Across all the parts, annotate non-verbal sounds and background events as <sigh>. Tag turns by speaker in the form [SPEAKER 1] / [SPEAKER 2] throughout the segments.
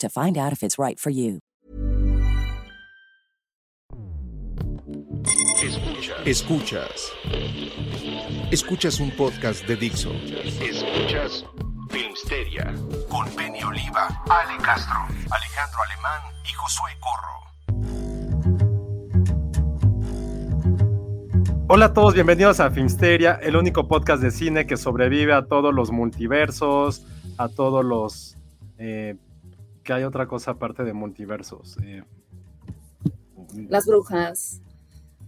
[SPEAKER 1] to find out if it's right for you.
[SPEAKER 2] Escuchas. Escuchas. Escuchas un podcast de Dixo. Escuchas Filmsteria con Penny Oliva, Ale Castro, Alejandro Alemán y Josué Corro.
[SPEAKER 3] Hola a todos, bienvenidos a Filmsteria, el único podcast de cine que sobrevive a todos los multiversos, a todos los... eh, que hay otra cosa aparte de multiversos. eh,
[SPEAKER 4] Las brujas,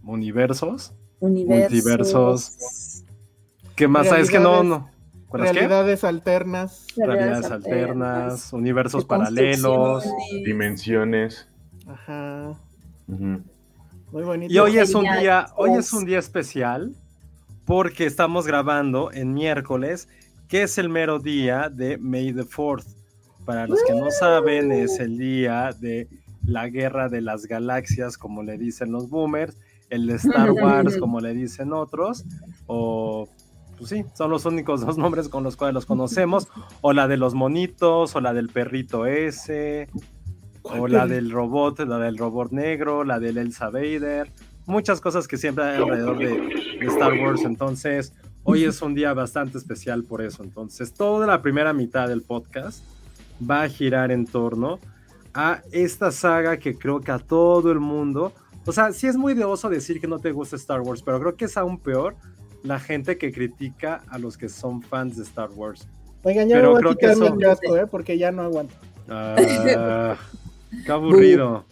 [SPEAKER 3] universos.
[SPEAKER 4] universos.
[SPEAKER 3] Multiversos. ¿Qué más hay? Es que no, no. ¿Cuál es qué?
[SPEAKER 5] Realidades alternas.
[SPEAKER 3] Realidades alternas, universos paralelos.
[SPEAKER 6] dimensiones.
[SPEAKER 5] Ajá.
[SPEAKER 6] Ujú.
[SPEAKER 5] Muy bonito.
[SPEAKER 3] Y hoy es un
[SPEAKER 4] Genial.
[SPEAKER 3] día, hoy es un día especial porque estamos grabando en miércoles, que es el mero día de May the 4th. Para los que no saben, es el día de la guerra de las galaxias, como le dicen los boomers, el de Star Wars, como le dicen otros, o pues sí, son los únicos <laughs> dos nombres con los cuales los conocemos, o la de los monitos, o la del perrito ese, o la del robot, la del robot negro, la del Elsa Vader, muchas cosas que siempre hay alrededor de, de Star Wars. Entonces, hoy es un día bastante especial por eso. Entonces, toda la primera mitad del podcast va a girar en torno a esta saga que creo que a todo el mundo, o sea, sí es muy de oso decir que no te gusta Star Wars, pero creo que es aún peor la gente que critica a los que son fans de Star Wars.
[SPEAKER 5] Oigan, ya
[SPEAKER 3] Pero
[SPEAKER 5] me voy
[SPEAKER 3] creo
[SPEAKER 5] a
[SPEAKER 3] que
[SPEAKER 5] quitar
[SPEAKER 3] eso-
[SPEAKER 5] mi casco, ¿eh? Porque ya no aguanto.
[SPEAKER 3] Ah, qué aburrido.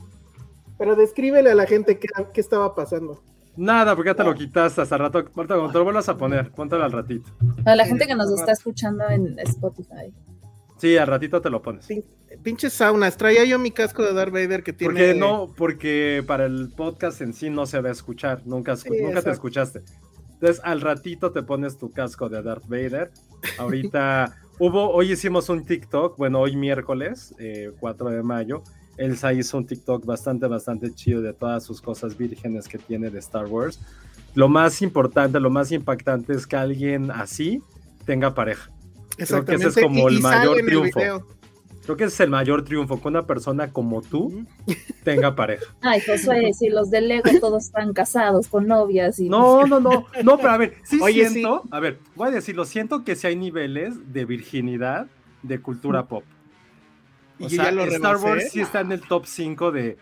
[SPEAKER 5] Pero descríbele a la gente qué, qué estaba pasando.
[SPEAKER 3] Nada, porque ya te lo quitaste hasta rato. Marta, cuando te lo vuelvas a poner, póntelo al ratito.
[SPEAKER 4] A la gente que nos está escuchando en Spotify.
[SPEAKER 3] Sí, al ratito te lo pones.
[SPEAKER 5] Pin- Pinches saunas. Traía yo mi casco de Darth Vader que tiene.
[SPEAKER 3] Porque no, porque para el podcast en sí no se va a escuchar, nunca, escu-
[SPEAKER 5] Sí,
[SPEAKER 3] nunca te
[SPEAKER 5] exacto.
[SPEAKER 3] escuchaste. Entonces al ratito te pones tu casco de Darth Vader.
[SPEAKER 5] <laughs>
[SPEAKER 3] Ahorita hubo, hoy hicimos un TikTok, bueno, hoy miércoles, eh, 4 de mayo, Elsa hizo un TikTok bastante, bastante chido de todas sus cosas vírgenes que tiene de Star Wars. Lo más importante, lo más impactante es que alguien así tenga pareja. creo que ese es como el mayor
[SPEAKER 5] sale en
[SPEAKER 3] triunfo.
[SPEAKER 5] video.
[SPEAKER 3] Creo que ese es el mayor triunfo, que una persona como tú tenga pareja.
[SPEAKER 4] Ay, Josué, si los de Lego todos están casados con novias y
[SPEAKER 3] No, no, no, no, pero a ver, sí
[SPEAKER 5] Oye,
[SPEAKER 3] siento, a ver, voy a decirlo, siento que sí hay niveles de virginidad de cultura pop.
[SPEAKER 5] Y
[SPEAKER 3] O
[SPEAKER 5] yo
[SPEAKER 3] sea,
[SPEAKER 5] ya lo
[SPEAKER 3] Star
[SPEAKER 5] rebasé.
[SPEAKER 3] Wars sí está en el top 5 de...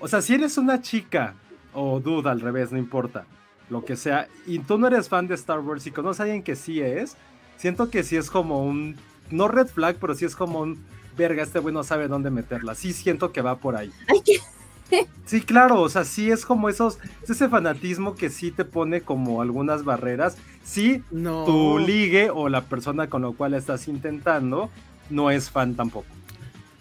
[SPEAKER 3] O sea, si eres una chica o duda al revés, no importa, lo que sea, y tú no eres fan de Star Wars y conoces a alguien que sí es, siento que sí es como un, no red flag, pero sí es como un, verga, este güey no sabe dónde meterla, sí siento que va por ahí.
[SPEAKER 4] Ay, qué-
[SPEAKER 3] Sí, claro, o sea, sí es como esos, es ese fanatismo que sí te pone como algunas barreras. Sí,
[SPEAKER 5] No.
[SPEAKER 3] tu ligue o la persona con la cual estás intentando no es fan tampoco.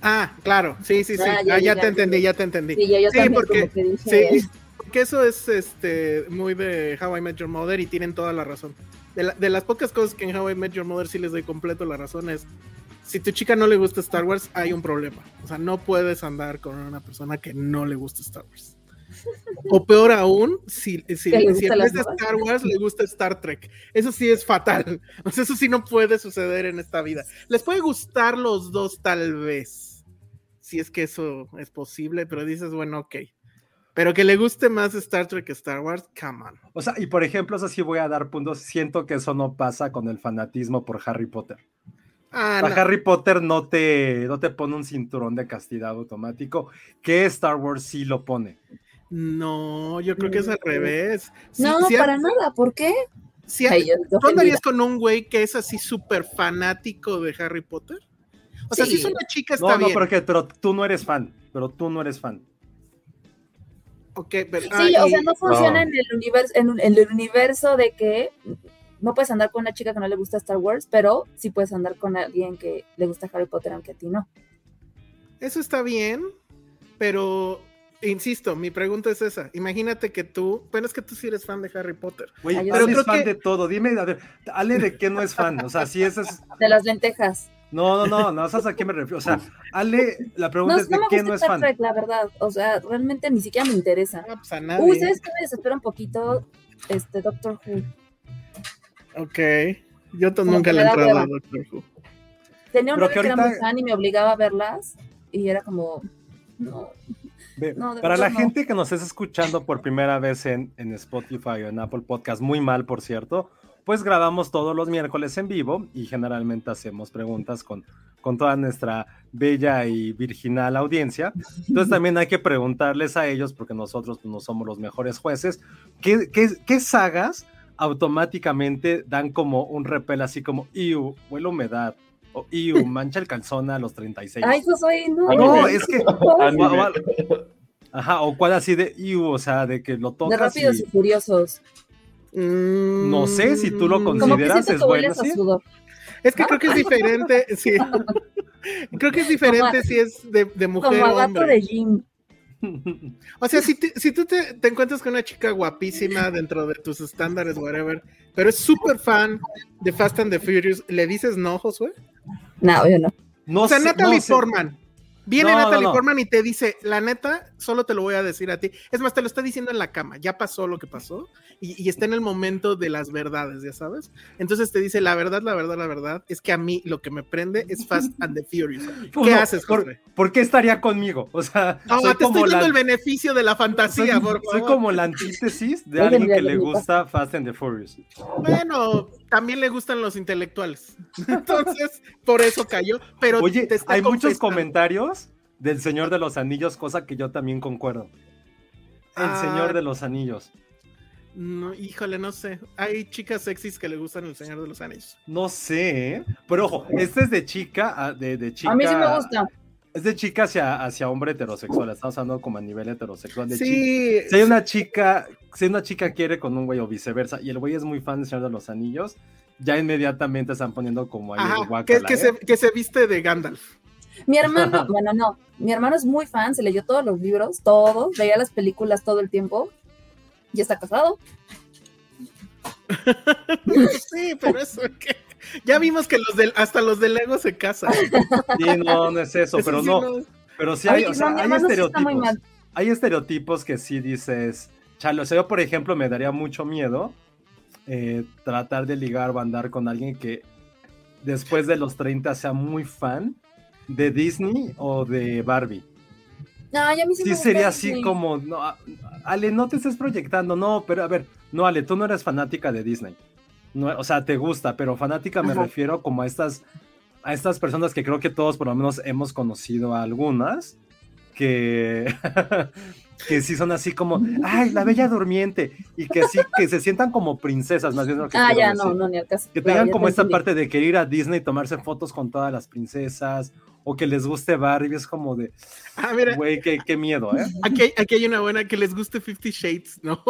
[SPEAKER 5] Ah, claro. Sí, sí, sí.
[SPEAKER 4] Ah,
[SPEAKER 5] Ah,
[SPEAKER 4] ya,
[SPEAKER 5] ya,
[SPEAKER 4] ya, ya.
[SPEAKER 5] te entendí, ya te entendí.
[SPEAKER 4] Sí, yo, yo
[SPEAKER 5] Sí,
[SPEAKER 4] también
[SPEAKER 5] porque-
[SPEAKER 4] como que dije,
[SPEAKER 5] Sí, porque eso es este muy de How I Met Your Mother y tienen toda la razón. De, la- de las pocas cosas que en How I Met Your Mother sí les doy completo la razón es si tu chica no le gusta Star Wars, hay un problema. O sea, no puedes andar con una persona que no le gusta Star Wars. O peor aún, si, si, si
[SPEAKER 4] Que le
[SPEAKER 5] en
[SPEAKER 4] gustan
[SPEAKER 5] vez
[SPEAKER 4] las
[SPEAKER 5] de
[SPEAKER 4] nuevas.
[SPEAKER 5] Star Wars le gusta Star Trek. Eso sí es fatal. <laughs> O sea, eso sí no puede suceder en esta vida. Les puede gustar los dos, tal vez. Si es que eso es posible, pero dices, bueno, ok. Pero que le guste más Star Trek que Star Wars, come on.
[SPEAKER 3] O sea, y por ejemplo, eso sí voy a dar puntos. Siento que eso no pasa con el fanatismo por Harry Potter.
[SPEAKER 5] Ah,
[SPEAKER 3] A
[SPEAKER 5] no.
[SPEAKER 3] Harry Potter no te, no te pone un cinturón de castidad automático, que Star Wars sí lo pone.
[SPEAKER 5] No, yo creo que es al
[SPEAKER 4] Mm.
[SPEAKER 5] revés. Si-
[SPEAKER 4] No,
[SPEAKER 5] si a-
[SPEAKER 4] para nada, ¿por qué?
[SPEAKER 5] si a-
[SPEAKER 4] Ay, yo- yo
[SPEAKER 5] ¿Tú andarías
[SPEAKER 4] ofendida.
[SPEAKER 5] con un güey que es así súper fanático de Harry Potter? O sea,
[SPEAKER 4] Sí.
[SPEAKER 5] si es una chica está
[SPEAKER 3] no, no,
[SPEAKER 5] bien.
[SPEAKER 3] porque, pero tú no eres fan. Pero tú no eres fan.
[SPEAKER 5] Ok, pero-
[SPEAKER 4] Sí,
[SPEAKER 5] ah,
[SPEAKER 4] o
[SPEAKER 5] y-
[SPEAKER 4] sea, no
[SPEAKER 3] No.
[SPEAKER 4] funciona en el universo, en, un- en el universo de que no puedes andar con una chica que no le gusta Star Wars, pero sí puedes andar con alguien que le gusta Harry Potter, aunque a ti no.
[SPEAKER 5] Eso está bien, pero insisto, mi pregunta es esa. Imagínate que tú, bueno, es que tú sí eres fan de Harry Potter.
[SPEAKER 3] Güey,
[SPEAKER 4] Ah, yo
[SPEAKER 3] Ale es
[SPEAKER 5] sí. Pero creo
[SPEAKER 3] fan
[SPEAKER 5] que-
[SPEAKER 3] de todo. Dime, a ver, Ale de qué no es fan. O sea, si ese es.
[SPEAKER 4] De las lentejas.
[SPEAKER 3] No, no, no, no sabes a qué me refiero. O sea, Ale, la
[SPEAKER 4] No,
[SPEAKER 3] pregunta es de
[SPEAKER 4] no me
[SPEAKER 3] qué
[SPEAKER 4] gusta
[SPEAKER 3] no es
[SPEAKER 4] Star
[SPEAKER 3] fan.
[SPEAKER 4] Trek, la verdad. O sea, realmente ni siquiera me interesa.
[SPEAKER 5] Ah, pues a nadie.
[SPEAKER 4] Uy, ¿sabes qué me desespera un poquito? Este, Doctor Who.
[SPEAKER 5] Ok. Yo t-
[SPEAKER 4] Como
[SPEAKER 5] nunca
[SPEAKER 4] que
[SPEAKER 5] le he
[SPEAKER 4] me da
[SPEAKER 5] entrado
[SPEAKER 4] hueva.
[SPEAKER 5] a Doctor Who.
[SPEAKER 4] Tenía un novio
[SPEAKER 3] Pero que
[SPEAKER 4] que era muy
[SPEAKER 3] ahorita-
[SPEAKER 4] fan y me obligaba a verlas. Y era como, no,
[SPEAKER 3] Ve,
[SPEAKER 4] No, de
[SPEAKER 3] para la
[SPEAKER 4] verdad no.
[SPEAKER 3] gente que nos está escuchando por primera vez en, en Spotify o en Apple Podcast, muy mal por cierto, pues grabamos todos los miércoles en vivo y generalmente hacemos preguntas con, con toda nuestra bella y virginal audiencia. Entonces también hay que preguntarles a ellos, porque nosotros pues, no somos los mejores jueces, ¿qué, qué, qué sagas automáticamente dan como un repel así como, iu, huele a humedad, o iu, mancha el calzón a los 36?
[SPEAKER 4] ay, yo soy, no.
[SPEAKER 3] no,
[SPEAKER 6] Anime.
[SPEAKER 3] es que...
[SPEAKER 6] Anime.
[SPEAKER 3] o- o- Ajá, o cuál así de iu, o sea, de que lo
[SPEAKER 4] De
[SPEAKER 3] tocas
[SPEAKER 4] rápidos y
[SPEAKER 3] y...
[SPEAKER 4] furiosos.
[SPEAKER 3] No sé si tú lo
[SPEAKER 5] Mm,
[SPEAKER 4] Como que
[SPEAKER 3] ¿Consideras
[SPEAKER 4] siento
[SPEAKER 3] es
[SPEAKER 4] que
[SPEAKER 3] bueno,
[SPEAKER 4] hueles a
[SPEAKER 3] sí?
[SPEAKER 4] sudor.
[SPEAKER 5] Es que creo que es diferente, <laughs> sí. Creo que es diferente si es de, de mujer
[SPEAKER 4] Como
[SPEAKER 5] o
[SPEAKER 4] a gato
[SPEAKER 5] hombre.
[SPEAKER 4] de gym.
[SPEAKER 5] O sea, si, te- si tú te, te encuentras con una chica guapísima dentro de tus estándares, whatever, pero es súper fan de Fast and the Furious, ¿le dices no, Josué?
[SPEAKER 4] No, yo no.
[SPEAKER 3] <laughs> No
[SPEAKER 5] o sea,
[SPEAKER 3] sé,
[SPEAKER 5] Natalie
[SPEAKER 3] no sé.
[SPEAKER 5] Portman. Viene
[SPEAKER 3] No, no,
[SPEAKER 5] Natalie
[SPEAKER 3] no.
[SPEAKER 5] Portman y te dice, la neta, solo te lo voy a decir a ti. Es más, te lo está diciendo en la cama, ya pasó lo que pasó y, y está en el momento de las verdades, ya sabes. Entonces te dice, la verdad, la verdad, la verdad, es que a mí lo que me prende es Fast and the Furious.
[SPEAKER 3] Uno,
[SPEAKER 5] haces,
[SPEAKER 3] ¿Por,
[SPEAKER 5] Jorge?
[SPEAKER 3] ¿por qué estaría conmigo? O sea,
[SPEAKER 5] Ah,
[SPEAKER 3] soy
[SPEAKER 5] te estoy
[SPEAKER 3] como
[SPEAKER 5] dando
[SPEAKER 3] la-
[SPEAKER 5] el beneficio de la fantasía,
[SPEAKER 3] soy-
[SPEAKER 5] por favor.
[SPEAKER 3] soy como la
[SPEAKER 4] <laughs>
[SPEAKER 3] antítesis de
[SPEAKER 4] Oye,
[SPEAKER 3] alguien
[SPEAKER 4] mira,
[SPEAKER 3] que le
[SPEAKER 4] Lupita.
[SPEAKER 3] gusta Fast and the Furious.
[SPEAKER 5] Bueno, también le gustan
[SPEAKER 3] <laughs>
[SPEAKER 5] los intelectuales. Entonces, por eso cayó. Pero
[SPEAKER 3] Oye,
[SPEAKER 5] te está
[SPEAKER 3] hay muchos
[SPEAKER 5] confesando.
[SPEAKER 3] comentarios del Señor de los Anillos, cosa que yo también concuerdo. El
[SPEAKER 5] Ah.
[SPEAKER 3] Señor de los Anillos.
[SPEAKER 5] No, híjole, no sé. Hay chicas sexys que le gustan el Señor de los Anillos.
[SPEAKER 3] No sé, ¿eh? pero ojo, este es de chica, a- de, de chica.
[SPEAKER 4] A mí sí me gusta.
[SPEAKER 3] Es de chica hacia, hacia hombre heterosexual, estamos hablando como a nivel heterosexual. De chica.
[SPEAKER 5] Sí,
[SPEAKER 3] Si hay una chica, si una chica quiere con un güey o viceversa, y el güey es muy fan del Señor de los Anillos, ya inmediatamente están poniendo como ahí
[SPEAKER 5] ajá,
[SPEAKER 3] el guácala,
[SPEAKER 5] que, que
[SPEAKER 3] ¿eh?
[SPEAKER 5] se, que se viste de Gandalf. <laughs>
[SPEAKER 4] Mi hermano,
[SPEAKER 3] <laughs>
[SPEAKER 4] bueno, no, mi hermano es muy fan, se leyó todos los libros, todos, veía las películas todo el tiempo. Ya está casado.
[SPEAKER 5] Sí, pero eso que. Ya vimos que los del, hasta los del Lego se casan.
[SPEAKER 3] Sí, no, no es eso,
[SPEAKER 4] <laughs>
[SPEAKER 5] Eso
[SPEAKER 3] pero
[SPEAKER 5] sí
[SPEAKER 3] no, pero sí hay,
[SPEAKER 4] Ay,
[SPEAKER 3] o sea,
[SPEAKER 4] no, mi
[SPEAKER 3] hay
[SPEAKER 4] hermano sí está muy
[SPEAKER 3] estereotipos.
[SPEAKER 4] mal.
[SPEAKER 3] hay estereotipos que sí dices, chalo, o sea, yo por ejemplo me daría mucho miedo eh, tratar de ligar o andar con alguien que después de los 30 sea muy fan de Disney o de Barbie.
[SPEAKER 4] No, ya a mí sí, me
[SPEAKER 3] Sí
[SPEAKER 4] gusta
[SPEAKER 3] sería así
[SPEAKER 4] Disney.
[SPEAKER 3] como, no, a- Ale, no te estés proyectando, no, pero a ver, no, Ale, tú no eres fanática de Disney. No, o sea, te gusta, pero fanática me
[SPEAKER 4] Ajá.
[SPEAKER 3] refiero como a estas, a estas personas que creo que todos por lo menos hemos conocido a algunas, que, <laughs> que sí son así como, ay, la bella durmiente, y que sí, que se sientan como princesas, más bien lo que
[SPEAKER 4] Ah,
[SPEAKER 3] quiero
[SPEAKER 4] ya,
[SPEAKER 3] decir.
[SPEAKER 4] no, no, ni al caso.
[SPEAKER 3] Que
[SPEAKER 4] Ya,
[SPEAKER 3] tengan
[SPEAKER 4] ya
[SPEAKER 3] como
[SPEAKER 4] te
[SPEAKER 3] esta
[SPEAKER 4] entendí.
[SPEAKER 3] parte de querer ir a Disney y tomarse fotos con todas las princesas, o que les guste Barbie, es como de,
[SPEAKER 5] Ah, mira,
[SPEAKER 3] güey, qué, qué miedo, ¿eh?
[SPEAKER 5] aquí, hay- aquí hay una buena que les guste Fifty Shades, ¿no?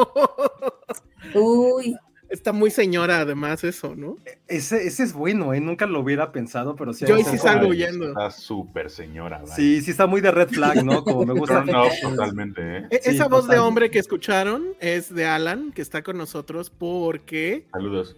[SPEAKER 4] Uy,
[SPEAKER 5] Está muy señora, además, eso, ¿no?
[SPEAKER 3] Ese, ese es bueno, ¿eh? Nunca lo hubiera pensado, pero sí.
[SPEAKER 5] Yo
[SPEAKER 3] hay
[SPEAKER 5] ahí sí
[SPEAKER 3] gente-
[SPEAKER 5] salgo
[SPEAKER 6] Ay,
[SPEAKER 5] huyendo.
[SPEAKER 6] Está súper señora. vaya.
[SPEAKER 3] Sí, sí está muy de red flag, <laughs> ¿no? Como me
[SPEAKER 5] pues,
[SPEAKER 3] gusta.
[SPEAKER 6] Turn off totalmente, ¿eh?
[SPEAKER 5] E-
[SPEAKER 3] Sí,
[SPEAKER 5] Esa voz de
[SPEAKER 3] total.
[SPEAKER 5] hombre que escucharon es de Alan, que está con nosotros porque <laughs>
[SPEAKER 6] Saludos.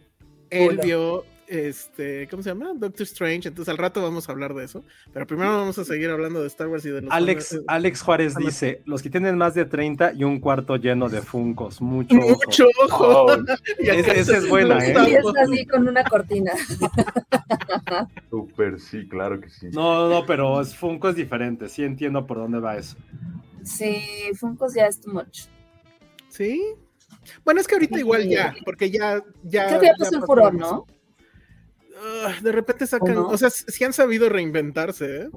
[SPEAKER 5] él
[SPEAKER 4] Hola.
[SPEAKER 5] vio este, ¿cómo se llama? Doctor Strange. Entonces al rato vamos a hablar de eso. Pero primero vamos a seguir hablando de Star Wars y de los.
[SPEAKER 3] Alex, Alex Juárez dice: Los que tienen más de 30 y un cuarto lleno de funcos. Mucho. ojo".
[SPEAKER 5] Mucho ojo. <laughs>
[SPEAKER 3] Oh, esa- esa es buena,
[SPEAKER 5] No
[SPEAKER 3] ¿eh?
[SPEAKER 7] Y es
[SPEAKER 5] estamos-
[SPEAKER 7] así con una cortina.
[SPEAKER 6] Súper, sí, claro que sí.
[SPEAKER 3] No, no, pero es, Funko es diferente. Sí entiendo por dónde va eso.
[SPEAKER 7] Sí, Funkos ya es too much.
[SPEAKER 4] Ah,
[SPEAKER 5] Sí. Bueno, es que ahorita igual ya, porque ya, ya.
[SPEAKER 7] Creo que ya pasó el furor, ¿no?
[SPEAKER 5] Ah, de repente sacan,
[SPEAKER 7] ¿O no?
[SPEAKER 5] o sea, sí han sabido reinventarse, ¿eh?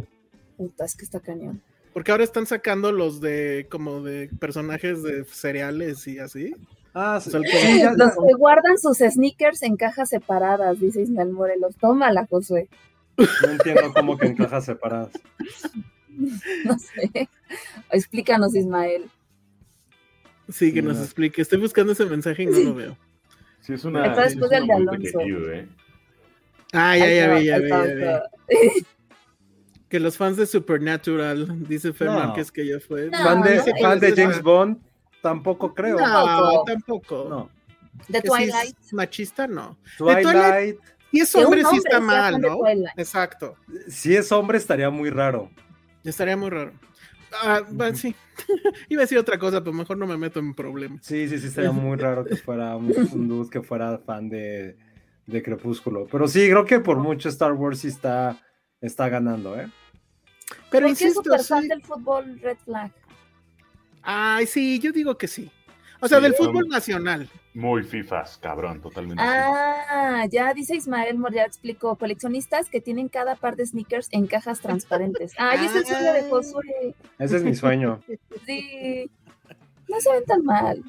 [SPEAKER 7] Puta, es que está cañón.
[SPEAKER 5] Porque ahora están sacando los de como de personajes de cereales y así.
[SPEAKER 3] Ah,
[SPEAKER 5] O
[SPEAKER 3] sí.
[SPEAKER 5] sea, el
[SPEAKER 3] Sí, ya-
[SPEAKER 7] Los que guardan sus sneakers en cajas separadas, dice Ismael Morelos. Tómala, Josué. <laughs>
[SPEAKER 3] No entiendo cómo que en cajas
[SPEAKER 5] <laughs>
[SPEAKER 3] separadas.
[SPEAKER 7] No sé. Explícanos, Ismael.
[SPEAKER 5] Sí, que nos
[SPEAKER 3] Mira.
[SPEAKER 5] explique. Estoy buscando ese mensaje y no
[SPEAKER 7] Sí.
[SPEAKER 5] lo veo.
[SPEAKER 6] Sí, es una.
[SPEAKER 7] Está
[SPEAKER 6] sí,
[SPEAKER 7] después
[SPEAKER 6] es una
[SPEAKER 7] del de
[SPEAKER 6] modita que
[SPEAKER 7] Alonso.
[SPEAKER 6] ayuda, ¿eh?
[SPEAKER 5] Ah, ya,
[SPEAKER 7] Ahí
[SPEAKER 5] ya
[SPEAKER 7] está,
[SPEAKER 5] vi, ya
[SPEAKER 7] ahí
[SPEAKER 5] vi,
[SPEAKER 7] está,
[SPEAKER 5] ya vi. Que los fans de Supernatural, dice Fer
[SPEAKER 3] No.
[SPEAKER 5] Márquez que ya fue.
[SPEAKER 7] No,
[SPEAKER 3] ¿Fan de,
[SPEAKER 7] no,
[SPEAKER 5] Dice que
[SPEAKER 3] fan de
[SPEAKER 5] les-
[SPEAKER 3] James Bond? Tampoco creo.
[SPEAKER 5] No,
[SPEAKER 7] Tampoco.
[SPEAKER 5] tampoco.
[SPEAKER 3] No.
[SPEAKER 7] De
[SPEAKER 5] Que sí es
[SPEAKER 7] Twilight.
[SPEAKER 5] machista, no. Twilight-
[SPEAKER 3] Twilight,
[SPEAKER 5] Y es
[SPEAKER 7] Que un
[SPEAKER 5] hombre, sí
[SPEAKER 7] hombre
[SPEAKER 5] está
[SPEAKER 7] sea
[SPEAKER 5] mal,
[SPEAKER 7] fan de
[SPEAKER 5] ¿no?
[SPEAKER 7] Twilight.
[SPEAKER 5] Exacto.
[SPEAKER 3] si es hombre, estaría muy raro.
[SPEAKER 5] Estaría muy raro. Ah, va, sí. <laughs> Iba a decir otra cosa, pero mejor no me meto en problemas.
[SPEAKER 3] Sí,
[SPEAKER 5] <laughs>
[SPEAKER 3] sí, sí, estaría muy raro que fuera un, un dude que fuera fan de, de Crepúsculo. Pero sí, creo que por mucho Star Wars sí está, está ganando, ¿eh?
[SPEAKER 5] Pero
[SPEAKER 7] ¿Por qué es
[SPEAKER 5] insisto,
[SPEAKER 7] súper
[SPEAKER 5] sí.
[SPEAKER 7] fan del fútbol Red Flag?
[SPEAKER 5] Ay, sí, yo digo que sí. O sea,
[SPEAKER 6] Sí,
[SPEAKER 5] del
[SPEAKER 6] son-
[SPEAKER 5] fútbol nacional.
[SPEAKER 6] Muy fifas, cabrón, totalmente.
[SPEAKER 7] Ah, ya dice Ismael Mor, ya explicó. Coleccionistas que tienen cada par de sneakers en cajas
[SPEAKER 5] <laughs>
[SPEAKER 7] transparentes. Ay, es el sueño de Josué.
[SPEAKER 3] Ese es mi sueño.
[SPEAKER 7] Sí. No se ven tan mal.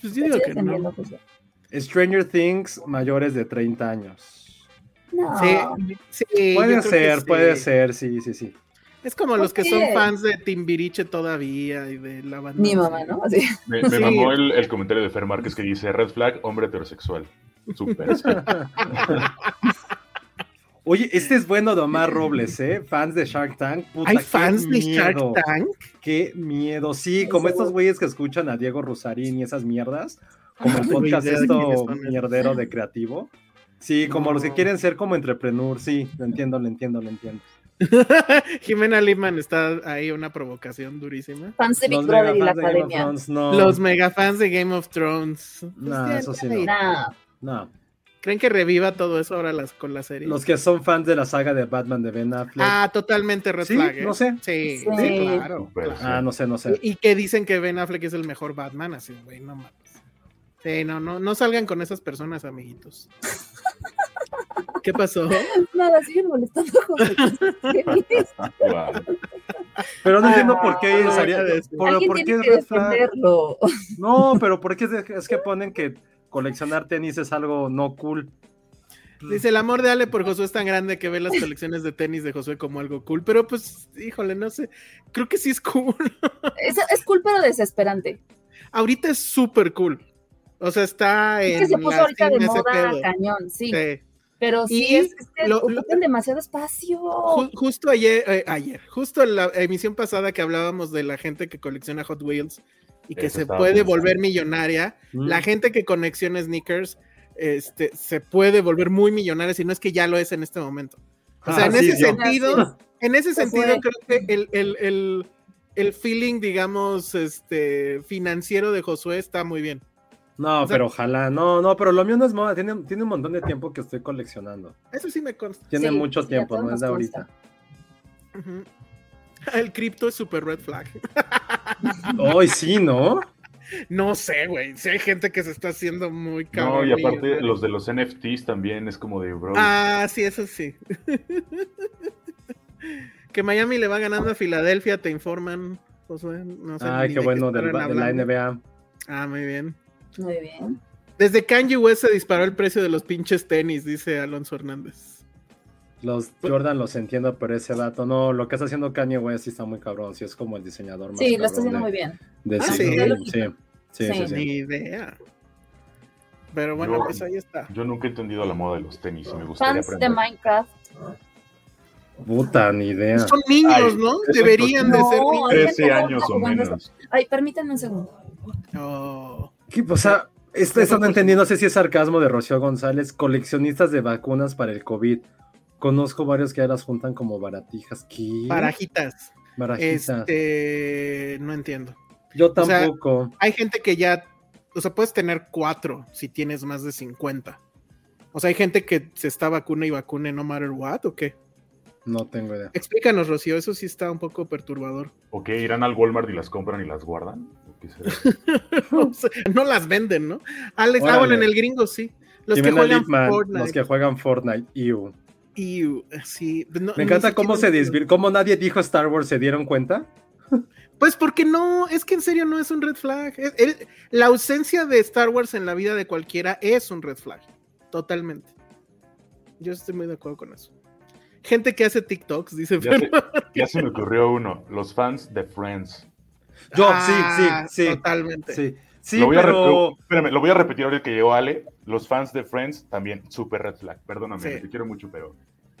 [SPEAKER 5] Pues
[SPEAKER 7] Te
[SPEAKER 5] yo digo
[SPEAKER 7] estoy
[SPEAKER 5] que
[SPEAKER 7] defendiendo,
[SPEAKER 5] no.
[SPEAKER 7] Josué.
[SPEAKER 3] Stranger Things mayores de 30 años.
[SPEAKER 7] No.
[SPEAKER 5] Sí, sí, yo
[SPEAKER 3] Puede
[SPEAKER 5] creo que
[SPEAKER 3] ser,
[SPEAKER 5] sí.
[SPEAKER 3] puede ser, sí, sí, sí.
[SPEAKER 5] Es como los que
[SPEAKER 7] ¿Por
[SPEAKER 5] son
[SPEAKER 7] qué?
[SPEAKER 5] fans de Timbiriche todavía y de la banda.
[SPEAKER 7] Mi mamá, ¿no? Así.
[SPEAKER 6] Me, me
[SPEAKER 5] pues Sí.
[SPEAKER 6] mamó el, el comentario de Fer Márquez que dice: Red flag, hombre heterosexual. Súper.
[SPEAKER 5] <laughs>
[SPEAKER 6] sí.
[SPEAKER 3] Oye, este es bueno de Omar
[SPEAKER 5] <laughs>
[SPEAKER 3] Robles, ¿eh? Fans de Shark Tank. Puta,
[SPEAKER 5] Hay
[SPEAKER 3] qué
[SPEAKER 5] fans de Shark
[SPEAKER 3] miedo,
[SPEAKER 5] Tank.
[SPEAKER 3] Qué miedo. Sí,
[SPEAKER 7] Ay,
[SPEAKER 3] como estos
[SPEAKER 7] seguro.
[SPEAKER 3] güeyes que escuchan a Diego Rosarín y esas mierdas. Como el
[SPEAKER 5] No tengo
[SPEAKER 3] podcast
[SPEAKER 5] idea de quiénes
[SPEAKER 3] esto
[SPEAKER 5] son esos.
[SPEAKER 3] mierdero de creativo. Sí, como los que
[SPEAKER 5] No.
[SPEAKER 3] quieren ser como entrepreneur. Sí, lo entiendo, lo entiendo, lo entiendo.
[SPEAKER 5] <laughs> Jimena Liman está ahí, una provocación durísima.
[SPEAKER 7] Fans de Big
[SPEAKER 3] Los
[SPEAKER 7] Brother y la
[SPEAKER 3] megafans de Game of
[SPEAKER 7] academia.
[SPEAKER 3] Thrones, no.
[SPEAKER 5] Los megafans de Game of Thrones. Pues
[SPEAKER 3] No,
[SPEAKER 5] ya,
[SPEAKER 3] eso sí
[SPEAKER 5] ya,
[SPEAKER 3] no.
[SPEAKER 5] ya.
[SPEAKER 7] No.
[SPEAKER 3] No.
[SPEAKER 5] ¿Creen que reviva todo eso ahora las, con la serie?
[SPEAKER 3] Los que son fans de la saga de Batman de Ben Affleck. Ah,
[SPEAKER 5] Ah, totalmente red
[SPEAKER 3] Sí,
[SPEAKER 5] flag, ¿eh?
[SPEAKER 3] no sé.
[SPEAKER 5] Sí,
[SPEAKER 7] Sí.
[SPEAKER 5] sí, claro.
[SPEAKER 6] Súper,
[SPEAKER 5] claro.
[SPEAKER 6] sí.
[SPEAKER 3] Ah, no sé, no sé.
[SPEAKER 5] Y que dicen que Ben Affleck es el mejor Batman, así, güey, no mames. Sí, no, no, no salgan con esas personas, amiguitos. ¿Qué pasó?
[SPEAKER 7] Nada, siguen molestando a
[SPEAKER 5] <laughs>
[SPEAKER 7] Josué.
[SPEAKER 6] Guau.
[SPEAKER 3] Pero no entiendo
[SPEAKER 7] Ah,
[SPEAKER 3] por qué
[SPEAKER 5] no,
[SPEAKER 3] salía-
[SPEAKER 5] no, no.
[SPEAKER 3] por-
[SPEAKER 7] Alguien
[SPEAKER 3] por qué
[SPEAKER 7] tiene
[SPEAKER 3] es
[SPEAKER 7] que
[SPEAKER 3] red flag.
[SPEAKER 7] defenderlo.
[SPEAKER 3] No, pero ¿por qué es, de- es que ponen que coleccionar tenis es algo no cool?
[SPEAKER 5] Dice, el amor de Ale por Josué es tan grande que ve las colecciones de tenis de Josué como algo cool, pero pues, híjole, no sé, creo que sí es cool. <laughs>
[SPEAKER 7] Es, es cool, pero desesperante.
[SPEAKER 5] Ahorita es súper cool. O sea, está
[SPEAKER 7] Es
[SPEAKER 5] en
[SPEAKER 7] que se puso
[SPEAKER 5] la
[SPEAKER 7] ahorita de
[SPEAKER 5] cima ese
[SPEAKER 7] moda
[SPEAKER 5] pedo.
[SPEAKER 7] cañón, sí.
[SPEAKER 5] Sí.
[SPEAKER 7] Pero sí,
[SPEAKER 5] Y
[SPEAKER 7] es que se
[SPEAKER 5] lo- lo-
[SPEAKER 7] ocupan demasiado espacio.
[SPEAKER 5] Ju- justo ayer, eh, ayer, justo en la emisión pasada que hablábamos de la gente que colecciona Hot Wheels y que
[SPEAKER 6] Eso
[SPEAKER 5] se
[SPEAKER 6] estaba
[SPEAKER 5] puede
[SPEAKER 6] pensando.
[SPEAKER 5] volver millonaria,
[SPEAKER 3] Mm.
[SPEAKER 5] la gente que colecciona sneakers este, se puede volver muy millonaria si no es que ya lo es en este momento. O sea,
[SPEAKER 3] Ah,
[SPEAKER 5] en
[SPEAKER 3] sí,
[SPEAKER 5] ese
[SPEAKER 3] yo.
[SPEAKER 5] sentido, en ese
[SPEAKER 7] Se
[SPEAKER 5] sentido
[SPEAKER 7] fue.
[SPEAKER 5] creo que el, el- el- el feeling, digamos, este, financiero de Josué está muy bien.
[SPEAKER 3] No,
[SPEAKER 5] O sea-
[SPEAKER 3] pero ojalá. No, no, pero lo mío no es moda. Tiene, tiene un montón de tiempo que estoy coleccionando.
[SPEAKER 5] Eso sí me consta.
[SPEAKER 3] Tiene
[SPEAKER 7] Sí,
[SPEAKER 3] mucho
[SPEAKER 7] sí, a
[SPEAKER 3] tiempo,
[SPEAKER 7] todos
[SPEAKER 3] no es de
[SPEAKER 7] nos
[SPEAKER 3] ahorita.
[SPEAKER 7] <laughs>
[SPEAKER 5] Ujú. El cripto es super red flag. <laughs>
[SPEAKER 7] Ah.
[SPEAKER 3] Hoy sí, ¿no?
[SPEAKER 5] No sé, güey. Si hay gente que se está haciendo muy
[SPEAKER 6] No,
[SPEAKER 5] cabrón.
[SPEAKER 6] y aparte,
[SPEAKER 5] millonaria.
[SPEAKER 6] los de los NFTs también es como de, bro.
[SPEAKER 5] Ah, sí, eso sí. <laughs> que Miami le va ganando a Filadelfia, te informan. Josué. No sé
[SPEAKER 3] Ay,
[SPEAKER 5] ni
[SPEAKER 3] qué
[SPEAKER 5] de
[SPEAKER 3] bueno, del
[SPEAKER 5] estaban
[SPEAKER 3] ba- de la
[SPEAKER 5] hablando.
[SPEAKER 3] NBA.
[SPEAKER 5] Ah, muy bien.
[SPEAKER 7] Muy bien.
[SPEAKER 5] Desde Kanye West se disparó el precio de los pinches tenis, dice Alonso Hernández.
[SPEAKER 3] Los Jordan los entiendo, pero ese dato, no, lo que está haciendo Kanye West sí está muy cabrón, sí es como el diseñador más
[SPEAKER 7] Sí, lo está
[SPEAKER 3] cabrón
[SPEAKER 7] haciendo
[SPEAKER 3] de-
[SPEAKER 7] muy bien.
[SPEAKER 3] de
[SPEAKER 5] Ah,
[SPEAKER 3] siglo.
[SPEAKER 7] sí.
[SPEAKER 3] sí. Sí, sí,
[SPEAKER 7] Sí.
[SPEAKER 3] sí.
[SPEAKER 5] Ni idea. Pero bueno,
[SPEAKER 6] Yo-
[SPEAKER 5] pues ahí está.
[SPEAKER 6] Yo nunca he entendido la moda de los tenis y me gustaría
[SPEAKER 7] Fans de
[SPEAKER 6] aprender.
[SPEAKER 7] Minecraft.
[SPEAKER 3] Puta, ni idea.
[SPEAKER 5] Pues Son niños,
[SPEAKER 6] Ay,
[SPEAKER 5] ¿no?
[SPEAKER 6] es
[SPEAKER 5] Deberían de
[SPEAKER 7] No,
[SPEAKER 5] ser niños.
[SPEAKER 7] ahorita
[SPEAKER 6] 13
[SPEAKER 7] todo
[SPEAKER 6] años
[SPEAKER 7] está
[SPEAKER 6] o
[SPEAKER 7] jugando eso.
[SPEAKER 6] menos.
[SPEAKER 7] Ay, permítanme un segundo.
[SPEAKER 5] No.
[SPEAKER 3] ¿Qué? O sea, Esto están entendiendo, no sé si es sarcasmo de Rocío González, coleccionistas de vacunas para el COVID. Conozco varios que ahora las juntan como baratijas. ¿Qué?
[SPEAKER 5] Barajitas.
[SPEAKER 3] Barajitas.
[SPEAKER 5] Este, no entiendo.
[SPEAKER 3] Yo
[SPEAKER 5] o sea,
[SPEAKER 3] tampoco.
[SPEAKER 5] Hay gente que ya, o sea, puedes tener cuatro si tienes más de 50. O sea, hay gente que se está vacuna y vacune no matter what o qué.
[SPEAKER 3] no tengo idea.
[SPEAKER 5] Explícanos, Rocío, eso sí está un poco perturbador.
[SPEAKER 6] ¿O qué? ¿Irán al Walmart y las compran y las guardan? ¿Qué
[SPEAKER 3] <laughs>
[SPEAKER 6] será?
[SPEAKER 5] O sea, no las venden, ¿no? Alex, ah,
[SPEAKER 3] Órale.
[SPEAKER 5] bueno, en el gringo sí. Los que
[SPEAKER 3] Jimena
[SPEAKER 5] juegan
[SPEAKER 3] Lipman,
[SPEAKER 5] Fortnite.
[SPEAKER 3] Los que juegan Fortnite. Ew.
[SPEAKER 5] Iu, sí, no-
[SPEAKER 3] Me
[SPEAKER 5] ni
[SPEAKER 3] encanta cómo se
[SPEAKER 5] siquiera-
[SPEAKER 3] desvir, cómo nadie dijo Star Wars, ¿se dieron cuenta?
[SPEAKER 5] Pues porque no, es que en serio no es un red flag. Es- es- la ausencia de Star Wars en la vida de cualquiera es un red flag. Totalmente. Yo estoy muy de acuerdo con eso. Gente que hace TikToks dice.
[SPEAKER 6] Ya se, ya se me ocurrió uno. Los fans de Friends.
[SPEAKER 3] Yo,
[SPEAKER 5] Ah,
[SPEAKER 3] sí, sí, sí.
[SPEAKER 5] Totalmente.
[SPEAKER 3] Sí, sí
[SPEAKER 6] lo voy a re-
[SPEAKER 3] pero
[SPEAKER 6] lo- espérame, lo voy a repetir ahora que llegó Ale. Los fans de Friends también, super red flag. Perdóname,
[SPEAKER 5] Sí.
[SPEAKER 6] te quiero mucho, pero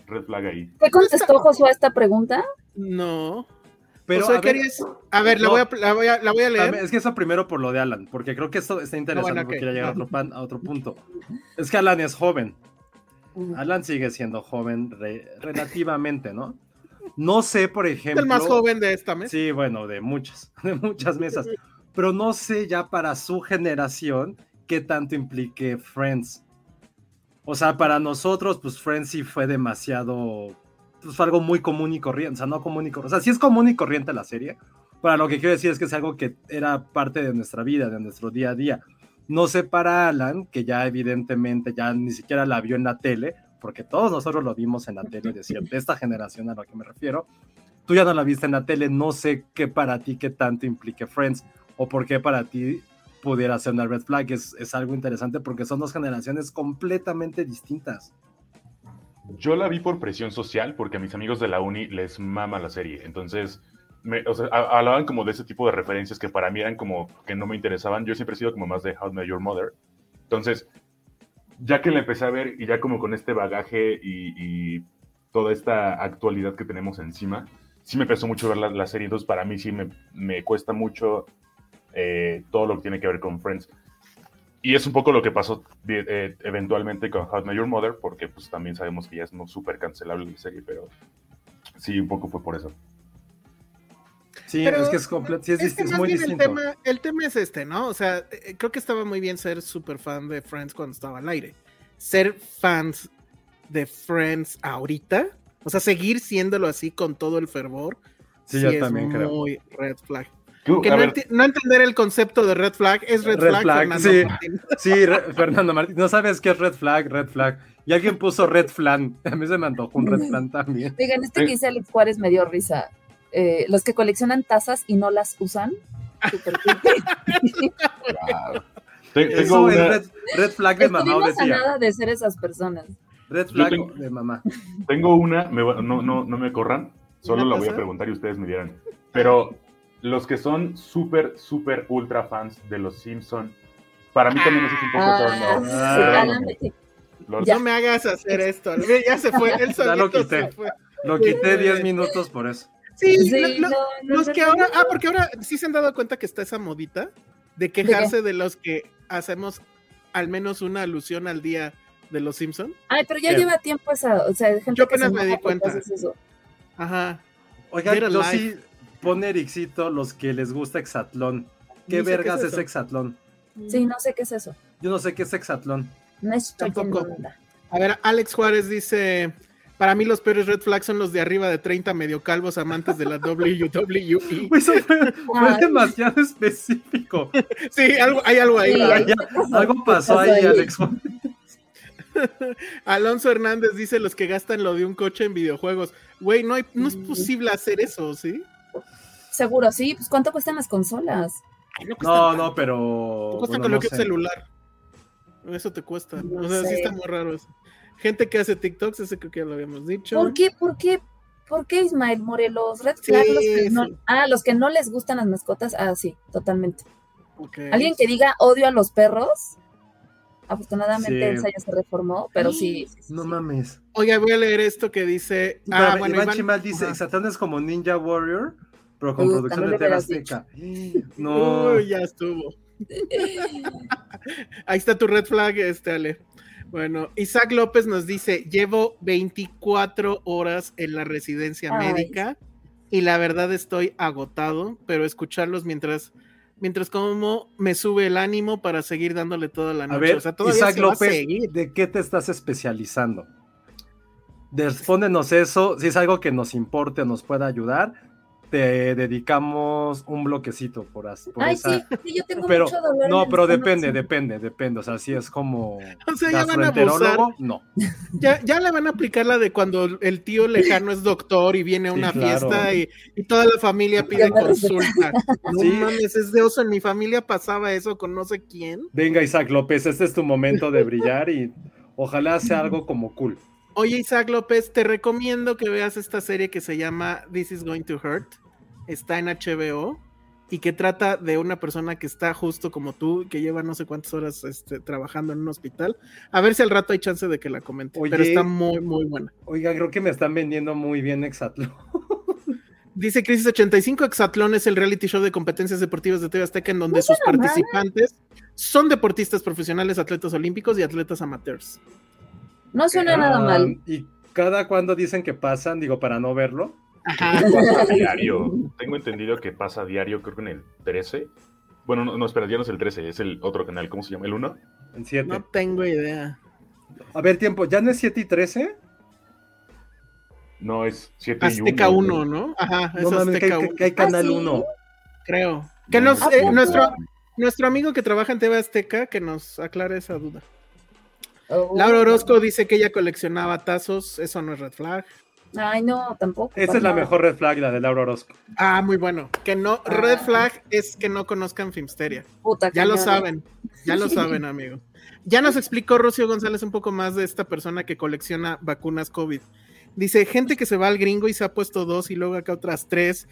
[SPEAKER 6] red flag ahí.
[SPEAKER 4] ¿Qué contestó Josué a esta pregunta?
[SPEAKER 5] No.
[SPEAKER 3] pero
[SPEAKER 5] O sea,
[SPEAKER 3] a
[SPEAKER 5] ¿qué
[SPEAKER 3] ver,
[SPEAKER 5] harías? A ver, la,
[SPEAKER 3] no.
[SPEAKER 5] voy a, la, voy a, la voy a
[SPEAKER 3] a
[SPEAKER 5] leer. Ah,
[SPEAKER 3] ver, es que eso primero por lo de Alan, porque creo que esto está interesante
[SPEAKER 5] bueno, ok.
[SPEAKER 3] porque quiere llegar a otro, pan- a otro punto. Es que Alan es joven. Alan sigue siendo joven re- relativamente, ¿no? No sé, por
[SPEAKER 5] Es
[SPEAKER 3] ejemplo.
[SPEAKER 5] el más joven de esta mesa.
[SPEAKER 3] Sí, bueno, de muchas, <laughs> de muchas mesas. Pero no sé ya para su generación qué tanto implique Friends. O sea, para nosotros, pues Friends sí fue demasiado, pues fue algo muy común y corriente. O sea, no común y corriente. O sea, sí es común y corriente la serie. Para lo que quiero decir es que es algo que era parte de nuestra vida, de nuestro día a día. No sé para Alan, que ya evidentemente ya ni siquiera la vio en la tele, porque todos nosotros lo vimos en la tele, de, cier- de esta generación a la que me refiero. Tú ya no la viste en la tele, no sé qué para ti, qué tanto implique Friends, o por qué para ti pudiera ser una red flag. Es, es algo interesante porque son dos generaciones completamente distintas.
[SPEAKER 6] Yo la vi por presión social porque a mis amigos de la uni les mama la serie. Entonces, me- o sea, a- hablaban como de ese tipo de referencias que para mí eran como que no me interesaban. Yo siempre he sido como más de How to Met Your Mother. Entonces, ya que la empecé a ver y ya como con este bagaje y, y toda esta actualidad que tenemos encima, sí me pesó mucho ver la, la serie. Entonces, para mí sí me, me cuesta mucho eh, todo lo que tiene que ver con Friends. Y es un poco lo que pasó de- eh, eventualmente con How I Met Your Mother, porque pues también sabemos que ya es no súper cancelable la serie, pero sí, un poco fue por eso.
[SPEAKER 3] Sí,
[SPEAKER 5] Pero
[SPEAKER 3] es que es, comple- sí, es,
[SPEAKER 5] Es que
[SPEAKER 3] dist- es
[SPEAKER 5] más
[SPEAKER 3] muy
[SPEAKER 5] bien
[SPEAKER 3] distinto.
[SPEAKER 5] El tema, el tema es este, ¿no? O sea, eh, creo que estaba muy bien ser súper fan de Friends cuando estaba al aire. Ser fans de Friends ahorita, o sea, seguir siéndolo así con todo el fervor,
[SPEAKER 3] Sí, yo
[SPEAKER 5] es
[SPEAKER 3] también creo.
[SPEAKER 5] muy red flag.
[SPEAKER 6] Tú,
[SPEAKER 5] Que
[SPEAKER 6] a
[SPEAKER 5] no,
[SPEAKER 6] ver,
[SPEAKER 5] enti- no entender el concepto de red flag es red,
[SPEAKER 3] Red
[SPEAKER 5] flag,
[SPEAKER 3] flag,
[SPEAKER 5] Fernando
[SPEAKER 3] sí.
[SPEAKER 5] Martín.
[SPEAKER 3] Sí, re- Fernando Martín, no sabes qué es red flag, red flag. Y alguien puso red flan. <laughs> A mí se me antojó un
[SPEAKER 5] <laughs>
[SPEAKER 3] red flan también.
[SPEAKER 4] Oigan, este que dice Alex Juárez me dio risa. Eh, los que coleccionan tazas y no las
[SPEAKER 3] <laughs>
[SPEAKER 4] usan. Súper creepy.
[SPEAKER 6] wow. Te- tengo
[SPEAKER 3] Eso
[SPEAKER 6] una-
[SPEAKER 3] es red, red flag de mamá o de
[SPEAKER 4] Estuvimos a
[SPEAKER 3] tía.
[SPEAKER 4] nada de ser esas personas.
[SPEAKER 3] Red
[SPEAKER 6] Yo
[SPEAKER 3] flag
[SPEAKER 6] tengo-
[SPEAKER 3] de mamá.
[SPEAKER 6] Tengo una, me va- no, no, no me corran, solo
[SPEAKER 5] ¿Una
[SPEAKER 6] la voy a
[SPEAKER 5] cosa?
[SPEAKER 6] preguntar y ustedes me dirán. Pero los que son súper, súper ultra fans de los Simpson, para mí también eso es un poco
[SPEAKER 4] Ah,
[SPEAKER 6] turn off.
[SPEAKER 4] sí, Alan,
[SPEAKER 6] Los-
[SPEAKER 4] Ya.
[SPEAKER 5] No me hagas hacer esto. Mira, Ya se fue, él
[SPEAKER 3] <laughs> Ya lo
[SPEAKER 5] solito
[SPEAKER 3] quité.
[SPEAKER 5] se fue.
[SPEAKER 3] Lo quité 10 minutos por eso.
[SPEAKER 5] Sí,
[SPEAKER 4] sí,
[SPEAKER 5] lo- lo-
[SPEAKER 4] no, no,
[SPEAKER 5] los
[SPEAKER 4] no,
[SPEAKER 5] que
[SPEAKER 4] no,
[SPEAKER 5] ahora,
[SPEAKER 4] no.
[SPEAKER 5] ah, porque ahora sí se han dado cuenta que está esa modita de quejarse de los que hacemos al menos una alusión al día de los Simpson.
[SPEAKER 4] Ay, pero ya
[SPEAKER 3] Sí.
[SPEAKER 4] lleva tiempo esa, o sea, gente
[SPEAKER 5] Yo
[SPEAKER 4] que se
[SPEAKER 5] apenas me
[SPEAKER 4] enoja
[SPEAKER 5] di
[SPEAKER 4] porque
[SPEAKER 5] cuenta.
[SPEAKER 4] haces eso.
[SPEAKER 5] Ajá.
[SPEAKER 3] Oigan,
[SPEAKER 5] Get a
[SPEAKER 3] yo
[SPEAKER 5] life.
[SPEAKER 3] sí pone Ericito los que les gusta Exatlón. ¿Qué
[SPEAKER 5] No sé
[SPEAKER 3] vergas
[SPEAKER 5] qué es
[SPEAKER 3] es,
[SPEAKER 5] eso.
[SPEAKER 3] Exatlón?
[SPEAKER 4] Sí, no sé qué es eso.
[SPEAKER 3] Yo no sé qué es Exatlón.
[SPEAKER 4] No estoy en
[SPEAKER 5] Tampoco. <laughs>
[SPEAKER 4] onda.
[SPEAKER 5] A ver, Alex Juárez dice, para mí los peores red flags son los de arriba de 30 medio calvos amantes de la
[SPEAKER 3] <laughs>
[SPEAKER 5] E". WWE.
[SPEAKER 3] Uy, eso fue,
[SPEAKER 5] Pues
[SPEAKER 3] fue
[SPEAKER 4] Ay.
[SPEAKER 3] demasiado específico.
[SPEAKER 5] Sí, algo, hay algo ahí.
[SPEAKER 4] Sí.
[SPEAKER 5] ¿verdad?
[SPEAKER 3] Algo pasó ahí,
[SPEAKER 4] ahí.
[SPEAKER 3] Alex.
[SPEAKER 5] Alonso Hernández dice los que gastan lo de un coche en videojuegos. Güey, no, hay- no es posible hacer eso, ¿sí?
[SPEAKER 4] Seguro, sí. Pues, ¿cuánto cuestan las consolas?
[SPEAKER 5] Ay, no, cuesta
[SPEAKER 3] No,
[SPEAKER 5] tanto.
[SPEAKER 3] no, pero.
[SPEAKER 5] Te cuesta
[SPEAKER 3] bueno,
[SPEAKER 5] con
[SPEAKER 3] no
[SPEAKER 5] lo que es
[SPEAKER 3] sé.
[SPEAKER 5] celular. Eso te cuesta.
[SPEAKER 4] No
[SPEAKER 5] o sea, sí
[SPEAKER 4] sé.
[SPEAKER 5] está muy raro eso. Gente que hace TikToks, ese creo que ya lo habíamos dicho.
[SPEAKER 4] ¿Por qué, por qué, por qué Ismael Morelos? Red
[SPEAKER 5] Sí,
[SPEAKER 4] flag, los que no,
[SPEAKER 5] sí.
[SPEAKER 4] ah, los que no les gustan las mascotas, ah, sí, totalmente.
[SPEAKER 5] Ok.
[SPEAKER 4] Alguien que diga odio a los perros, afortunadamente
[SPEAKER 3] Sí.
[SPEAKER 4] esa ya se reformó, pero sí. sí, sí,
[SPEAKER 3] No
[SPEAKER 4] sí.
[SPEAKER 3] mames.
[SPEAKER 5] Oiga, voy a leer esto que dice.
[SPEAKER 3] Pero,
[SPEAKER 5] Ah,
[SPEAKER 3] Iván,
[SPEAKER 5] bueno, Iván-
[SPEAKER 3] Chimal dice:
[SPEAKER 5] Ajá. Uh,
[SPEAKER 3] Exatlón es como Ninja Warrior, pero con
[SPEAKER 4] Uy,
[SPEAKER 3] producción
[SPEAKER 4] no
[SPEAKER 3] de
[SPEAKER 4] le
[SPEAKER 3] <gasps> Tera
[SPEAKER 4] hubieras dicho.
[SPEAKER 3] No.
[SPEAKER 5] Uy, ya estuvo. <laughs> Ahí está tu red flag, este Ale. Bueno, Isaac López nos dice, llevo 24 horas en la residencia
[SPEAKER 4] Ay.
[SPEAKER 5] médica y la verdad estoy agotado, pero escucharlos mientras, mientras como me sube el ánimo para seguir dándole toda la noche.
[SPEAKER 3] A ver,
[SPEAKER 5] o sea, todavía
[SPEAKER 3] Isaac
[SPEAKER 5] se va a
[SPEAKER 3] López,
[SPEAKER 5] seguir. <laughs>
[SPEAKER 3] ¿de qué te estás especializando? Respóndenos eso, si es algo que nos importe o nos pueda ayudar, te dedicamos un bloquecito por, as- por
[SPEAKER 4] Ay,
[SPEAKER 3] esa-
[SPEAKER 4] sí, sí, yo tengo
[SPEAKER 3] Pero,
[SPEAKER 4] mucho dolor. en
[SPEAKER 3] no,
[SPEAKER 4] el
[SPEAKER 3] pero
[SPEAKER 4] estómago,
[SPEAKER 3] depende,
[SPEAKER 4] sí.
[SPEAKER 3] depende, depende. O sea, si es como
[SPEAKER 5] O sea, ya van a abusar.
[SPEAKER 3] gastroenterólogo, no.
[SPEAKER 5] Ya, ya le van a aplicar la de cuando el tío lejano es doctor y viene a
[SPEAKER 3] Sí,
[SPEAKER 5] una
[SPEAKER 3] claro.
[SPEAKER 5] fiesta y, y toda la familia pide
[SPEAKER 4] me receta.
[SPEAKER 5] consulta. No
[SPEAKER 3] Sí.
[SPEAKER 5] mames, es de oso. En mi familia pasaba eso con no sé quién.
[SPEAKER 3] Venga, Isaac López, este es tu momento de brillar y ojalá sea
[SPEAKER 5] <laughs>
[SPEAKER 3] algo como cool.
[SPEAKER 5] Oye, Isaac López, te recomiendo que veas esta serie que se llama This is Going to Hurt. Está en HBO y que trata de una persona que está justo como tú, que lleva no sé cuántas horas este, trabajando en un hospital. A ver si al rato hay chance de que la comente.
[SPEAKER 3] Oye.
[SPEAKER 5] Pero está muy, muy buena.
[SPEAKER 3] Oiga, creo que me están vendiendo muy bien Exatlón.
[SPEAKER 5] Dice Crisis 85, Exatlón es el reality show de competencias deportivas de TV Azteca en donde
[SPEAKER 4] No
[SPEAKER 5] sus
[SPEAKER 4] suena mal.
[SPEAKER 5] participantes son deportistas profesionales, atletas olímpicos y atletas amateurs.
[SPEAKER 4] No suena nada
[SPEAKER 3] Ah,
[SPEAKER 4] mal.
[SPEAKER 3] ¿Y cada cuando dicen que pasan? Digo, para no verlo.
[SPEAKER 6] Pasa diario. Tengo entendido que pasa diario, creo que en el 13. Bueno, no, no, espera, ya no es el 13, es el otro canal. ¿Cómo se llama? ¿El 1?
[SPEAKER 3] En 7.
[SPEAKER 5] No tengo idea.
[SPEAKER 3] A ver, tiempo, ¿ya no es 7 y 13?
[SPEAKER 6] No, es 7 y 1.
[SPEAKER 5] Azteca 1, ¿no? Ajá, es
[SPEAKER 3] No mames, que,
[SPEAKER 5] Azteca
[SPEAKER 3] hay-
[SPEAKER 5] 1,
[SPEAKER 3] que- que hay Canal
[SPEAKER 4] ¿Ah, sí?
[SPEAKER 3] 1.
[SPEAKER 5] creo. Que
[SPEAKER 6] No,
[SPEAKER 5] nos,
[SPEAKER 6] no
[SPEAKER 5] eh,
[SPEAKER 6] sé.
[SPEAKER 5] nuestro, nuestro amigo que trabaja en TV Azteca que nos aclare esa duda.
[SPEAKER 4] <laughs> Oh.
[SPEAKER 5] Laura Orozco dice que ella coleccionaba tazos, eso no es red flag.
[SPEAKER 4] Ay, no, tampoco.
[SPEAKER 3] Esa
[SPEAKER 4] para
[SPEAKER 3] es la
[SPEAKER 4] nada.
[SPEAKER 3] mejor red flag, la de Laura Orozco.
[SPEAKER 5] Ah, muy bueno. Que no, red
[SPEAKER 4] Ah.
[SPEAKER 5] flag es que no conozcan Filmsteria.
[SPEAKER 4] Puta,
[SPEAKER 5] Ya lo
[SPEAKER 4] cañón.
[SPEAKER 5] saben, ya
[SPEAKER 4] <laughs>
[SPEAKER 5] lo saben, amigo. Ya nos explicó Rocío González un poco más de esta persona que colecciona vacunas COVID. Dice, gente que se va al gringo y se ha puesto dos y luego acá otras tres,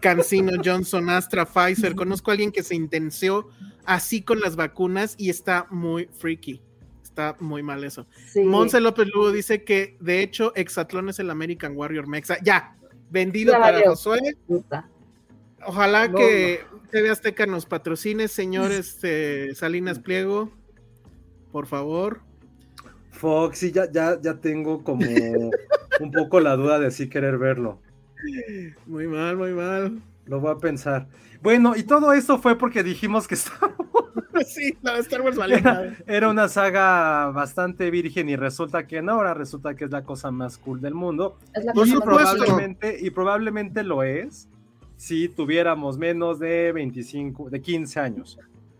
[SPEAKER 5] Cancino,
[SPEAKER 4] <laughs>
[SPEAKER 5] Johnson, Astra, Pfizer. Conozco a alguien que se intenció así con las vacunas y está muy freaky. Está muy mal eso.
[SPEAKER 4] Sí.
[SPEAKER 5] Monse López Lugo dice que, de hecho, Exatlón es el American Warrior Mexa. Ya, vendido
[SPEAKER 4] Ya
[SPEAKER 5] para
[SPEAKER 4] valió.
[SPEAKER 5] Josué.
[SPEAKER 4] Puta.
[SPEAKER 5] Ojalá
[SPEAKER 3] No,
[SPEAKER 5] que TV Azteca nos patrocine,
[SPEAKER 3] <laughs>
[SPEAKER 5] señor este, Salinas Pliego. Por favor.
[SPEAKER 3] Fox, sí, ya, ya, ya tengo <laughs> como un poco la duda de sí querer verlo.
[SPEAKER 5] Muy mal, muy mal. <laughs>
[SPEAKER 3] Lo voy a pensar. Bueno, y todo esto fue porque dijimos que <laughs> estaba
[SPEAKER 5] Sí, la de Star Wars valió
[SPEAKER 3] Era, <laughs>
[SPEAKER 5] madre.
[SPEAKER 3] era una saga bastante virgen y resulta que no, ahora resulta que es la cosa más cool del mundo.
[SPEAKER 4] Es la
[SPEAKER 5] Por
[SPEAKER 4] cosa más
[SPEAKER 3] Y
[SPEAKER 5] supuesto.
[SPEAKER 4] bonita.
[SPEAKER 3] probablemente, y probablemente lo es si tuviéramos menos de 25, de 15 años.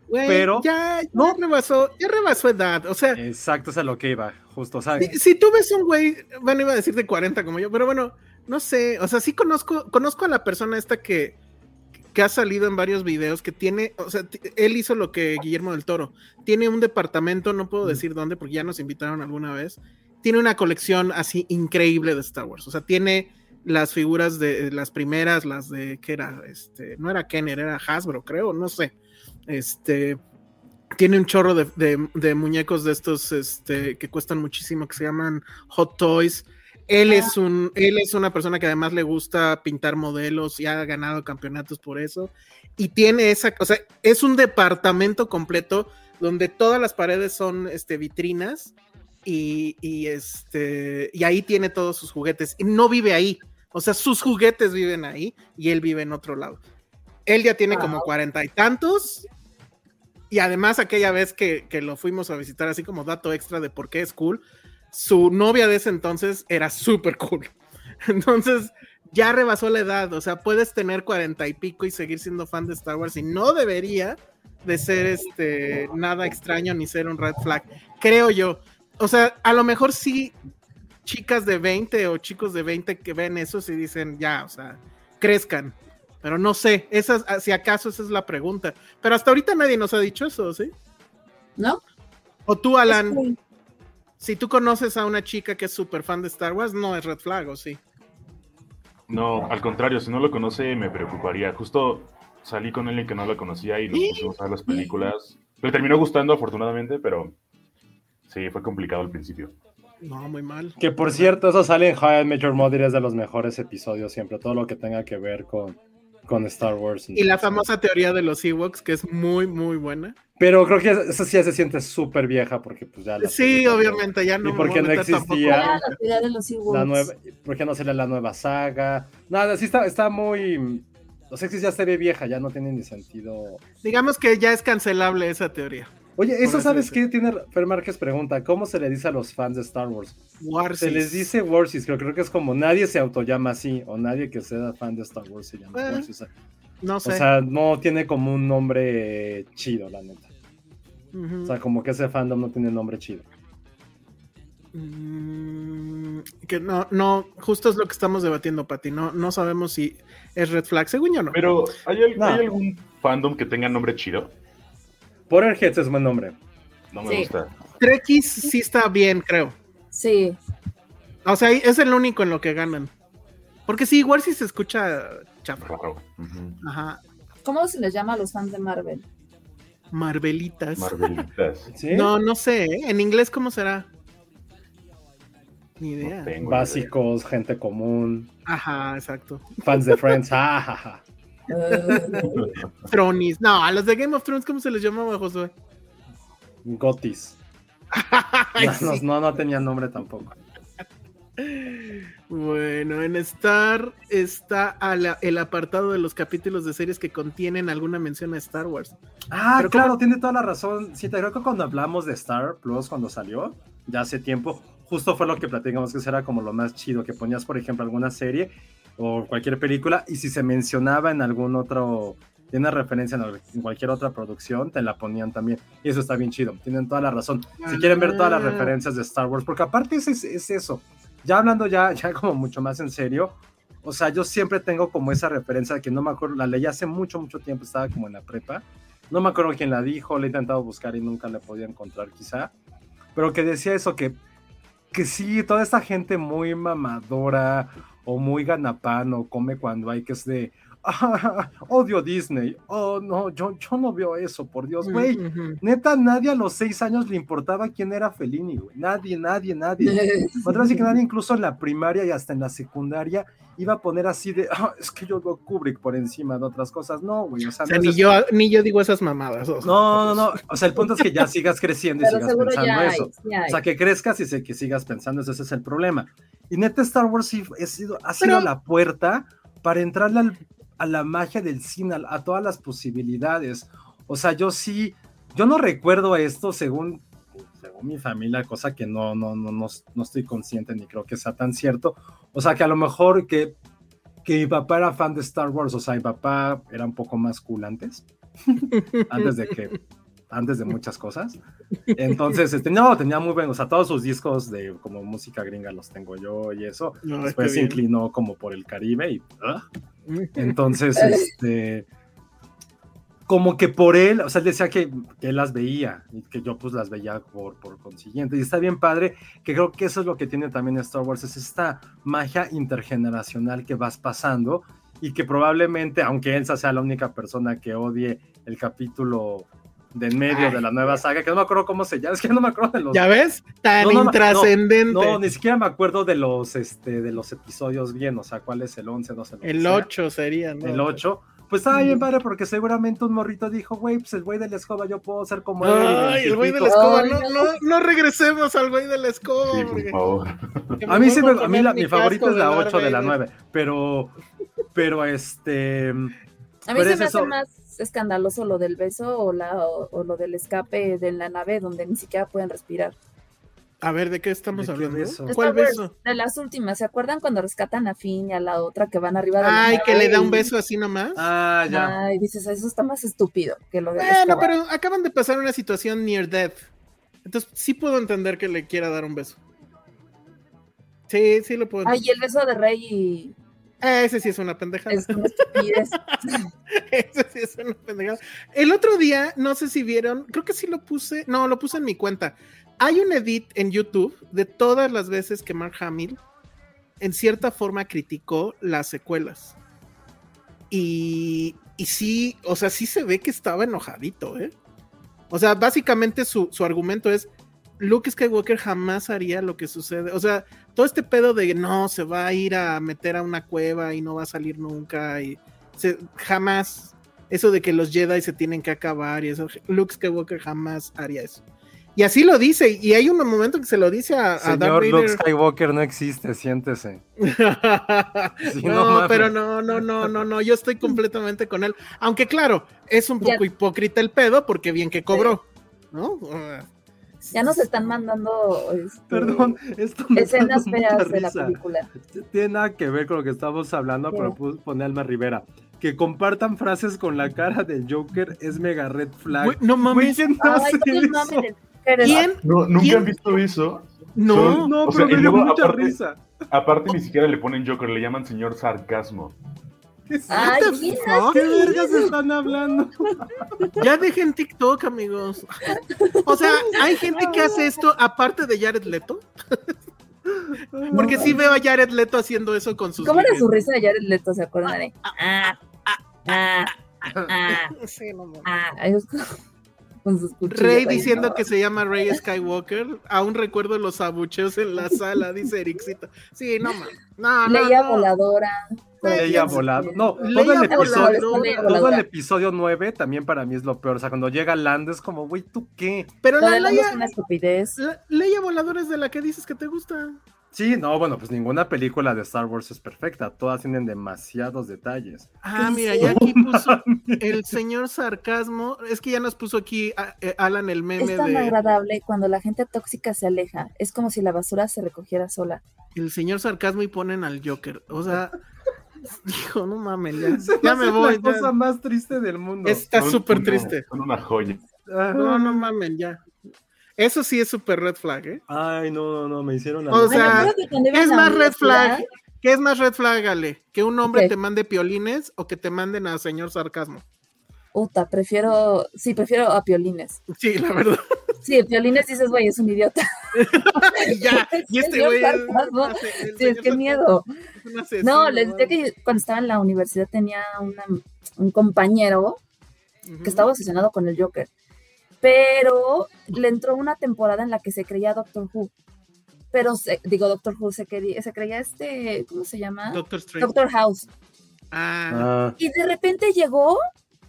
[SPEAKER 5] Güey,
[SPEAKER 3] pero-
[SPEAKER 5] ya, ya
[SPEAKER 3] no.
[SPEAKER 5] rebasó, ya rebasó edad. O sea,
[SPEAKER 3] Exacto, es a lo que iba, justo, ¿sabes?
[SPEAKER 5] si, si tú ves un güey, bueno, iba a decir de 40 como yo, pero bueno, no sé. O sea, sí conozco, conozco a la persona esta que, que ha salido en varios videos, que tiene, o sea, t- él hizo lo que Guillermo del Toro. Tiene un departamento, no puedo decir dónde, porque ya nos invitaron alguna vez. Tiene una colección así increíble de Star Wars. O sea, tiene las figuras de las primeras, las de que era, este, no era Kenner, era Hasbro, creo, no sé. Este tiene un chorro de, de- de muñecos de estos este, que cuestan muchísimo, que se llaman Hot Toys. Él es un, él es una persona que además le gusta pintar modelos y ha ganado campeonatos por eso. Y tiene esa, o sea, es un departamento completo donde todas las paredes son este, vitrinas y, y, este, y ahí tiene todos sus juguetes. Y no vive ahí, o sea, sus juguetes viven ahí y él vive en otro lado. Él ya tiene como cuarenta y tantos. Y además aquella vez que, que lo fuimos a visitar, así como dato extra de por qué es cool, su novia de ese entonces era súper cool. <laughs> Entonces ya rebasó la edad, o sea, puedes tener cuarenta y pico y seguir siendo fan de Star Wars y no debería de ser este nada extraño ni ser un red flag, creo yo. O sea, a lo mejor sí chicas de 20 o chicos de 20 que ven eso sí dicen ya, o sea, crezcan. Pero no sé, esa es- si acaso esa es la pregunta. Pero hasta ahorita nadie nos ha dicho eso, ¿sí?
[SPEAKER 4] ¿No?
[SPEAKER 5] O tú, Alan,
[SPEAKER 4] Es cool.
[SPEAKER 5] si tú conoces a una chica que es súper fan de Star Wars, no es red flag, ¿o sí?
[SPEAKER 6] No, al contrario, si no lo conoce me preocuparía. Justo salí con alguien que no lo conocía y nos pusimos a ver las películas. Le terminó gustando, afortunadamente, pero sí, fue complicado al principio.
[SPEAKER 5] No, muy mal.
[SPEAKER 3] Que por cierto, eso sale en High Major Mother, es de los mejores episodios siempre, todo lo que tenga que ver con con Star Wars.
[SPEAKER 5] Y la famosa teoría de los Ewoks, que es muy, muy buena.
[SPEAKER 3] Pero creo que esa sí ya se siente súper vieja porque pues ya... la
[SPEAKER 5] Sí,
[SPEAKER 3] película-
[SPEAKER 5] obviamente, ya no
[SPEAKER 3] ¿Y
[SPEAKER 5] me
[SPEAKER 3] por
[SPEAKER 5] voy
[SPEAKER 3] qué
[SPEAKER 5] a
[SPEAKER 3] no
[SPEAKER 5] meter
[SPEAKER 3] existía?
[SPEAKER 5] tampoco.
[SPEAKER 4] Ah, la teoría de los Ewoks.
[SPEAKER 3] la nueva, ¿Por qué no sería la nueva saga? Nada, sí está, está muy... Los sexys ya se ve vieja, ya no tiene ni sentido.
[SPEAKER 5] Digamos que ya es cancelable esa teoría.
[SPEAKER 3] Oye, eso
[SPEAKER 5] eso
[SPEAKER 3] sabes
[SPEAKER 5] dice-
[SPEAKER 3] que tiene Fer Márquez pregunta, ¿cómo se le dice a los fans de Star Wars? Se
[SPEAKER 5] Warsis.
[SPEAKER 3] les dice Warsis, creo, creo que es como nadie se autollama así, o nadie que sea fan de Star Wars se llama
[SPEAKER 5] Bueno,
[SPEAKER 3] Warsis.
[SPEAKER 5] No sé.
[SPEAKER 3] O sea, no tiene como un nombre eh, chido, la neta.
[SPEAKER 5] Ujú.
[SPEAKER 3] O sea, como que ese fandom no tiene nombre chido.
[SPEAKER 5] Mm, que no, no, justo es lo que estamos debatiendo, Pati. No, no sabemos si es red flag, según yo no.
[SPEAKER 6] Pero, ¿hay, al-
[SPEAKER 3] No.
[SPEAKER 6] ¿hay algún fandom que tenga nombre chido?
[SPEAKER 3] Porterheads es buen nombre.
[SPEAKER 6] No me
[SPEAKER 4] Sí.
[SPEAKER 6] gusta.
[SPEAKER 5] Trekkies sí está bien, creo.
[SPEAKER 4] Sí.
[SPEAKER 5] O sea, es el único en lo que ganan. Porque sí, igual si se escucha chafa.
[SPEAKER 6] Raro. Ujú.
[SPEAKER 5] Ajá.
[SPEAKER 4] ¿Cómo se les llama a los fans de Marvel?
[SPEAKER 5] Marvelitas.
[SPEAKER 6] Marvelitas.
[SPEAKER 3] ¿Sí?
[SPEAKER 5] No, no sé. ¿eh? ¿En inglés cómo será? Ni idea.
[SPEAKER 6] No tengo
[SPEAKER 3] Básicos, gente común,
[SPEAKER 5] Ajá, exacto.
[SPEAKER 3] fans de Friends, <laughs> ja, ja, ja.
[SPEAKER 4] Eh,
[SPEAKER 5] Tronis. No, a los de Game of Thrones, ¿cómo se les llamaba, Josué?
[SPEAKER 3] <laughs> Gotis.
[SPEAKER 5] Ay,
[SPEAKER 3] no, no,
[SPEAKER 5] sí.
[SPEAKER 3] no, no tenía nombre tampoco.
[SPEAKER 5] Bueno, en Star está a la- el apartado de los capítulos de series que contienen alguna mención a Star Wars.
[SPEAKER 3] Ah,
[SPEAKER 5] Pero
[SPEAKER 3] claro, tiene toda la razón. Sí, te creo que cuando hablamos de Star Plus, cuando salió, ya hace tiempo, justo fue lo que platicamos, que eso era como lo más chido, que ponías, por ejemplo, alguna serie o cualquier película, y si se mencionaba en algún otro, tiene referencia en, al- en cualquier otra producción, te la ponían también. Y eso está bien chido, tienen toda la razón. Si quieren ver todas las
[SPEAKER 5] Ah.
[SPEAKER 3] referencias de Star Wars, porque aparte es, es- es eso, ya hablando ya, ya como mucho más en serio, o sea, yo siempre tengo como esa referencia que no me acuerdo, la leí hace mucho, mucho tiempo, estaba como en la prepa. No me acuerdo quién la dijo, la he intentado buscar y nunca la he podido encontrar quizá. Pero que decía eso, que, que sí, toda esta gente muy mamadora o muy ganapán o come cuando hay que es de... <laughs> "Ah, odio Disney. Oh, no, yo, yo no veo eso, por Dios, Pues, güey.
[SPEAKER 5] Ujú.
[SPEAKER 3] Neta, nadie a los seis años le importaba quién era Fellini, güey. Nadie, nadie, <laughs> nadie. Otra vez que nadie, incluso en la primaria y hasta en la secundaria, iba a poner así de, "Ah, es que yo veo Kubrick por encima de otras cosas. No, güey, o sea,
[SPEAKER 5] O sea,
[SPEAKER 3] no es
[SPEAKER 5] ni yo, ni yo digo esas mamadas. o sea.
[SPEAKER 3] no, no, no. O sea, el punto es que ya sigas creciendo y
[SPEAKER 4] Pero
[SPEAKER 3] sigas
[SPEAKER 4] seguro
[SPEAKER 3] pensando
[SPEAKER 4] ya hay,
[SPEAKER 3] eso.
[SPEAKER 4] sí hay.
[SPEAKER 3] O sea, que crezcas y se- que sigas pensando eso. Ese es el problema. Y neta, Star Wars sí ha sido, ha sido
[SPEAKER 5] Pero-
[SPEAKER 3] la puerta para entrarle al- a la magia del cine, al- a, todas las posibilidades. O sea, yo sí, yo no recuerdo esto según, según mi familia, cosa que no, no, no, no, no estoy consciente ni creo que sea tan cierto. O sea, que a lo mejor que, que mi papá era fan de Star Wars, o sea, mi papá era un poco más cool antes, antes de que, antes de muchas cosas. Entonces, este, no, tenía muy buen, o sea, todos sus discos de como música gringa los tengo yo y eso.
[SPEAKER 5] pues, No,
[SPEAKER 3] Después se
[SPEAKER 5] Ah, qué bien.
[SPEAKER 3] inclinó como por el Caribe y... ¡ah! <laughs> Entonces, este, como que por él, o sea, él decía que, que él las veía y que yo pues las veía por, por consiguiente. Y está bien padre, que creo que eso es lo que tiene también Star Wars, es esta magia intergeneracional que vas pasando y que probablemente, aunque Elsa sea la única persona que odie el capítulo de en medio
[SPEAKER 5] Ay.
[SPEAKER 3] de la nueva saga, que no me acuerdo cómo se llama, es que no me acuerdo de los...
[SPEAKER 5] ¿Ya ves? Tan
[SPEAKER 3] No, no, no,
[SPEAKER 5] intrascendente.
[SPEAKER 3] no, ni siquiera me acuerdo de los, este, de los episodios bien, o sea, cuál es el 11, 12,
[SPEAKER 5] el 8 sería, ¿no?
[SPEAKER 3] el 8. Pues estaba bien padre porque seguramente un morrito dijo, güey, pues el güey de la escoba yo puedo ser como él.
[SPEAKER 5] Ay, el güey de la escoba. No, no, no regresemos al güey de la escoba.
[SPEAKER 6] Sí, por
[SPEAKER 5] porque-
[SPEAKER 6] favor.
[SPEAKER 5] que
[SPEAKER 3] A mí, sí me- a mí
[SPEAKER 5] vuelvo poner
[SPEAKER 3] la- mi
[SPEAKER 5] casco
[SPEAKER 3] favorita es la
[SPEAKER 5] Darth
[SPEAKER 3] 8 de la
[SPEAKER 5] Vader.
[SPEAKER 3] 9, pero, pero este,
[SPEAKER 4] A
[SPEAKER 3] Pero
[SPEAKER 4] mí se
[SPEAKER 3] es
[SPEAKER 4] me
[SPEAKER 3] eso.
[SPEAKER 4] hace más escandaloso lo del beso o, la, o, o lo del escape de la nave donde ni siquiera pueden respirar.
[SPEAKER 5] A ver, ¿de qué estamos
[SPEAKER 3] ¿De qué
[SPEAKER 5] hablando?
[SPEAKER 3] beso?
[SPEAKER 5] ¿Cuál
[SPEAKER 4] Star Wars,
[SPEAKER 5] beso?
[SPEAKER 4] De las últimas, ¿se acuerdan cuando rescatan a Finn y a la otra que van arriba de la
[SPEAKER 5] Ay,
[SPEAKER 4] nave
[SPEAKER 5] que le da un
[SPEAKER 4] y-
[SPEAKER 5] beso así nomás.
[SPEAKER 3] ah, ya.
[SPEAKER 4] Ay, dices, eso está más estúpido que lo de la
[SPEAKER 5] Bueno,
[SPEAKER 4] escoba.
[SPEAKER 5] pero acaban de pasar una situación near death. Entonces sí puedo entender que le quiera dar un beso. Sí, sí lo puedo
[SPEAKER 4] Ay,
[SPEAKER 5] entender.
[SPEAKER 4] y el beso de Rey y-
[SPEAKER 5] Ah, ese sí es una pendejada.
[SPEAKER 4] es una estupidez.
[SPEAKER 5] <laughs> Ese sí es una pendejada. El otro día, no sé si vieron, creo que sí lo puse, no, lo puse en mi cuenta. Hay un edit en YouTube de todas las veces que Mark Hamill en cierta forma criticó las secuelas. Y, y sí, o sea, sí se ve que estaba enojadito, ¿eh? O sea, básicamente su, su argumento es, Luke Skywalker jamás haría lo que sucede. O sea, todo este pedo de no, se va a ir a meter a una cueva y no va a salir nunca y se- jamás eso de que los Jedi se tienen que acabar y eso, Luke Skywalker jamás haría eso. Y así lo dice, y hay un momento que se lo dice
[SPEAKER 7] Ah,
[SPEAKER 5] a, a Darth
[SPEAKER 3] Señor
[SPEAKER 5] Vader.
[SPEAKER 3] Luke Skywalker no existe, siéntese.
[SPEAKER 5] <laughs>
[SPEAKER 3] Sí, no
[SPEAKER 5] no,
[SPEAKER 3] mames.
[SPEAKER 5] pero no, no, no, no, no, yo estoy completamente con él. Aunque claro, es un
[SPEAKER 7] Ya.
[SPEAKER 5] poco hipócrita el pedo porque bien que cobró, ¿no? Ah,
[SPEAKER 7] Ya nos están mandando este,
[SPEAKER 3] Perdón, <laughs> esto <laughs> me está
[SPEAKER 7] escenas
[SPEAKER 3] dando mucha
[SPEAKER 7] feas de la
[SPEAKER 3] risa.
[SPEAKER 7] película.
[SPEAKER 3] Tiene nada que ver con lo que estamos hablando,
[SPEAKER 7] ¿Qué?
[SPEAKER 3] pero pu- pone Alma Rivera. Que compartan frases con la cara del Joker es mega red flag.
[SPEAKER 5] güey, no
[SPEAKER 3] Güey,
[SPEAKER 5] mames.
[SPEAKER 3] ¿quién
[SPEAKER 7] Ay,
[SPEAKER 3] hace
[SPEAKER 7] no te
[SPEAKER 3] eso?
[SPEAKER 7] mames, el-
[SPEAKER 5] ¿Quién?
[SPEAKER 6] No, nunca
[SPEAKER 5] ¿Quién?
[SPEAKER 6] han visto eso.
[SPEAKER 5] No.
[SPEAKER 6] Son-
[SPEAKER 3] No,
[SPEAKER 6] O
[SPEAKER 3] pero
[SPEAKER 6] sea, y
[SPEAKER 3] me dio
[SPEAKER 6] luego,
[SPEAKER 3] mucha
[SPEAKER 6] aparte-
[SPEAKER 3] risa.
[SPEAKER 6] Aparte, ni siquiera le ponen Joker, le llaman señor sarcasmo.
[SPEAKER 3] ¿Qué, es-
[SPEAKER 7] Ay,
[SPEAKER 5] What the
[SPEAKER 7] mira,
[SPEAKER 5] fuck?
[SPEAKER 3] qué vergas están hablando?
[SPEAKER 5] Ya dejen TikTok, amigos. O sea, hay gente que hace esto aparte de
[SPEAKER 3] <laughs>
[SPEAKER 5] Jared Leto. Porque sí veo a Jared Leto haciendo eso con sus.
[SPEAKER 7] ¿Cómo era
[SPEAKER 5] ligues.
[SPEAKER 7] su risa de Jared Leto? ¿Se acuerdan? eh? Ah, ah, ah,
[SPEAKER 5] Sí, no mames.
[SPEAKER 7] ah, ahí los- <laughs> con sus cuchillos
[SPEAKER 5] Rey
[SPEAKER 7] ahí,
[SPEAKER 5] diciendo
[SPEAKER 7] ¿no?
[SPEAKER 5] que se llama Rey Skywalker. Aún recuerdo los abucheos en la sala, dice Ericito. Sí, no mames. No, no,
[SPEAKER 7] Leía
[SPEAKER 5] no.
[SPEAKER 7] voladora.
[SPEAKER 3] <laughs> Leia
[SPEAKER 7] Sí,
[SPEAKER 3] volado.
[SPEAKER 7] sí.
[SPEAKER 3] No, todo
[SPEAKER 5] Leia
[SPEAKER 3] el,
[SPEAKER 5] voladora.
[SPEAKER 3] episodio,
[SPEAKER 7] Leia
[SPEAKER 3] todo el
[SPEAKER 7] voladora.
[SPEAKER 3] episodio 9 también para mí es lo peor. O sea, cuando llega Lando es como, güey, ¿tú qué?
[SPEAKER 5] Pero
[SPEAKER 7] Lo
[SPEAKER 5] la
[SPEAKER 7] de Lando es
[SPEAKER 5] Leia,
[SPEAKER 7] una estupidez.
[SPEAKER 5] la Leia voladora es de la que dices que te gusta.
[SPEAKER 3] Sí, no, bueno, pues ninguna película de Star Wars es perfecta. Todas tienen demasiados detalles.
[SPEAKER 5] Ah,
[SPEAKER 7] ¿Qué
[SPEAKER 5] mira,
[SPEAKER 7] dice?
[SPEAKER 5] ya aquí
[SPEAKER 3] <laughs>
[SPEAKER 5] puso el señor sarcasmo. Es que ya nos puso aquí a- eh, Alan el meme
[SPEAKER 7] Es tan
[SPEAKER 5] de
[SPEAKER 7] agradable cuando la gente tóxica se aleja. Es como si la basura se recogiera sola.
[SPEAKER 5] el señor sarcasmo y ponen al Joker. O sea, <laughs> hijo, no mames, ya,
[SPEAKER 3] Se me
[SPEAKER 5] <laughs> ya
[SPEAKER 3] hace
[SPEAKER 5] me voy.
[SPEAKER 3] La
[SPEAKER 5] ya.
[SPEAKER 3] cosa más triste del mundo.
[SPEAKER 5] Está
[SPEAKER 6] Son
[SPEAKER 5] súper
[SPEAKER 6] una-
[SPEAKER 5] triste.
[SPEAKER 6] Son una joya.
[SPEAKER 3] Ah.
[SPEAKER 5] No, no mames, ya. Eso sí es súper red flag, ¿eh?
[SPEAKER 3] Ay, no, no, no, me hicieron.
[SPEAKER 5] O
[SPEAKER 3] algo.
[SPEAKER 5] sea,
[SPEAKER 7] Ay, me acuerdo que cuando iba
[SPEAKER 5] es
[SPEAKER 7] en la
[SPEAKER 5] más red
[SPEAKER 7] universidad,
[SPEAKER 5] flag. ¿Qué es más red flag, Ale? ¿Que un hombre
[SPEAKER 7] Ok.
[SPEAKER 5] te mande piolines o que te manden a señor sarcasmo?
[SPEAKER 7] Puta, prefiero. Sí, prefiero a piolines.
[SPEAKER 5] Sí, la verdad.
[SPEAKER 7] Sí, piolines dices, güey, es un idiota.
[SPEAKER 5] <laughs>
[SPEAKER 7] <laughs>
[SPEAKER 5] Y ya.
[SPEAKER 7] El
[SPEAKER 5] Y este
[SPEAKER 7] señor
[SPEAKER 5] güey. es-
[SPEAKER 7] sarcasmo.
[SPEAKER 5] el
[SPEAKER 7] Sí, es
[SPEAKER 5] señor
[SPEAKER 7] que
[SPEAKER 5] sarcasmo
[SPEAKER 7] miedo.
[SPEAKER 5] es un asesino,
[SPEAKER 7] No, les decía
[SPEAKER 5] güey.
[SPEAKER 7] que yo- cuando estaba en la universidad tenía una- un compañero
[SPEAKER 5] Ujú.
[SPEAKER 7] que estaba obsesionado con el Joker. Pero le entró una temporada en la que se creía Doctor Who. Pero, se- digo, Doctor Who se, quería- se creía este, ¿cómo se llama?
[SPEAKER 5] Doctor Strange.
[SPEAKER 7] Doctor House.
[SPEAKER 5] Ah,
[SPEAKER 3] Ah,
[SPEAKER 7] Y de repente llegó,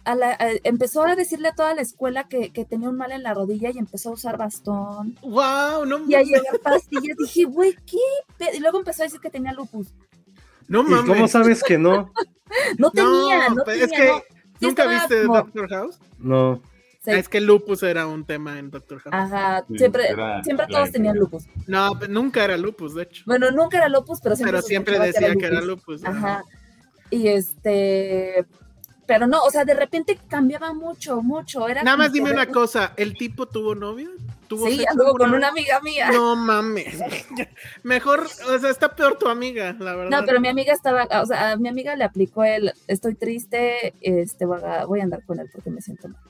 [SPEAKER 7] a la, a- empezó a decirle a toda la escuela que, que tenía un mal en la rodilla y empezó a usar bastón
[SPEAKER 5] wow, no,
[SPEAKER 7] y a
[SPEAKER 5] <laughs>
[SPEAKER 7] llevar pastillas. Dije, güey, ¿qué? pe-?" Y luego empezó a decir que tenía lupus.
[SPEAKER 5] no
[SPEAKER 3] ¿Y
[SPEAKER 5] mames.
[SPEAKER 3] cómo sabes que no?
[SPEAKER 7] No tenía, no, tenía.
[SPEAKER 5] pero pues, es que
[SPEAKER 7] no. Sí
[SPEAKER 5] nunca
[SPEAKER 7] estaba
[SPEAKER 5] viste
[SPEAKER 7] como-
[SPEAKER 5] Doctor House.
[SPEAKER 3] No.
[SPEAKER 7] Sí,
[SPEAKER 5] Ah, Es que lupus era un tema en Doctor House.
[SPEAKER 7] Ajá,
[SPEAKER 6] Sí,
[SPEAKER 7] siempre,
[SPEAKER 6] era
[SPEAKER 7] siempre
[SPEAKER 6] la
[SPEAKER 7] todos tenían
[SPEAKER 6] enfermedad.
[SPEAKER 7] lupus.
[SPEAKER 5] No, pero nunca era lupus, de hecho.
[SPEAKER 7] Bueno, nunca era lupus, pero siempre,
[SPEAKER 5] Pero siempre
[SPEAKER 7] sospechaba
[SPEAKER 5] decía que era lupus.
[SPEAKER 7] Ajá. Y este, pero no, o sea, de repente cambiaba mucho, mucho. Era
[SPEAKER 5] Nada
[SPEAKER 7] como
[SPEAKER 5] más
[SPEAKER 7] que
[SPEAKER 5] dime
[SPEAKER 7] de
[SPEAKER 5] una
[SPEAKER 7] repente-
[SPEAKER 5] cosa, ¿el tipo tuvo novia? ¿Tuvo
[SPEAKER 7] Sí,
[SPEAKER 5] sexo
[SPEAKER 7] anduvo con
[SPEAKER 5] alguna
[SPEAKER 7] una
[SPEAKER 5] vez?
[SPEAKER 7] amiga mía.
[SPEAKER 5] No mames. <laughs> Mejor, o sea, está peor tu amiga, la verdad.
[SPEAKER 7] No, pero mi amiga estaba, o sea, a mi amiga le aplicó el estoy triste, este voy a, voy a andar con él porque me siento mal.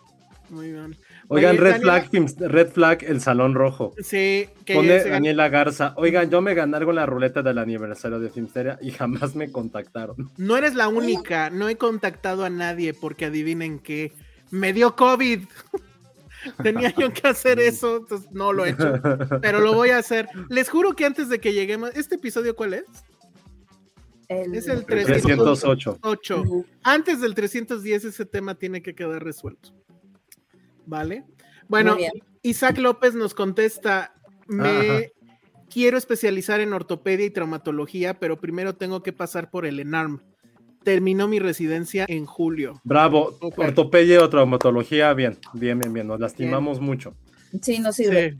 [SPEAKER 5] Muy bien.
[SPEAKER 3] Oigan,
[SPEAKER 5] Oye,
[SPEAKER 3] Red
[SPEAKER 5] Daniela-
[SPEAKER 3] Flag, Films- Red Flag, el Salón Rojo.
[SPEAKER 5] Sí, que
[SPEAKER 3] Pone
[SPEAKER 5] se-
[SPEAKER 3] Daniela Garza. Oigan, yo me gané algo en la ruleta del aniversario de Filmsteria y jamás me contactaron.
[SPEAKER 5] no eres la única, no he contactado a nadie porque adivinen qué, me dio COVID. <laughs> Tenía yo que hacer eso, entonces no lo
[SPEAKER 3] <laughs>
[SPEAKER 5] he hecho, pero lo voy a hacer. Les juro que antes de que lleguemos, ¿este episodio cuál es?
[SPEAKER 7] El-
[SPEAKER 5] Es el
[SPEAKER 3] 308.
[SPEAKER 5] 308. 8.
[SPEAKER 7] Ujú.
[SPEAKER 5] antes del 310 ese tema tiene que quedar resuelto. ¿Vale? Bueno,
[SPEAKER 7] Muy bien.
[SPEAKER 5] Isaac López nos contesta, me
[SPEAKER 3] Ajá.
[SPEAKER 5] quiero especializar en ortopedia y traumatología, pero primero tengo que pasar por el ENARM. Terminó mi residencia en julio.
[SPEAKER 3] Bravo.
[SPEAKER 5] Ok.
[SPEAKER 3] Ortopedia o traumatología, bien. Bien, bien, bien. Nos lastimamos mucho.
[SPEAKER 7] Sí, no
[SPEAKER 5] Sí.
[SPEAKER 7] sirve.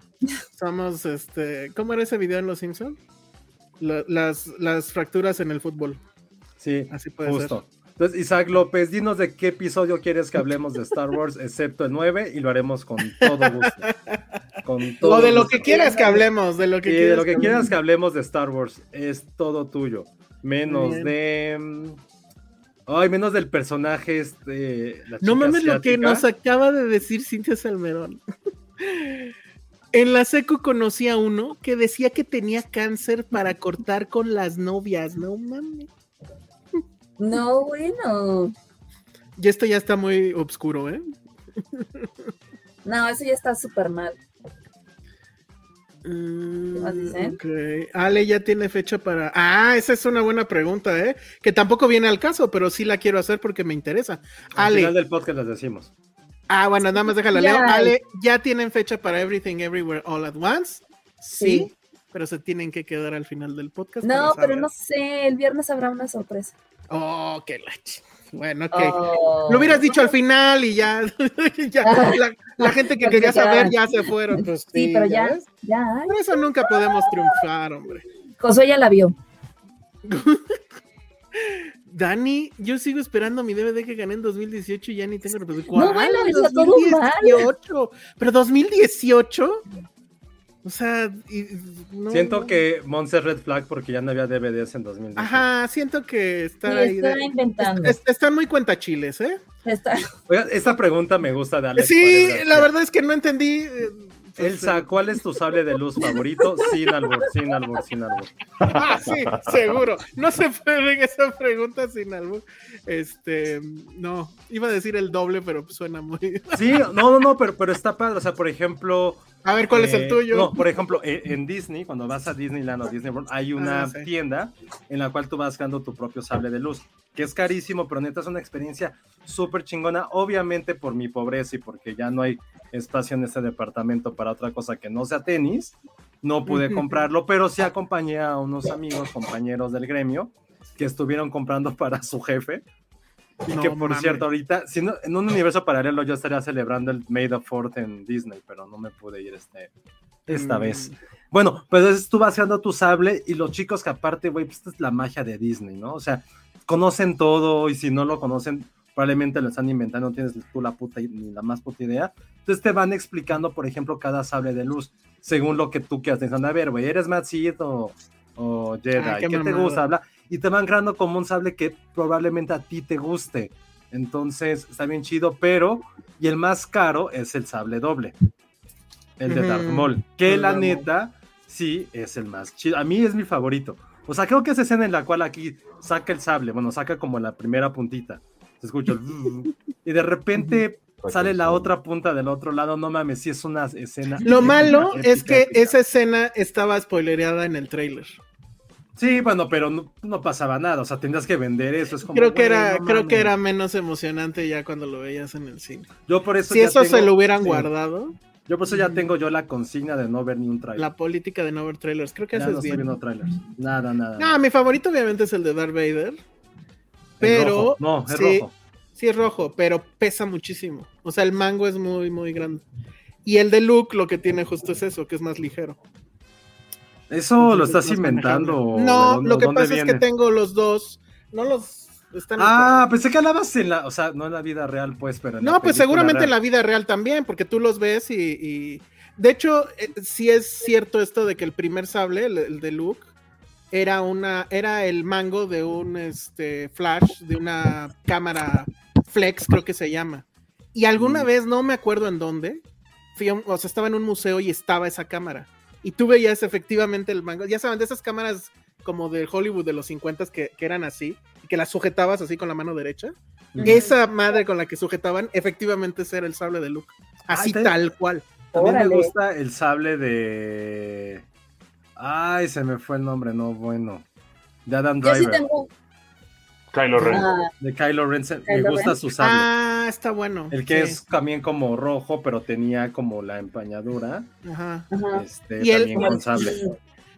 [SPEAKER 5] Somos, este, ¿cómo era ese video en Los Simpson? La- las, las fracturas en el fútbol.
[SPEAKER 3] Sí,
[SPEAKER 5] Así puede
[SPEAKER 3] justo. Entonces, Isaac López, dinos de qué episodio quieres que hablemos de Star Wars, excepto el 9, y lo haremos con todo
[SPEAKER 5] <laughs>
[SPEAKER 3] gusto. Con
[SPEAKER 5] ser.
[SPEAKER 3] todo
[SPEAKER 5] O de lo
[SPEAKER 3] gusto.
[SPEAKER 5] que quieras que hablemos, de lo que
[SPEAKER 3] Sí,
[SPEAKER 5] quieras.
[SPEAKER 3] de lo que quieras
[SPEAKER 5] hablemos.
[SPEAKER 3] que hablemos de Star Wars, es todo tuyo. Menos
[SPEAKER 5] Bien.
[SPEAKER 3] de. mm, Ay, menos del personaje este. la chica
[SPEAKER 5] No mames lo que
[SPEAKER 3] asiática.
[SPEAKER 5] nos acaba de decir Cintia Salmerón. En la secu conocí a uno que decía que tenía cáncer para cortar con las novias. No mames.
[SPEAKER 7] No, bueno.
[SPEAKER 5] Y esto ya está muy oscuro, ¿eh?
[SPEAKER 7] No, eso ya está súper mal.
[SPEAKER 5] Mm,
[SPEAKER 4] más dicen?
[SPEAKER 5] ok. Ale ya tiene fecha para. Ah, esa es una buena pregunta, ¿eh? Que tampoco viene al caso, pero sí la quiero hacer porque me interesa.
[SPEAKER 3] Al
[SPEAKER 5] Ale.
[SPEAKER 3] final del podcast las decimos.
[SPEAKER 5] Ah, bueno, nada más déjala
[SPEAKER 4] Ya.
[SPEAKER 5] leo. Ale, ya tienen fecha para Everything Everywhere All at Once. Sí, pero se tienen que quedar al final del podcast.
[SPEAKER 4] No,
[SPEAKER 5] para
[SPEAKER 4] pero
[SPEAKER 5] saber.
[SPEAKER 4] no sé, el viernes habrá una sorpresa.
[SPEAKER 5] Oh, qué la ch- Bueno, ok.
[SPEAKER 4] Oh.
[SPEAKER 5] Lo hubieras dicho al final y ya, <laughs> ya, la, la gente que
[SPEAKER 4] Porque
[SPEAKER 5] quería
[SPEAKER 4] <laughs> ya.
[SPEAKER 5] saber ya se fueron. Pues,
[SPEAKER 4] Sí, pero ya,
[SPEAKER 5] ves.
[SPEAKER 4] ya.
[SPEAKER 5] Por eso nunca podemos triunfar, hombre.
[SPEAKER 4] Josué ya la vio.
[SPEAKER 5] Dani, yo sigo esperando mi DVD que gané en 2018 y ya ni tengo reproducción.
[SPEAKER 4] No, bueno, está todo mal.
[SPEAKER 5] 2018. Pero 2018. O sea, y- no,
[SPEAKER 3] Siento
[SPEAKER 5] no.
[SPEAKER 3] que Monster Red Flag porque ya no había DVDs en 2010.
[SPEAKER 5] Ajá, siento que está
[SPEAKER 4] Sí,
[SPEAKER 5] ahí
[SPEAKER 4] está
[SPEAKER 5] de-
[SPEAKER 4] inventando.
[SPEAKER 5] es- están muy cuentachiles, ¿eh? <laughs>
[SPEAKER 4] Está-
[SPEAKER 3] Oigan, esta pregunta me gusta de Alex.
[SPEAKER 5] sí,
[SPEAKER 3] Paredes.
[SPEAKER 5] la verdad es que no entendí. eh, pues,
[SPEAKER 3] Elsa, ¿cuál es tu sable de luz
[SPEAKER 5] <laughs>
[SPEAKER 3] favorito? Sin albur, sin albur, sin albur.
[SPEAKER 5] Ah, sí, seguro. No se pueden esa pregunta sin algo. Este, no, iba a decir el doble, pero suena muy.
[SPEAKER 3] Sí, no, no, no, pero, pero está padre. O sea, por ejemplo.
[SPEAKER 5] A ver, ¿cuál es
[SPEAKER 3] eh,
[SPEAKER 5] el tuyo?
[SPEAKER 3] No, por ejemplo, e- en Disney, cuando vas a Disneyland o Disney World, hay una
[SPEAKER 5] Ah, sí.
[SPEAKER 3] tienda en la cual tú vas ganando tu propio sable de luz, que es carísimo, pero neta es una experiencia súper chingona. Obviamente, por mi pobreza y porque ya no hay espacio en este departamento para otra cosa que no sea tenis, no pude
[SPEAKER 5] Ujú.
[SPEAKER 3] comprarlo, pero sí acompañé a unos amigos, compañeros del gremio, que estuvieron comprando <laughs> para su jefe. Y
[SPEAKER 5] No
[SPEAKER 3] que por
[SPEAKER 5] mames.
[SPEAKER 3] cierto, ahorita, si no- en un universo paralelo, yo estaría celebrando el Made of Fort en Disney, pero no me pude ir este, esta
[SPEAKER 5] Mm.
[SPEAKER 3] vez. Bueno, pues entonces tú vas haciendo tu sable y los chicos que aparte, güey, pues esta es la magia de Disney, ¿no? O sea, conocen todo y si no lo conocen, probablemente lo están inventando, no tienes tú la puta i- ni la más puta idea. Entonces te van explicando, por ejemplo, cada sable de luz, según lo que tú quieras pensando. A ver, güey, ¿eres Mad Seed o, o Jedi?
[SPEAKER 5] Ay,
[SPEAKER 3] ¿Qué,
[SPEAKER 5] qué
[SPEAKER 3] te
[SPEAKER 5] mamada.
[SPEAKER 3] gusta? Bla. Y te van creando como un sable que probablemente a ti te guste. Entonces está bien chido, pero. Y el más caro es el sable doble. El de Darth
[SPEAKER 5] Ujú.
[SPEAKER 3] Maul. Que
[SPEAKER 5] El
[SPEAKER 3] la
[SPEAKER 5] Darth Maul.
[SPEAKER 3] neta, sí, es el más chido. A mí es mi favorito. O sea, creo que es escena en la cual aquí saca el sable. Bueno, saca como la primera puntita. Se escucha. el <laughs> zzzz, y de repente sale la otra punta del otro lado. No mames, sí es una escena. épica,
[SPEAKER 5] Lo malo
[SPEAKER 3] épica,
[SPEAKER 5] es que
[SPEAKER 3] épica.
[SPEAKER 5] esa escena estaba spoilereada en el trailer.
[SPEAKER 3] Sí, bueno, pero no, no pasaba nada. O sea, tendrías que vender eso. Es como,
[SPEAKER 5] Creo que
[SPEAKER 3] güey,
[SPEAKER 5] era,
[SPEAKER 3] no
[SPEAKER 5] creo que
[SPEAKER 3] mames.
[SPEAKER 5] era menos emocionante ya cuando lo veías en el cine.
[SPEAKER 3] Yo por eso
[SPEAKER 5] Si
[SPEAKER 3] ya
[SPEAKER 5] eso se
[SPEAKER 3] tengo-
[SPEAKER 5] lo hubieran
[SPEAKER 3] sí.
[SPEAKER 5] guardado,
[SPEAKER 3] Yo por eso ya tengo yo la consigna de no ver ni un trailer.
[SPEAKER 5] la política de no ver trailers, creo que
[SPEAKER 3] Ya
[SPEAKER 5] haces
[SPEAKER 3] no estoy
[SPEAKER 5] bien.
[SPEAKER 3] viendo trailers. Nada, nada.
[SPEAKER 5] No,
[SPEAKER 3] nada.
[SPEAKER 5] mi favorito obviamente es el de Darth Vader.
[SPEAKER 3] Es
[SPEAKER 5] pero-
[SPEAKER 3] rojo. No, es
[SPEAKER 5] sí.
[SPEAKER 3] rojo.
[SPEAKER 5] Sí, es rojo, pero pesa muchísimo. O sea, el mango es muy, muy grande. Y el de Luke lo que tiene justo es eso, que es más ligero.
[SPEAKER 3] Eso lo
[SPEAKER 5] Entonces,
[SPEAKER 3] estás
[SPEAKER 5] más
[SPEAKER 3] inventando.
[SPEAKER 5] manejable.
[SPEAKER 3] ¿o de
[SPEAKER 5] No,
[SPEAKER 3] dónde-
[SPEAKER 5] lo que
[SPEAKER 3] dónde
[SPEAKER 5] pasa es que
[SPEAKER 3] viene?
[SPEAKER 5] tengo los dos. No los están.
[SPEAKER 3] Ah, pensé que hablabas en la. O sea, no en la vida real, pues, pero. en la
[SPEAKER 5] no, pues
[SPEAKER 3] película
[SPEAKER 5] seguramente
[SPEAKER 3] real.
[SPEAKER 5] en la vida real también, porque tú los ves y. y- De hecho, eh, sí es cierto esto de que el primer sable, el, el de Luke, era una, era el mango de un este flash, de una cámara flex, creo que se llama. Y alguna
[SPEAKER 3] Mm.
[SPEAKER 5] vez, no me acuerdo en dónde, fui a un- o sea, estaba en un museo y estaba esa cámara. Y tú veías efectivamente el mango. Ya saben, de esas cámaras como de Hollywood de los 50 que, que eran así, y que las sujetabas así con la mano derecha.
[SPEAKER 3] Ujú.
[SPEAKER 5] <laughs> Esa madre con la que sujetaban, efectivamente, ese era el sable de Luke. Así
[SPEAKER 3] Ay, te-
[SPEAKER 5] tal cual.
[SPEAKER 3] También
[SPEAKER 4] Órale.
[SPEAKER 3] me gusta el sable de. Ay, se me fue el nombre, no, bueno. De Adam
[SPEAKER 4] Yo sí
[SPEAKER 3] Driver.
[SPEAKER 4] tengo.
[SPEAKER 6] Kylo Ren.
[SPEAKER 4] Ah,
[SPEAKER 3] De Kylo Ren. se- me
[SPEAKER 4] Kylo
[SPEAKER 3] gusta
[SPEAKER 4] Ren.
[SPEAKER 3] su sable.
[SPEAKER 5] Ah, está bueno.
[SPEAKER 3] el que
[SPEAKER 5] sí,
[SPEAKER 3] es también como rojo, pero tenía como la empañadura.
[SPEAKER 5] ajá.
[SPEAKER 4] ajá.
[SPEAKER 3] Este,
[SPEAKER 5] Y el-
[SPEAKER 3] también con sable.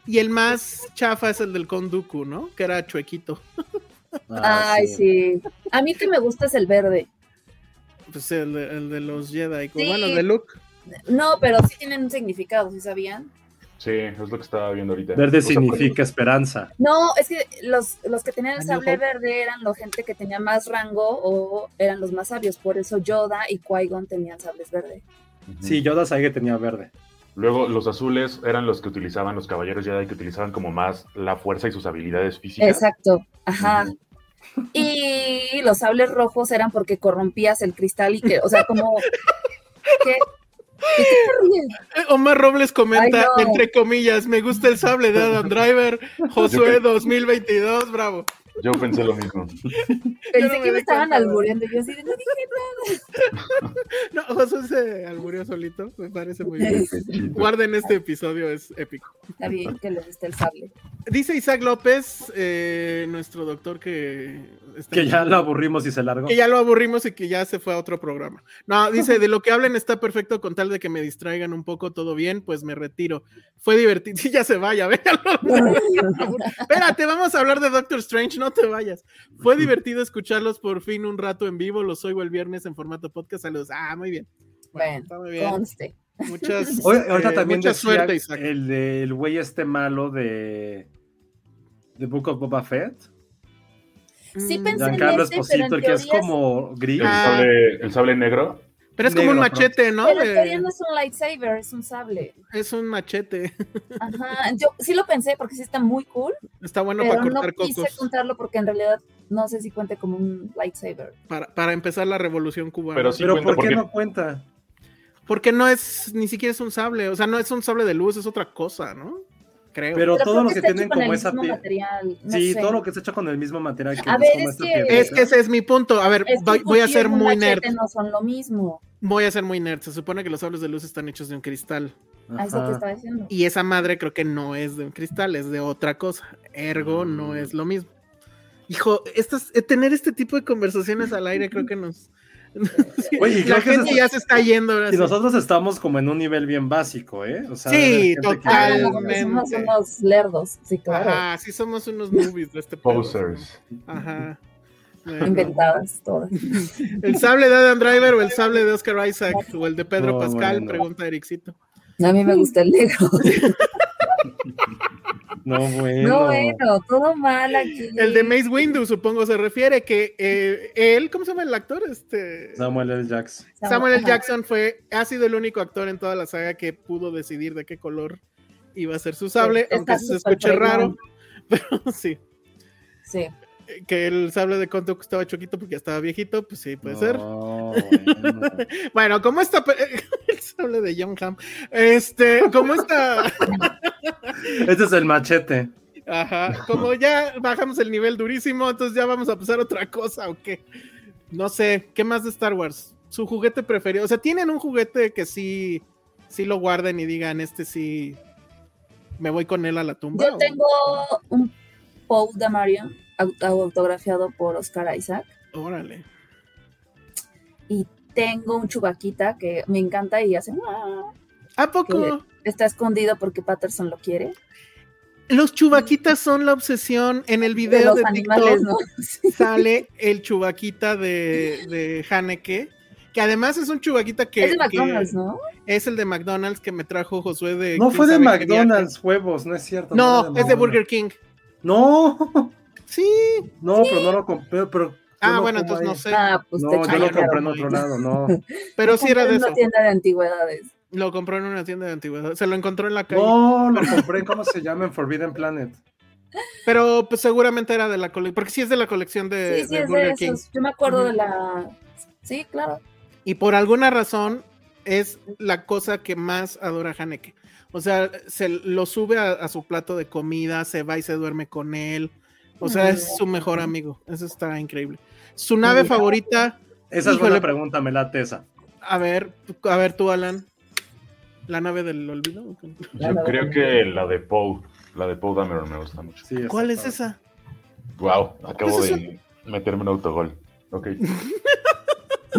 [SPEAKER 5] Y el más chafa es el del Konduku, ¿no? Que era chuequito.
[SPEAKER 3] Ah,
[SPEAKER 4] Ay, sí. A mí que me gusta es el verde.
[SPEAKER 5] Pues el, de- el de los Jedi.
[SPEAKER 4] Sí.
[SPEAKER 5] Bueno, el de Luke.
[SPEAKER 4] No, pero sí tienen un significado, ¿sí sabían?
[SPEAKER 6] Sí, es lo que estaba viendo ahorita.
[SPEAKER 3] Verde
[SPEAKER 6] O sea,
[SPEAKER 3] significa esperanza.
[SPEAKER 4] No, es que los, los que tenían
[SPEAKER 5] A
[SPEAKER 4] el
[SPEAKER 5] New
[SPEAKER 4] sable
[SPEAKER 5] Hope.
[SPEAKER 4] verde eran la gente que tenía más rango o eran los más sabios. Por eso Yoda y Qui-Gon tenían sables verde.
[SPEAKER 6] ujú.
[SPEAKER 3] Sí, Yoda sabía que tenía verde.
[SPEAKER 6] Luego, los azules eran los que utilizaban los caballeros Jedi, que utilizaban como más la fuerza y sus habilidades físicas.
[SPEAKER 4] Exacto, ajá.
[SPEAKER 6] Ujú.
[SPEAKER 4] Y los sables rojos eran porque corrompías el cristal y que, o sea, como... ¿Qué? ¿De qué te ríes?
[SPEAKER 5] Eh, Omar Robles comenta,
[SPEAKER 4] Ay, no.
[SPEAKER 5] <laughs> entre comillas, me gusta el sable de Adam Driver, Josué 2022, bravo.
[SPEAKER 6] Yo pensé lo mismo.
[SPEAKER 5] Yo no
[SPEAKER 7] Pensé
[SPEAKER 5] me
[SPEAKER 7] que
[SPEAKER 5] di
[SPEAKER 7] me estaban
[SPEAKER 5] cuenta, güey.
[SPEAKER 7] albureando. Yo así de, no dije
[SPEAKER 5] No, Josué se alburió solito, me parece muy bien. Guarden este episodio, es épico.
[SPEAKER 7] nada. Está bien que le guste el
[SPEAKER 5] <laughs>
[SPEAKER 7] sable.
[SPEAKER 5] Dice Isaac López, eh, nuestro doctor que está
[SPEAKER 3] Que ya lo aburrimos y se largó.
[SPEAKER 5] que ya lo aburrimos y que ya se fue a otro programa. No, dice, de lo que hablen está perfecto con tal de que me distraigan un poco, todo bien, pues me retiro. Fue divertido. <laughs> Sí, ya se vaya, véalo.
[SPEAKER 7] <laughs>
[SPEAKER 5] Espérate, vamos a hablar de Doctor Strange, no te vayas. Fue divertido escucharlos por fin un rato en vivo, los oigo el viernes en formato podcast. Saludos. Ah, muy bien.
[SPEAKER 7] Bueno,
[SPEAKER 5] está muy bien.
[SPEAKER 7] conste. <laughs>
[SPEAKER 5] Muchas,
[SPEAKER 3] Hoy- ahorita
[SPEAKER 5] eh,
[SPEAKER 3] también
[SPEAKER 5] mucha
[SPEAKER 3] decía
[SPEAKER 5] suerte, Isaac.
[SPEAKER 3] el del güey este malo de de Book of Boba Fett,
[SPEAKER 7] Sí
[SPEAKER 5] Mm.
[SPEAKER 7] pensé-
[SPEAKER 3] Giancarlo
[SPEAKER 7] este, pero en
[SPEAKER 3] Esposito, el que es
[SPEAKER 7] teoría es-
[SPEAKER 3] como gris.
[SPEAKER 6] El
[SPEAKER 5] Ah,
[SPEAKER 6] sable, el sable negro.
[SPEAKER 5] Pero es como un
[SPEAKER 3] negro,
[SPEAKER 5] machete, ¿no?
[SPEAKER 7] Pero en
[SPEAKER 5] De-
[SPEAKER 7] teoría no es un lightsaber, es un sable.
[SPEAKER 5] Es un machete. <laughs>
[SPEAKER 7] Ajá, yo sí lo pensé porque sí está muy cool,
[SPEAKER 5] Está bueno
[SPEAKER 7] pero
[SPEAKER 5] para
[SPEAKER 7] no
[SPEAKER 5] cortar
[SPEAKER 7] quise
[SPEAKER 5] cocos.
[SPEAKER 7] contarlo porque en realidad no sé si cuente como un lightsaber.
[SPEAKER 5] Para, para empezar la revolución cubana.
[SPEAKER 6] Pero sí
[SPEAKER 3] Pero
[SPEAKER 6] cuenta
[SPEAKER 3] ¿por qué
[SPEAKER 6] porque-
[SPEAKER 3] no cuenta?
[SPEAKER 5] Porque no es, ni siquiera es un sable, o sea, no es un sable de luz, es otra cosa, ¿no? Creo.
[SPEAKER 3] Pero todo
[SPEAKER 7] creo
[SPEAKER 3] lo
[SPEAKER 7] que
[SPEAKER 3] que
[SPEAKER 7] está hecho
[SPEAKER 3] tienen
[SPEAKER 7] con el
[SPEAKER 3] como esa
[SPEAKER 7] mismo
[SPEAKER 3] piel.
[SPEAKER 7] material, no
[SPEAKER 3] sí,
[SPEAKER 7] sé.
[SPEAKER 3] todo lo que está hecho con el mismo material que
[SPEAKER 7] A
[SPEAKER 3] es
[SPEAKER 7] ver,
[SPEAKER 3] como
[SPEAKER 7] es
[SPEAKER 3] esta
[SPEAKER 7] que-
[SPEAKER 3] piedrita.
[SPEAKER 5] es que ese es mi punto. A ver,
[SPEAKER 7] Es que
[SPEAKER 5] voy,
[SPEAKER 7] un
[SPEAKER 5] voy a
[SPEAKER 7] cuchillo y
[SPEAKER 5] ser
[SPEAKER 7] un
[SPEAKER 5] muy nerd.
[SPEAKER 7] machete No son lo mismo.
[SPEAKER 5] Voy a ser muy nerd. Se supone que los sables de luz están hechos de un cristal.
[SPEAKER 7] A eso te
[SPEAKER 3] Ajá.
[SPEAKER 7] estaba diciendo.
[SPEAKER 5] Y esa madre creo que no es de un cristal, es de otra cosa. Ergo, no
[SPEAKER 3] Mm.
[SPEAKER 5] es lo mismo. Hijo, estas, eh, tener este tipo de conversaciones al aire creo que nos.
[SPEAKER 3] <laughs> Oye, creo
[SPEAKER 5] <laughs> la
[SPEAKER 3] que eso
[SPEAKER 5] gente
[SPEAKER 3] es-
[SPEAKER 5] ya se está yendo. ahora
[SPEAKER 3] Y
[SPEAKER 5] sí.
[SPEAKER 3] nosotros estamos como en un nivel bien básico, ¿eh? O sea,
[SPEAKER 5] Sí,
[SPEAKER 3] de gente que-
[SPEAKER 7] Ah, no, no,
[SPEAKER 5] totalmente.
[SPEAKER 7] somos unos lerdos, sí, claro.
[SPEAKER 5] Ajá, sí somos unos movies de este pedo.
[SPEAKER 6] Posers.
[SPEAKER 5] Ajá. Bueno.
[SPEAKER 7] Inventadas todas.
[SPEAKER 5] ¿El sable de Adam Driver o el sable de Oscar Isaac o el de Pedro
[SPEAKER 3] No,
[SPEAKER 5] Pascal?
[SPEAKER 3] bueno.
[SPEAKER 5] Pregunta Ericito.
[SPEAKER 7] A mí me gusta el negro.
[SPEAKER 3] No, bueno.
[SPEAKER 7] No, eh. bueno, todo mal aquí.
[SPEAKER 5] El de Mace Windu, supongo, se refiere que eh, él, ¿cómo se llama el actor? Este
[SPEAKER 3] Samuel L. Jackson.
[SPEAKER 5] Samuel L.
[SPEAKER 7] ajá.
[SPEAKER 5] Jackson fue, ha sido el único actor en toda la saga que pudo decidir de qué color iba a ser su sable,
[SPEAKER 7] Está
[SPEAKER 5] aunque se
[SPEAKER 7] súper
[SPEAKER 5] escuche raro, <laughs> pero sí.
[SPEAKER 7] Sí.
[SPEAKER 5] Que el sable de Conto estaba choquito porque ya estaba viejito, pues sí, puede ser.
[SPEAKER 3] No, bueno.
[SPEAKER 5] Bueno, como esta. pe- <laughs> El sable de John Hamm. Este, como esta.
[SPEAKER 3] Este es el machete. <laughs>
[SPEAKER 5] Ajá. Como ya bajamos el nivel durísimo, entonces ya vamos a pasar a otra cosa, ¿o qué? No sé, ¿qué más de Star Wars? Su juguete preferido. O sea, tienen un juguete que sí, sí lo guarden y digan, este sí. Me voy con él a la tumba.
[SPEAKER 7] Yo
[SPEAKER 5] o-
[SPEAKER 7] tengo un Paul de Marion aut- autografiado por Oscar Isaac.
[SPEAKER 5] Órale.
[SPEAKER 7] Tengo un chubaquita que me encanta y hace. "Ah".
[SPEAKER 5] ¿A poco?
[SPEAKER 7] Está escondido porque Patterson lo quiere.
[SPEAKER 5] Los chubaquitas son la obsesión. En el
[SPEAKER 7] de
[SPEAKER 5] video
[SPEAKER 7] los
[SPEAKER 5] de,
[SPEAKER 7] animales,
[SPEAKER 5] TikTok
[SPEAKER 7] ¿no? <laughs>
[SPEAKER 5] sale el chubaquita de, de Haneke. Que además es un chubaquita que.
[SPEAKER 7] es de
[SPEAKER 5] que-
[SPEAKER 7] McDonald's, ¿no?
[SPEAKER 5] Es el de McDonald's que me trajo Josué de.
[SPEAKER 3] No
[SPEAKER 5] quién
[SPEAKER 3] fue de
[SPEAKER 5] sabe qué viaje.
[SPEAKER 3] McDonald's, huevos, no es cierto.
[SPEAKER 5] No, es de
[SPEAKER 3] McDonald's.
[SPEAKER 5] Burger King.
[SPEAKER 3] No,
[SPEAKER 5] Sí.
[SPEAKER 3] no, pero no lo compré. Pero yo
[SPEAKER 5] Ah,
[SPEAKER 3] no
[SPEAKER 5] bueno,
[SPEAKER 3] como
[SPEAKER 5] entonces no
[SPEAKER 3] ahí.
[SPEAKER 5] sé.
[SPEAKER 7] Ah, pues te
[SPEAKER 3] No, yo
[SPEAKER 5] Ah,
[SPEAKER 3] lo
[SPEAKER 5] ya no,
[SPEAKER 3] compré en
[SPEAKER 5] no,
[SPEAKER 3] otro
[SPEAKER 5] no.
[SPEAKER 3] lado,
[SPEAKER 5] <laughs>
[SPEAKER 3] no.
[SPEAKER 5] Pero sí era de eso.
[SPEAKER 7] una tienda de antigüedades.
[SPEAKER 5] Lo compró en una tienda de antigüedades. Se lo encontró en la calle.
[SPEAKER 3] No, lo compré, ¿cómo se llama? En Forbidden Planet.
[SPEAKER 5] Pero pues, seguramente era de la colección. Porque sí es de la colección Eh, de,
[SPEAKER 7] sí, sí,
[SPEAKER 5] de
[SPEAKER 7] es de
[SPEAKER 5] Burger King.
[SPEAKER 7] esos. Yo me acuerdo
[SPEAKER 5] Ujú.
[SPEAKER 7] de la. Sí, claro. <laughs>
[SPEAKER 5] Y por alguna razón es la cosa que más adora Haneke. O sea, se lo sube a, a su plato de comida, se va y se duerme con él. O sea, es su mejor amigo. Eso está increíble. Su nave
[SPEAKER 7] Mira.
[SPEAKER 5] favorita.
[SPEAKER 3] Esa es
[SPEAKER 5] Híjole.
[SPEAKER 3] buena pregunta, me late esa.
[SPEAKER 5] A ver, tú- a ver tú, Alan. La nave del olvido.
[SPEAKER 7] La
[SPEAKER 6] Yo
[SPEAKER 7] nave
[SPEAKER 6] creo
[SPEAKER 7] del-
[SPEAKER 6] que la de Poe, la de Poe Dameron me gusta mucho.
[SPEAKER 3] Sí,
[SPEAKER 5] ¿Cuál es
[SPEAKER 3] exactamente.
[SPEAKER 5] esa?
[SPEAKER 6] Wow, acabo
[SPEAKER 5] Ese es
[SPEAKER 6] de meterme un autogol. Ok.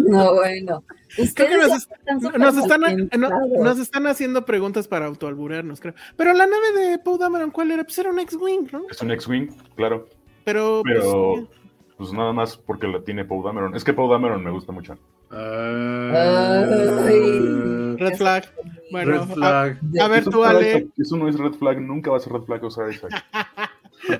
[SPEAKER 7] No, bueno.
[SPEAKER 5] Creo que
[SPEAKER 7] Ustedes
[SPEAKER 5] nos,
[SPEAKER 7] ya
[SPEAKER 5] es-
[SPEAKER 7] están súper
[SPEAKER 5] nos están, no-
[SPEAKER 7] malpensados.
[SPEAKER 5] nos están haciendo preguntas para autoalburarnos, creo. Pero la nave de Poe Dameron, ¿cuál era? Pues era un X-Wing, ¿no?
[SPEAKER 6] Es un X-Wing, claro,
[SPEAKER 5] Pero, pues,
[SPEAKER 6] pero pues nada más porque la tiene Poe Dameron. Es que Poe Dameron me gusta mucho.
[SPEAKER 3] Ah,
[SPEAKER 7] Ay.
[SPEAKER 5] Red Flag. Bueno,
[SPEAKER 3] Red flag.
[SPEAKER 5] a ver
[SPEAKER 6] Eso
[SPEAKER 5] tú,
[SPEAKER 6] es
[SPEAKER 5] Ale.
[SPEAKER 6] correcto. Eso no es red flag, nunca va a ser red flag usar
[SPEAKER 3] <laughs>
[SPEAKER 6] Isaac.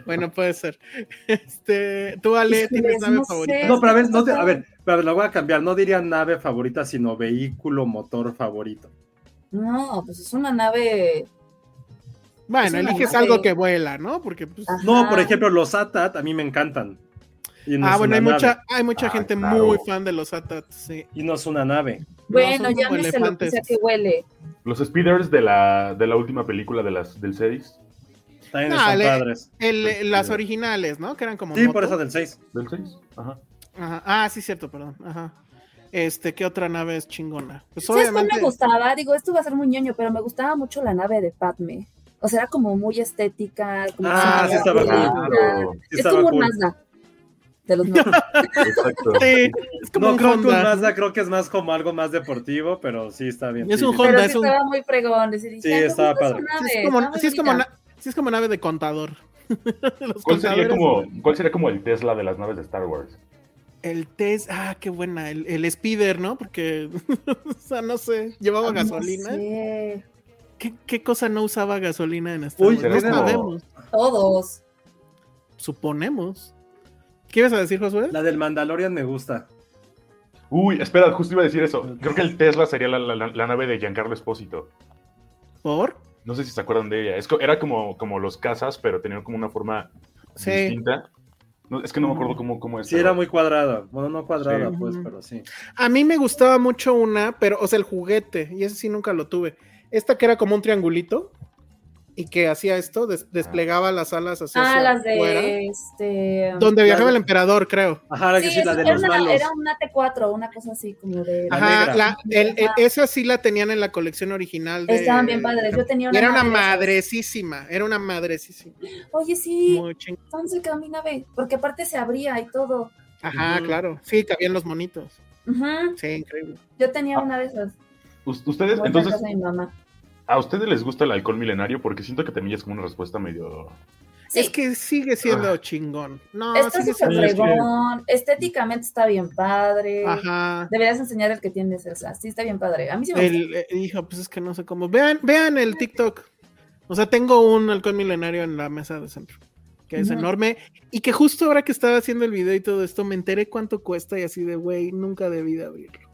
[SPEAKER 5] Bueno, puede ser. Este, tú, Ale,
[SPEAKER 7] Híjoles,
[SPEAKER 5] ¿tienes nave
[SPEAKER 7] no
[SPEAKER 5] favorita?
[SPEAKER 7] sé.
[SPEAKER 3] No, pero a ver, no te- a ver, pero la voy a cambiar. No diría nave favorita, sino vehículo motor favorito.
[SPEAKER 7] No, pues es una nave.
[SPEAKER 5] Bueno,
[SPEAKER 7] Es una
[SPEAKER 5] eliges
[SPEAKER 7] nave. Ah.
[SPEAKER 5] algo que vuela, ¿no? Porque, pues,
[SPEAKER 7] Ajá.
[SPEAKER 3] No, por ejemplo, los ATAT a mí me encantan. Y no
[SPEAKER 5] ah,
[SPEAKER 3] es
[SPEAKER 5] bueno,
[SPEAKER 3] una
[SPEAKER 5] hay
[SPEAKER 3] nave.
[SPEAKER 5] mucha, hay mucha
[SPEAKER 6] Ah,
[SPEAKER 5] gente
[SPEAKER 6] claro.
[SPEAKER 5] muy fan de los ATAT, sí.
[SPEAKER 3] Y no es una nave.
[SPEAKER 7] Bueno,
[SPEAKER 5] son
[SPEAKER 7] ya
[SPEAKER 5] como
[SPEAKER 7] me sé lo que
[SPEAKER 5] elefantes.
[SPEAKER 7] sea que huele.
[SPEAKER 6] Los speeders de la, de la última película de las, del series.
[SPEAKER 3] También
[SPEAKER 5] No,
[SPEAKER 3] están
[SPEAKER 5] le-
[SPEAKER 3] padres.
[SPEAKER 5] El-
[SPEAKER 6] Sí,
[SPEAKER 5] las
[SPEAKER 6] sí.
[SPEAKER 5] originales, ¿no? Que eran como.
[SPEAKER 3] Pues, Sí, por
[SPEAKER 5] moto.
[SPEAKER 3] eso del 6.
[SPEAKER 6] ¿Del 6? Ajá.
[SPEAKER 5] Ajá. Ah, sí, cierto, perdón. Ajá. Este, ¿qué otra nave es chingona? Pues
[SPEAKER 7] ¿Sabes cuál
[SPEAKER 5] obviamente.
[SPEAKER 7] me gustaba? Digo, esto va a ser muy ñoño, pero me gustaba mucho la nave de Padme. O sea, era como muy estética. Como
[SPEAKER 3] Ah, sí estaba
[SPEAKER 7] muy
[SPEAKER 3] cool.
[SPEAKER 7] linda.
[SPEAKER 6] Claro.
[SPEAKER 3] Sí
[SPEAKER 7] es
[SPEAKER 3] estaba
[SPEAKER 7] como un
[SPEAKER 3] cool.
[SPEAKER 7] Mazda. De <laughs> los nuevos.
[SPEAKER 6] Exacto.
[SPEAKER 5] Sí, <laughs> es como
[SPEAKER 3] No
[SPEAKER 5] un
[SPEAKER 3] creo que un
[SPEAKER 5] Honda.
[SPEAKER 3] Mazda, creo que es más como algo más deportivo, pero sí está bien.
[SPEAKER 5] Es
[SPEAKER 3] sí,
[SPEAKER 5] un
[SPEAKER 3] sí.
[SPEAKER 7] Pero
[SPEAKER 5] Honda,
[SPEAKER 7] sí
[SPEAKER 5] es un-
[SPEAKER 7] estaba muy fregón. y sí dije,
[SPEAKER 3] Sí,
[SPEAKER 7] "Ay, me
[SPEAKER 3] estaba
[SPEAKER 7] gusta su
[SPEAKER 3] padre.
[SPEAKER 7] nave,
[SPEAKER 5] Sí, es como,
[SPEAKER 7] está muy
[SPEAKER 5] sí es como
[SPEAKER 7] bonita".
[SPEAKER 5] na- sí es como nave de contador. Los
[SPEAKER 6] ¿Cuál sería,
[SPEAKER 5] contadores-
[SPEAKER 6] como, ¿Cuál sería como el Tesla de las naves de Star Wars?
[SPEAKER 5] El test, ah, qué buena, el, el speeder, ¿no? Porque, <laughs> o sea, no sé, llevaba
[SPEAKER 7] Ah, No
[SPEAKER 5] gasolina.
[SPEAKER 7] sé.
[SPEAKER 5] ¿Qué, qué cosa no usaba gasolina en Star
[SPEAKER 3] Uy,
[SPEAKER 5] Wars? No
[SPEAKER 6] ¿será como-
[SPEAKER 5] sabemos,
[SPEAKER 7] Todos.
[SPEAKER 5] suponemos. ¿Qué ibas a decir, Josué?
[SPEAKER 3] La del Mandalorian me gusta.
[SPEAKER 6] Uy, espera, justo iba a decir eso. Creo que el Tesla sería la, la- la nave de Giancarlo Espósito.
[SPEAKER 5] ¿Por?
[SPEAKER 6] No sé si se acuerdan de ella. Es co- era como, como los casas, pero tenían como una forma
[SPEAKER 5] Sí.
[SPEAKER 6] distinta. No, es que no me acuerdo cómo, cómo es.
[SPEAKER 3] Sí,
[SPEAKER 6] pero-
[SPEAKER 3] era muy cuadrada. Bueno, no cuadrada,
[SPEAKER 5] Sí.
[SPEAKER 3] pues,
[SPEAKER 5] Ujú.
[SPEAKER 3] pero sí.
[SPEAKER 5] A mí me gustaba mucho una, pero, o sea, el juguete, y ese sí nunca lo tuve. Esta que era como un triangulito y que hacía esto, des- desplegaba las alas hacia
[SPEAKER 7] Ah,
[SPEAKER 5] hacia
[SPEAKER 7] las de
[SPEAKER 5] afuera,
[SPEAKER 7] este.
[SPEAKER 5] donde viajaba
[SPEAKER 3] de-
[SPEAKER 5] el emperador, creo.
[SPEAKER 3] Ajá, era que
[SPEAKER 7] Sí,
[SPEAKER 3] sí, la
[SPEAKER 7] esa-
[SPEAKER 3] de
[SPEAKER 7] era,
[SPEAKER 3] los
[SPEAKER 7] una,
[SPEAKER 3] malos.
[SPEAKER 7] era una T4, una cosa así como de.
[SPEAKER 3] La
[SPEAKER 5] Ajá,
[SPEAKER 3] negra.
[SPEAKER 5] la- el- el-
[SPEAKER 7] Ajá.
[SPEAKER 5] esa sí la tenían en la colección original. de-
[SPEAKER 7] Estaban bien padres. Yo tenía
[SPEAKER 5] Y
[SPEAKER 7] una.
[SPEAKER 5] era una
[SPEAKER 7] nave de esas.
[SPEAKER 5] madrecísima, era una madrecísima.
[SPEAKER 7] Oye, sí,
[SPEAKER 5] Muy ching-
[SPEAKER 7] ¿dónde se quedó mi nave? Porque aparte se abría y todo.
[SPEAKER 5] Ajá,
[SPEAKER 3] Ujú.
[SPEAKER 5] claro. Sí, cabían los monitos.
[SPEAKER 7] Ujú,
[SPEAKER 5] Sí, increíble.
[SPEAKER 7] Yo tenía
[SPEAKER 6] Ah,
[SPEAKER 7] una de esas.
[SPEAKER 6] Us- Ustedes,
[SPEAKER 7] Fue en la
[SPEAKER 6] entonces,
[SPEAKER 7] casa de mi mamá.
[SPEAKER 6] ¿a ustedes les gusta el alcohol milenario? Porque siento que también es como una respuesta medio.
[SPEAKER 7] Sí,
[SPEAKER 5] Es que sigue siendo
[SPEAKER 3] Ah.
[SPEAKER 5] chingón. No,
[SPEAKER 7] está
[SPEAKER 5] sigue
[SPEAKER 7] súper
[SPEAKER 5] siendo
[SPEAKER 6] es que-
[SPEAKER 7] fregón. Estéticamente está bien padre.
[SPEAKER 5] Ajá.
[SPEAKER 7] Deberías enseñar el que tienes, o sea, sí está bien padre. A mí sí me gusta.
[SPEAKER 5] El, eh, hijo, pues es que no sé cómo. Vean, vean el TikTok. O sea, tengo un halcón milenario en la mesa de centro, que es
[SPEAKER 7] Ujú.
[SPEAKER 5] enorme. Y que justo ahora que estaba haciendo el video y todo esto, me enteré cuánto cuesta y así de, güey, nunca debí de abrirlo.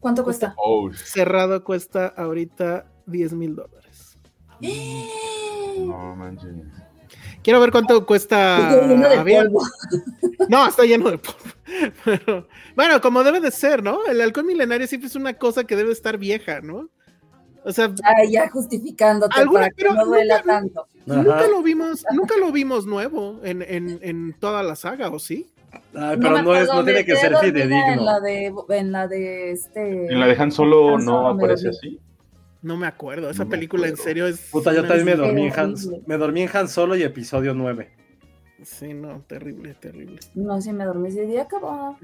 [SPEAKER 7] ¿Cuánto cuesta?
[SPEAKER 6] Oh,
[SPEAKER 5] Cerrado cuesta ahorita 10 mil dólares.
[SPEAKER 7] <laughs>
[SPEAKER 6] no manches.
[SPEAKER 5] Quiero ver cuánto cuesta.
[SPEAKER 7] Está lleno de
[SPEAKER 5] abierto.
[SPEAKER 7] polvo.
[SPEAKER 5] No, está lleno de polvo. <laughs> Pero, bueno, como debe de ser, ¿no? El halcón milenario siempre es una cosa que debe estar vieja, ¿no? O sea,
[SPEAKER 7] Ay, ya justificándote
[SPEAKER 5] Alguna-
[SPEAKER 7] para que
[SPEAKER 5] pero
[SPEAKER 7] no duela
[SPEAKER 5] nunca-
[SPEAKER 7] tanto.
[SPEAKER 5] nunca
[SPEAKER 3] Ajá.
[SPEAKER 5] lo vimos, nunca lo vimos nuevo en, en- en toda la saga, ¿o sí?
[SPEAKER 3] Ay, pero
[SPEAKER 7] me
[SPEAKER 3] no, es,
[SPEAKER 7] acuerdo,
[SPEAKER 3] no
[SPEAKER 7] me
[SPEAKER 3] tiene que
[SPEAKER 7] quedé
[SPEAKER 3] ser
[SPEAKER 7] dormida En
[SPEAKER 3] fidedigno.
[SPEAKER 7] la de, en la de este.
[SPEAKER 6] ¿En la dejan solo
[SPEAKER 7] Han
[SPEAKER 6] no
[SPEAKER 7] Solo me
[SPEAKER 6] aparece
[SPEAKER 7] dormí.
[SPEAKER 6] así?
[SPEAKER 5] No me acuerdo. Esa
[SPEAKER 6] No me
[SPEAKER 5] película en
[SPEAKER 6] acuerdo.
[SPEAKER 5] serio es.
[SPEAKER 3] Puta, yo
[SPEAKER 5] una-
[SPEAKER 3] también me dormí en
[SPEAKER 7] Qué
[SPEAKER 3] Han,
[SPEAKER 7] horrible.
[SPEAKER 3] me dormí en Han Solo y episodio 9.
[SPEAKER 5] Sí, no, terrible, terrible.
[SPEAKER 7] No, sí me dormí. Sí, ya acabó.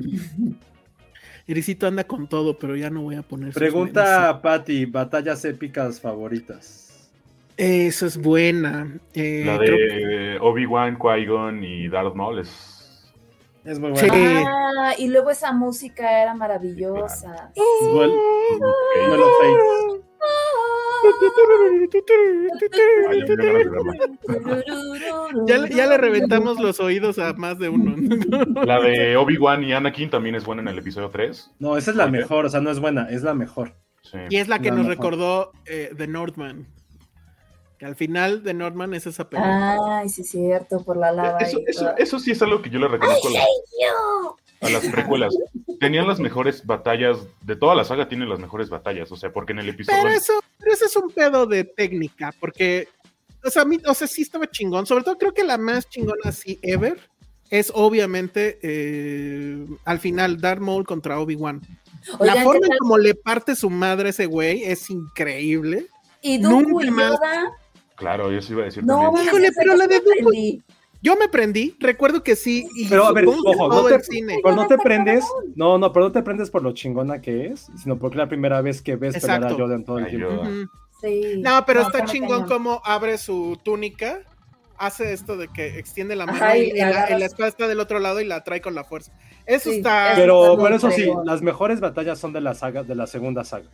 [SPEAKER 5] Ericito anda con todo, pero ya no voy a poner. sus
[SPEAKER 3] Pregunta
[SPEAKER 5] memes.
[SPEAKER 3] a Patty, batallas épicas favoritas.
[SPEAKER 5] Esa es buena. Eh,
[SPEAKER 6] La
[SPEAKER 5] creo que-
[SPEAKER 6] de Obi-Wan, Qui-Gon y Darth Maul es.
[SPEAKER 3] Es muy
[SPEAKER 5] Sí.
[SPEAKER 3] buena.
[SPEAKER 7] Ah, y luego esa música era maravillosa.
[SPEAKER 3] Duel- Duel of Fates.
[SPEAKER 7] Ah.
[SPEAKER 6] Ay, yo quiero recordarla.
[SPEAKER 4] <laughs>
[SPEAKER 5] Ya, le- ya le reventamos los oídos a más de uno.
[SPEAKER 6] La de Obi-Wan y Anakin también es buena en el episodio 3.
[SPEAKER 3] No, esa es la
[SPEAKER 6] Ok.
[SPEAKER 3] mejor, o sea, no es buena, es la mejor.
[SPEAKER 6] Sí.
[SPEAKER 5] Y es la que
[SPEAKER 3] La
[SPEAKER 5] nos
[SPEAKER 3] mejor.
[SPEAKER 5] recordó eh, The Northman. Que al final The Northman es esa
[SPEAKER 7] Ah,
[SPEAKER 5] película.
[SPEAKER 7] Ay, sí, es cierto, por la lava.
[SPEAKER 6] Eso,
[SPEAKER 7] y
[SPEAKER 6] eso,
[SPEAKER 7] todo.
[SPEAKER 6] eso sí es algo que yo le reconozco a las, a las precuelas. Tenían las mejores batallas, de toda la saga tienen las mejores batallas, o sea, porque en el episodio...
[SPEAKER 5] Pero eso, pero eso es un pedo de técnica, porque, o sea, a mí- o sea, sí estaba chingón. Sobre todo creo que la más chingona así ever es obviamente eh, al final Darth Maul contra Obi-Wan.
[SPEAKER 7] Oigan,
[SPEAKER 5] la forma
[SPEAKER 7] ¿qué
[SPEAKER 5] en
[SPEAKER 7] tal?
[SPEAKER 5] como le parte su madre a ese güey es increíble.
[SPEAKER 7] Y Dooku
[SPEAKER 5] nunca
[SPEAKER 7] y
[SPEAKER 5] más-
[SPEAKER 7] Yoda.
[SPEAKER 6] Claro, yo sí iba a decir
[SPEAKER 7] No,
[SPEAKER 6] también.
[SPEAKER 5] Híjole,
[SPEAKER 7] esa
[SPEAKER 5] pero la de
[SPEAKER 7] cosa
[SPEAKER 5] Dooku-
[SPEAKER 7] aprendí.
[SPEAKER 5] Yo me prendí, recuerdo que sí. Y
[SPEAKER 3] Pero a ver,
[SPEAKER 5] supongo que
[SPEAKER 3] ojo, no
[SPEAKER 5] todo
[SPEAKER 3] te-
[SPEAKER 5] el cine.
[SPEAKER 3] Pero no te
[SPEAKER 7] Está
[SPEAKER 3] prendes,
[SPEAKER 7] cabrón.
[SPEAKER 3] no, no, pero no te prendes por lo chingona que es, sino porque es la primera vez que ves pelear a
[SPEAKER 5] Exacto.
[SPEAKER 3] Jordan todo el
[SPEAKER 6] Ay,
[SPEAKER 3] tiempo.
[SPEAKER 6] yo-
[SPEAKER 5] Ujú.
[SPEAKER 7] Sí.
[SPEAKER 5] No, pero está
[SPEAKER 7] muy
[SPEAKER 5] chingón
[SPEAKER 7] cañón.
[SPEAKER 5] cómo abre su túnica, hace esto de que extiende la mano
[SPEAKER 7] Ajá, y
[SPEAKER 5] y, y la,
[SPEAKER 7] agarra
[SPEAKER 5] y la
[SPEAKER 7] su-
[SPEAKER 5] espada está del otro lado y la trae con la fuerza. Eso
[SPEAKER 7] Sí,
[SPEAKER 5] está.
[SPEAKER 7] eso
[SPEAKER 3] Pero,
[SPEAKER 7] está
[SPEAKER 3] pero
[SPEAKER 7] muy
[SPEAKER 3] eso sí,
[SPEAKER 7] fregón.
[SPEAKER 3] las mejores batallas son de la saga, de la segunda saga.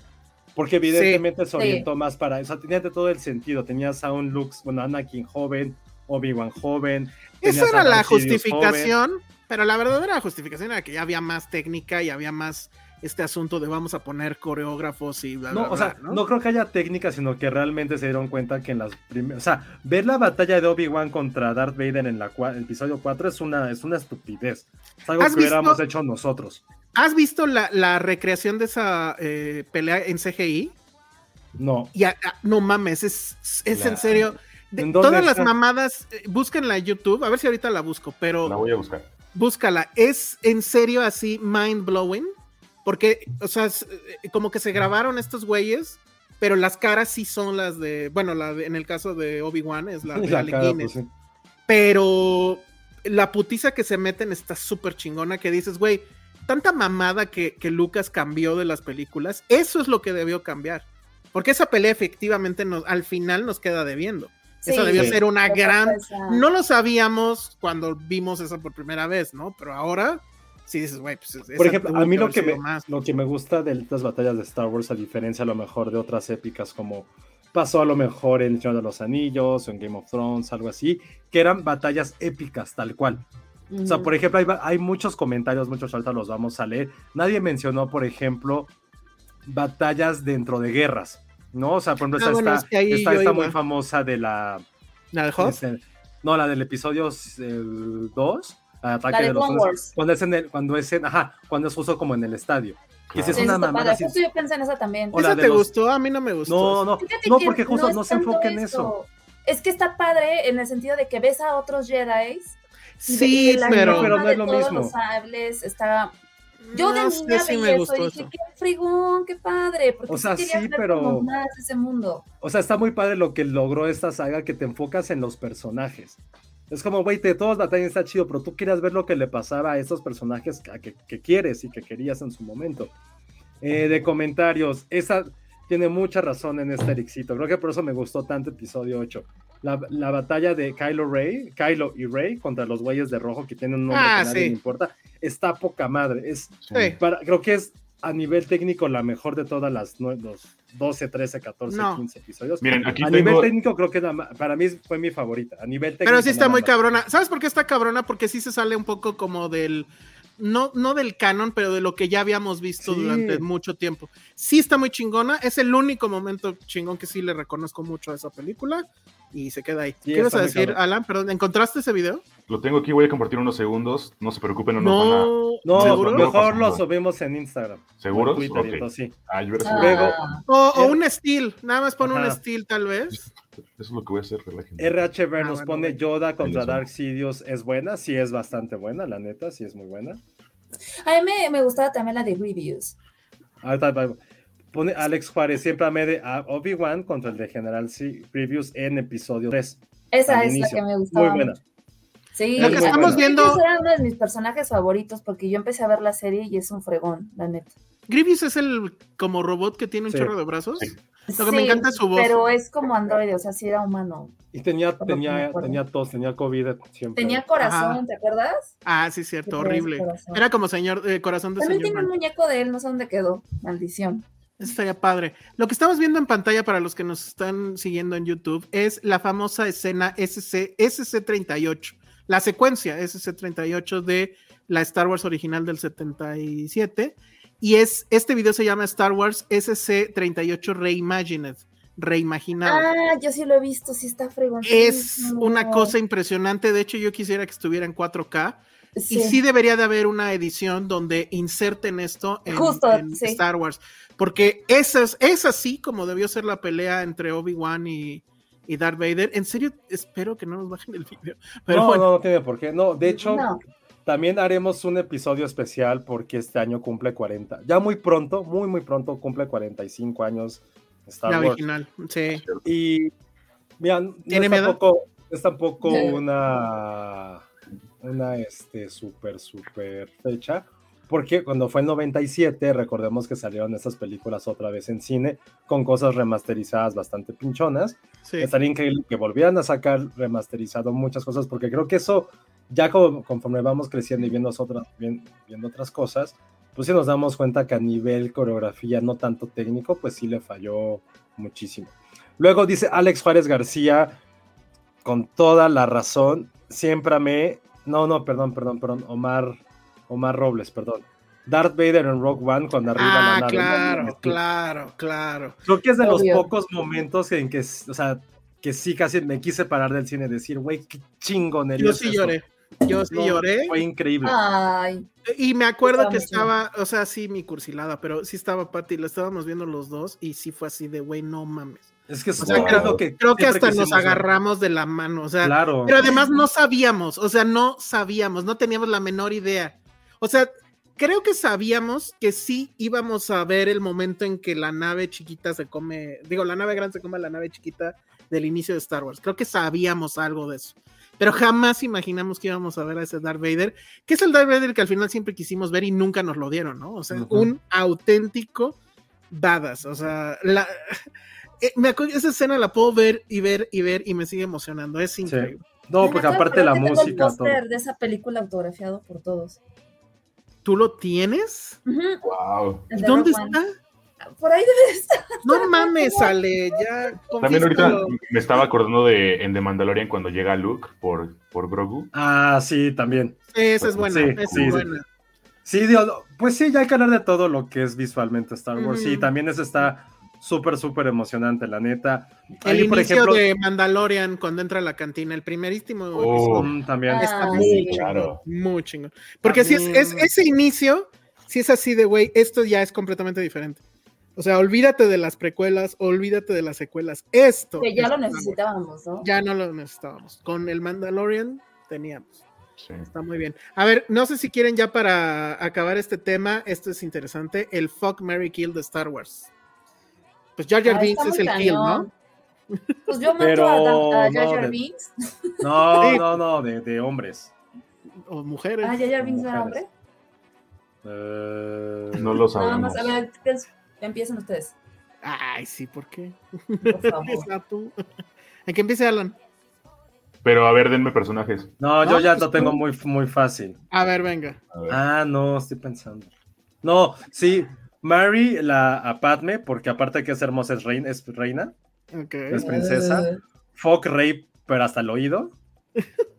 [SPEAKER 3] Porque evidentemente se orientó más para. O sea, tenía de todo el sentido. Tenías a un Lux, bueno, Anakin joven, Obi-Wan joven.
[SPEAKER 5] Esa
[SPEAKER 3] tenías
[SPEAKER 5] era
[SPEAKER 3] a
[SPEAKER 5] la
[SPEAKER 3] Darth Sidious
[SPEAKER 5] justificación, pero la verdadera justificación era que ya había más técnica y había más este asunto de vamos a poner coreógrafos y bla,
[SPEAKER 3] joven. No,
[SPEAKER 5] bla,
[SPEAKER 3] o sea,
[SPEAKER 5] bla,
[SPEAKER 3] ¿no? creo que haya técnica, sino que realmente se dieron cuenta que en las primeras. O sea, ver la batalla de Obi-Wan contra Darth Vader en la cua- en el episodio 4 es una, es una estupidez. Es algo que
[SPEAKER 5] ¿Has
[SPEAKER 3] hubiéramos
[SPEAKER 5] visto?
[SPEAKER 3] hecho nosotros.
[SPEAKER 5] ¿Has visto la, la recreación de esa eh, pelea en CGI?
[SPEAKER 3] No.
[SPEAKER 5] Ya, ah, no mames, es, es
[SPEAKER 6] La-
[SPEAKER 5] en serio. De-
[SPEAKER 3] ¿En dónde
[SPEAKER 5] todas las
[SPEAKER 3] está?
[SPEAKER 5] mamadas, eh, búsquenla en YouTube, a ver si ahorita la busco, pero
[SPEAKER 6] La voy a buscar.
[SPEAKER 5] búscala. Es en serio así mind blowing, porque, o sea, es, eh, como que se grabaron estos güeyes, pero las caras sí son las de, bueno, la de- en el caso de Obi-Wan es la
[SPEAKER 3] <laughs>
[SPEAKER 5] de
[SPEAKER 3] La
[SPEAKER 5] Alec
[SPEAKER 3] cara,
[SPEAKER 5] Guinness,
[SPEAKER 3] pues, sí.
[SPEAKER 5] pero la putiza que se meten está súper chingona que dices, güey, tanta mamada que, que Lucas cambió de las películas, eso es lo que debió cambiar, porque esa pelea efectivamente nos, al final nos queda debiendo. Esa
[SPEAKER 4] Sí,
[SPEAKER 5] debió
[SPEAKER 4] sí.
[SPEAKER 5] ser una
[SPEAKER 4] Esa
[SPEAKER 5] gran
[SPEAKER 4] cosa.
[SPEAKER 5] no lo sabíamos cuando vimos eso por primera vez, ¿no? Pero ahora sí dices, güey, pues. esa
[SPEAKER 3] Por ejemplo,
[SPEAKER 5] tuvo
[SPEAKER 3] a mí lo
[SPEAKER 5] haber
[SPEAKER 3] que,
[SPEAKER 5] sido
[SPEAKER 3] me,
[SPEAKER 5] más.
[SPEAKER 3] lo que me gusta de estas batallas de Star Wars, a diferencia a lo mejor de otras épicas como pasó a lo mejor en El Señor de los Anillos o en Game of Thrones, algo así, que eran batallas épicas, tal cual. O sea,
[SPEAKER 4] Ujú.
[SPEAKER 3] por ejemplo, hay, va- hay muchos comentarios, muchos ahorita los vamos a leer. Nadie mencionó, por ejemplo, batallas dentro de guerras, ¿no? O sea, por ejemplo,
[SPEAKER 5] Ah,
[SPEAKER 3] está
[SPEAKER 5] bueno,
[SPEAKER 3] esta,
[SPEAKER 5] es que ahí
[SPEAKER 3] está
[SPEAKER 5] yo
[SPEAKER 3] esta
[SPEAKER 5] iba.
[SPEAKER 3] muy famosa de la...
[SPEAKER 5] ¿La dejó?
[SPEAKER 3] este, no, la del episodio 2,
[SPEAKER 4] La
[SPEAKER 3] ataque
[SPEAKER 4] de
[SPEAKER 3] de los...
[SPEAKER 4] Clone Wars.
[SPEAKER 3] Cuando es en el, cuando es en, ajá, cuando es justo como en el estadio. Que si es
[SPEAKER 4] Sí,
[SPEAKER 3] una
[SPEAKER 4] está
[SPEAKER 3] mamada
[SPEAKER 4] padre.
[SPEAKER 3] así-
[SPEAKER 4] Justo yo pensé en esa también.
[SPEAKER 3] O la
[SPEAKER 5] ¿Esa
[SPEAKER 3] de
[SPEAKER 5] te
[SPEAKER 3] los-
[SPEAKER 5] gustó? A mí no me gustó.
[SPEAKER 3] No, no,
[SPEAKER 4] Fíjate
[SPEAKER 3] no,
[SPEAKER 4] que
[SPEAKER 3] porque justo no,
[SPEAKER 4] es
[SPEAKER 3] se
[SPEAKER 4] tanto
[SPEAKER 3] enfoca en eso.
[SPEAKER 4] Es que está padre en el sentido de que ves a otros Jedi.
[SPEAKER 5] Sí, pero.
[SPEAKER 3] pero no es lo mismo.
[SPEAKER 4] Los sables, está... Yo de
[SPEAKER 5] no
[SPEAKER 4] niña
[SPEAKER 5] sé
[SPEAKER 4] veía
[SPEAKER 5] si me
[SPEAKER 4] eso y
[SPEAKER 5] gustó
[SPEAKER 4] dije,
[SPEAKER 5] eso.
[SPEAKER 4] qué fregón, qué padre. Porque
[SPEAKER 3] O sea,
[SPEAKER 4] sí, quería
[SPEAKER 3] sí,
[SPEAKER 4] ver
[SPEAKER 3] pero-
[SPEAKER 4] como más de ese mundo.
[SPEAKER 3] O sea, está muy padre lo que logró esta saga que te enfocas en los personajes. Es como, güey, de todas batallas está chido, pero tú quieres ver lo que le pasaba a estos personajes que, que- que quieres y que querías en su momento. Eh, de comentarios, esa tiene mucha razón en este ericito. Creo que por eso me gustó tanto episodio 8. La, la batalla de Kylo Rey, Kylo y Rey contra los güeyes de rojo que tienen un nombre
[SPEAKER 5] Ah,
[SPEAKER 3] que nadie
[SPEAKER 5] sí.
[SPEAKER 3] le importa, está poca madre. Es
[SPEAKER 5] Sí.
[SPEAKER 3] para- creo que es a nivel técnico la mejor de todas las nue- los 12, 13, 14,
[SPEAKER 5] No.
[SPEAKER 3] 15 episodios.
[SPEAKER 6] Miren, aquí
[SPEAKER 3] a nivel
[SPEAKER 6] tengo.
[SPEAKER 3] técnico creo que la ma- para mí fue mi favorita. A nivel técnico.
[SPEAKER 5] Pero sí está
[SPEAKER 3] nada
[SPEAKER 5] muy
[SPEAKER 3] más.
[SPEAKER 5] cabrona. ¿Sabes por qué está cabrona? Porque sí se sale un poco como del. No, no del canon, pero de lo que ya habíamos visto
[SPEAKER 3] Sí.
[SPEAKER 5] durante mucho tiempo. Sí está muy chingona. Es el único momento chingón que sí le reconozco mucho a esa película. Y se queda ahí.
[SPEAKER 3] Sí,
[SPEAKER 5] ¿Qué ibas
[SPEAKER 3] está
[SPEAKER 5] a
[SPEAKER 3] muy
[SPEAKER 5] decir,
[SPEAKER 3] cabrón.
[SPEAKER 5] Alan? Perdón, ¿encontraste ese video?
[SPEAKER 6] Lo tengo aquí, voy a compartir unos segundos. No se preocupen, no, nos van a.
[SPEAKER 5] No,
[SPEAKER 3] No,
[SPEAKER 5] ¿seguro?
[SPEAKER 6] no,
[SPEAKER 3] mejor
[SPEAKER 6] no.
[SPEAKER 3] lo subimos en Instagram.
[SPEAKER 6] ¿Seguros?
[SPEAKER 3] En Twitter,
[SPEAKER 6] Ok.
[SPEAKER 3] entonces, sí.
[SPEAKER 6] Ah, yo hubiera
[SPEAKER 4] Ah.
[SPEAKER 6] sido-
[SPEAKER 3] Luego,
[SPEAKER 5] O, o
[SPEAKER 3] Eh,
[SPEAKER 5] un steel, nada más pon un
[SPEAKER 3] ajá.
[SPEAKER 5] steel tal vez.
[SPEAKER 6] Eso es lo que voy a hacer, relájense.
[SPEAKER 3] RH Ver
[SPEAKER 5] Ah,
[SPEAKER 3] nos
[SPEAKER 5] bueno,
[SPEAKER 3] pone
[SPEAKER 5] bueno.
[SPEAKER 3] Yoda contra
[SPEAKER 6] Ahí lo
[SPEAKER 3] Dark Sidious. ¿Es buena? Sí, es bastante buena, la neta. Sí, es muy buena.
[SPEAKER 4] A mí me, me gustaba también la de reviews.
[SPEAKER 3] Ahorita va- Pone Alex Juárez, siempre amé de a Obi-Wan contra el de General C Previews en episodio 3.
[SPEAKER 4] Esa
[SPEAKER 3] Al
[SPEAKER 4] es la
[SPEAKER 3] inicio.
[SPEAKER 4] que me gustaba.
[SPEAKER 5] Ah.
[SPEAKER 3] Muy buena.
[SPEAKER 4] mucho. Sí,
[SPEAKER 3] Lo que
[SPEAKER 4] Muy
[SPEAKER 3] estamos
[SPEAKER 4] buena.
[SPEAKER 5] viendo-
[SPEAKER 4] Era uno de mis personajes favoritos porque yo empecé a ver la serie y es un fregón, la neta.
[SPEAKER 5] Grievous es el como robot que tiene un
[SPEAKER 3] Sí.
[SPEAKER 5] chorro de brazos.
[SPEAKER 6] Sí.
[SPEAKER 5] Lo que me encanta es su voz.
[SPEAKER 4] Pero es como androide, o sea, sí era humano.
[SPEAKER 3] Y tenía,
[SPEAKER 4] Por lo que me
[SPEAKER 3] tenía,
[SPEAKER 4] acuerdo.
[SPEAKER 3] tenía tos, tenía COVID siempre.
[SPEAKER 4] Tenía corazón,
[SPEAKER 5] Ajá.
[SPEAKER 4] ¿te acuerdas?
[SPEAKER 5] Ah, sí, cierto, horrible.
[SPEAKER 4] Tenía corazón.
[SPEAKER 5] Era como señor, eh, corazón de
[SPEAKER 4] También
[SPEAKER 5] señor.
[SPEAKER 4] tiene un
[SPEAKER 5] Mann.
[SPEAKER 4] muñeco de él, no sé dónde quedó. Maldición.
[SPEAKER 5] Eso estaría padre. Lo que estamos viendo en pantalla para los que nos están siguiendo en YouTube es la famosa escena SC, SC38, la secuencia SC38 de la Star Wars original del 77. Y es, este video se llama Star Wars SC38 Reimagined, reimaginado.
[SPEAKER 4] Ah, yo sí lo he visto, sí está fregón.
[SPEAKER 5] Es una cosa impresionante. De hecho, yo quisiera que estuviera en 4K.
[SPEAKER 4] Sí.
[SPEAKER 5] Y sí debería de haber una edición donde inserten esto en,
[SPEAKER 4] Justo,
[SPEAKER 5] en
[SPEAKER 4] sí.
[SPEAKER 5] Star Wars. Porque esa es, es así como debió ser la pelea entre Obi-Wan y, y Darth Vader. En serio, espero que no nos bajen el video. Pero
[SPEAKER 3] no,
[SPEAKER 5] bueno,
[SPEAKER 3] no, no tiene por qué. No, de hecho,
[SPEAKER 4] No.
[SPEAKER 3] también haremos un episodio especial porque este año cumple 40. Ya muy pronto, muy, muy pronto cumple 45 años Star
[SPEAKER 5] la
[SPEAKER 3] Wars.
[SPEAKER 5] original. Sí.
[SPEAKER 3] Y, mira, no
[SPEAKER 5] ¿Tiene
[SPEAKER 3] es
[SPEAKER 5] miedo?
[SPEAKER 3] tampoco, es tampoco
[SPEAKER 4] Ya.
[SPEAKER 3] una, una este, súper, súper fecha. Porque cuando fue el 97, recordemos que salieron estas películas otra vez en cine con cosas remasterizadas bastante pinchonas.
[SPEAKER 5] sí.
[SPEAKER 3] Estaría increíble que volvieran a sacar remasterizado muchas cosas, porque creo que eso, ya como- conforme vamos creciendo y viendo otras, vien- viendo otras cosas, pues sí nos damos cuenta que a nivel coreografía, no tanto técnico, pues sí le falló muchísimo. Luego dice Alex Juárez García, con toda la razón, siempre amé, no, no, perdón, perdón, perdón, Omar, Omar Robles, perdón. Darth Vader en Rock One cuando arriba la
[SPEAKER 5] Ah,
[SPEAKER 3] nave. Este,
[SPEAKER 5] claro,
[SPEAKER 3] Sí.
[SPEAKER 5] claro, claro.
[SPEAKER 3] Creo que es de
[SPEAKER 4] Obvio.
[SPEAKER 3] los pocos momentos en que, o sea, que sí casi me quise parar del cine y decir, güey, qué chingonería.
[SPEAKER 5] Yo
[SPEAKER 3] es
[SPEAKER 5] sí
[SPEAKER 3] esto".
[SPEAKER 5] lloré. Yo sí
[SPEAKER 3] No,
[SPEAKER 5] lloré.
[SPEAKER 3] Fue increíble.
[SPEAKER 7] Ah.
[SPEAKER 4] Ay,
[SPEAKER 5] Y me acuerdo
[SPEAKER 4] Estaba
[SPEAKER 5] que
[SPEAKER 4] muy chido.
[SPEAKER 5] estaba, o sea, sí, mi cursilada, pero sí estaba Patty, lo estábamos viendo los dos y sí fue así de, güey, no mames.
[SPEAKER 3] Es que
[SPEAKER 5] O sea,
[SPEAKER 3] supongo que es lo que
[SPEAKER 5] Creo que
[SPEAKER 3] siempre
[SPEAKER 5] hasta
[SPEAKER 3] quisimos,
[SPEAKER 5] nos
[SPEAKER 3] ¿no?
[SPEAKER 5] agarramos de la mano, o sea,
[SPEAKER 3] Claro.
[SPEAKER 5] pero además no sabíamos, o sea, no sabíamos, no teníamos la menor idea. O sea, creo que sabíamos que sí íbamos a ver el momento en que la nave chiquita se come, digo, la nave grande se come a la nave chiquita del inicio de Star Wars. Creo que sabíamos algo de eso. Pero jamás imaginamos que íbamos a ver a ese Darth Vader, que es el Darth Vader que al final siempre quisimos ver y nunca nos lo dieron, ¿no? O sea,
[SPEAKER 3] Ujú.
[SPEAKER 5] un auténtico badass. O sea, la, <laughs> eh, me acu- esa escena la puedo ver y ver y ver y me sigue emocionando. Es increíble.
[SPEAKER 3] No, porque aparte la música,
[SPEAKER 4] Tengo
[SPEAKER 3] todo.
[SPEAKER 4] el póster de esa película autografiado por todos.
[SPEAKER 5] ¿Tú lo tienes?
[SPEAKER 4] Ujú,
[SPEAKER 6] Wow.
[SPEAKER 4] el de
[SPEAKER 5] ¿Dónde
[SPEAKER 4] Rogue
[SPEAKER 5] está?
[SPEAKER 4] One. Por ahí debe de estar.
[SPEAKER 5] No mames, Ale, ya.
[SPEAKER 6] También ahorita
[SPEAKER 5] confíscalo.
[SPEAKER 6] me estaba acordando de en The Mandalorian cuando llega Luke por, por Grogu.
[SPEAKER 3] Ah, sí, también.
[SPEAKER 5] Sí, esa es buena.
[SPEAKER 3] Sí,
[SPEAKER 5] esa es
[SPEAKER 3] sí, sí.
[SPEAKER 5] buena.
[SPEAKER 3] Sí, Dios, pues sí, ya hay que hablar de todo lo que es visualmente Star Wars. Sí,
[SPEAKER 5] Ujú.
[SPEAKER 3] también eso está súper, súper emocionante, la neta.
[SPEAKER 5] El
[SPEAKER 3] Ahí,
[SPEAKER 5] inicio de Mandalorian cuando entra a la cantina, el primerísimo
[SPEAKER 6] Oh.
[SPEAKER 5] episodio.
[SPEAKER 3] mm, también.
[SPEAKER 4] Ah,
[SPEAKER 5] Está
[SPEAKER 4] sí.
[SPEAKER 5] muy
[SPEAKER 6] Claro.
[SPEAKER 5] chingón, muy chingón. Porque si es, es- ese inicio, si es así de güey, esto ya es completamente diferente. O sea, olvídate de las precuelas, olvídate de las secuelas. Esto.
[SPEAKER 4] Que ya
[SPEAKER 5] es
[SPEAKER 4] lo
[SPEAKER 5] Star Wars.
[SPEAKER 4] necesitábamos, ¿no?
[SPEAKER 5] Ya no lo necesitábamos. Con el Mandalorian teníamos.
[SPEAKER 6] Sí.
[SPEAKER 5] Está muy bien. A ver, no sé si quieren ya para acabar este tema, esto es interesante, el Fuck Mary Kill de Star Wars. Pues Jar Jar
[SPEAKER 4] Ah,
[SPEAKER 5] Binks
[SPEAKER 4] está
[SPEAKER 5] es
[SPEAKER 4] muy
[SPEAKER 5] el kill, ¿no?
[SPEAKER 4] cañón. Pues yo mato
[SPEAKER 3] Pero
[SPEAKER 4] a, Dan- a
[SPEAKER 3] no,
[SPEAKER 4] Jar Jar
[SPEAKER 3] de-
[SPEAKER 4] Binks.
[SPEAKER 3] No,
[SPEAKER 5] Sí.
[SPEAKER 3] no, no, de, de hombres.
[SPEAKER 5] O mujeres.
[SPEAKER 4] Ah, Jar Jar Binks no era hombre.
[SPEAKER 3] Eh,
[SPEAKER 6] No lo
[SPEAKER 4] Nada
[SPEAKER 6] sabemos.
[SPEAKER 4] más, a ver, ¿qué es? empiecen ustedes.
[SPEAKER 5] Ay, sí, ¿por qué?
[SPEAKER 4] Por favor.
[SPEAKER 5] Empieza tú. <laughs> ¿En qué empieza Alan?
[SPEAKER 6] Pero a ver, denme personajes.
[SPEAKER 3] No, yo
[SPEAKER 5] No,
[SPEAKER 3] ya
[SPEAKER 5] pues
[SPEAKER 3] lo tengo
[SPEAKER 5] tú.
[SPEAKER 3] muy, muy fácil.
[SPEAKER 5] A ver, venga.
[SPEAKER 6] A ver.
[SPEAKER 3] Ah, no, estoy pensando. No, sí, Mary la a Padme, porque aparte que es hermosa, es reina. Es reina.
[SPEAKER 5] Ok.
[SPEAKER 3] Es <laughs> princesa. Fuck Rey, pero hasta el
[SPEAKER 5] <laughs>
[SPEAKER 3] oído.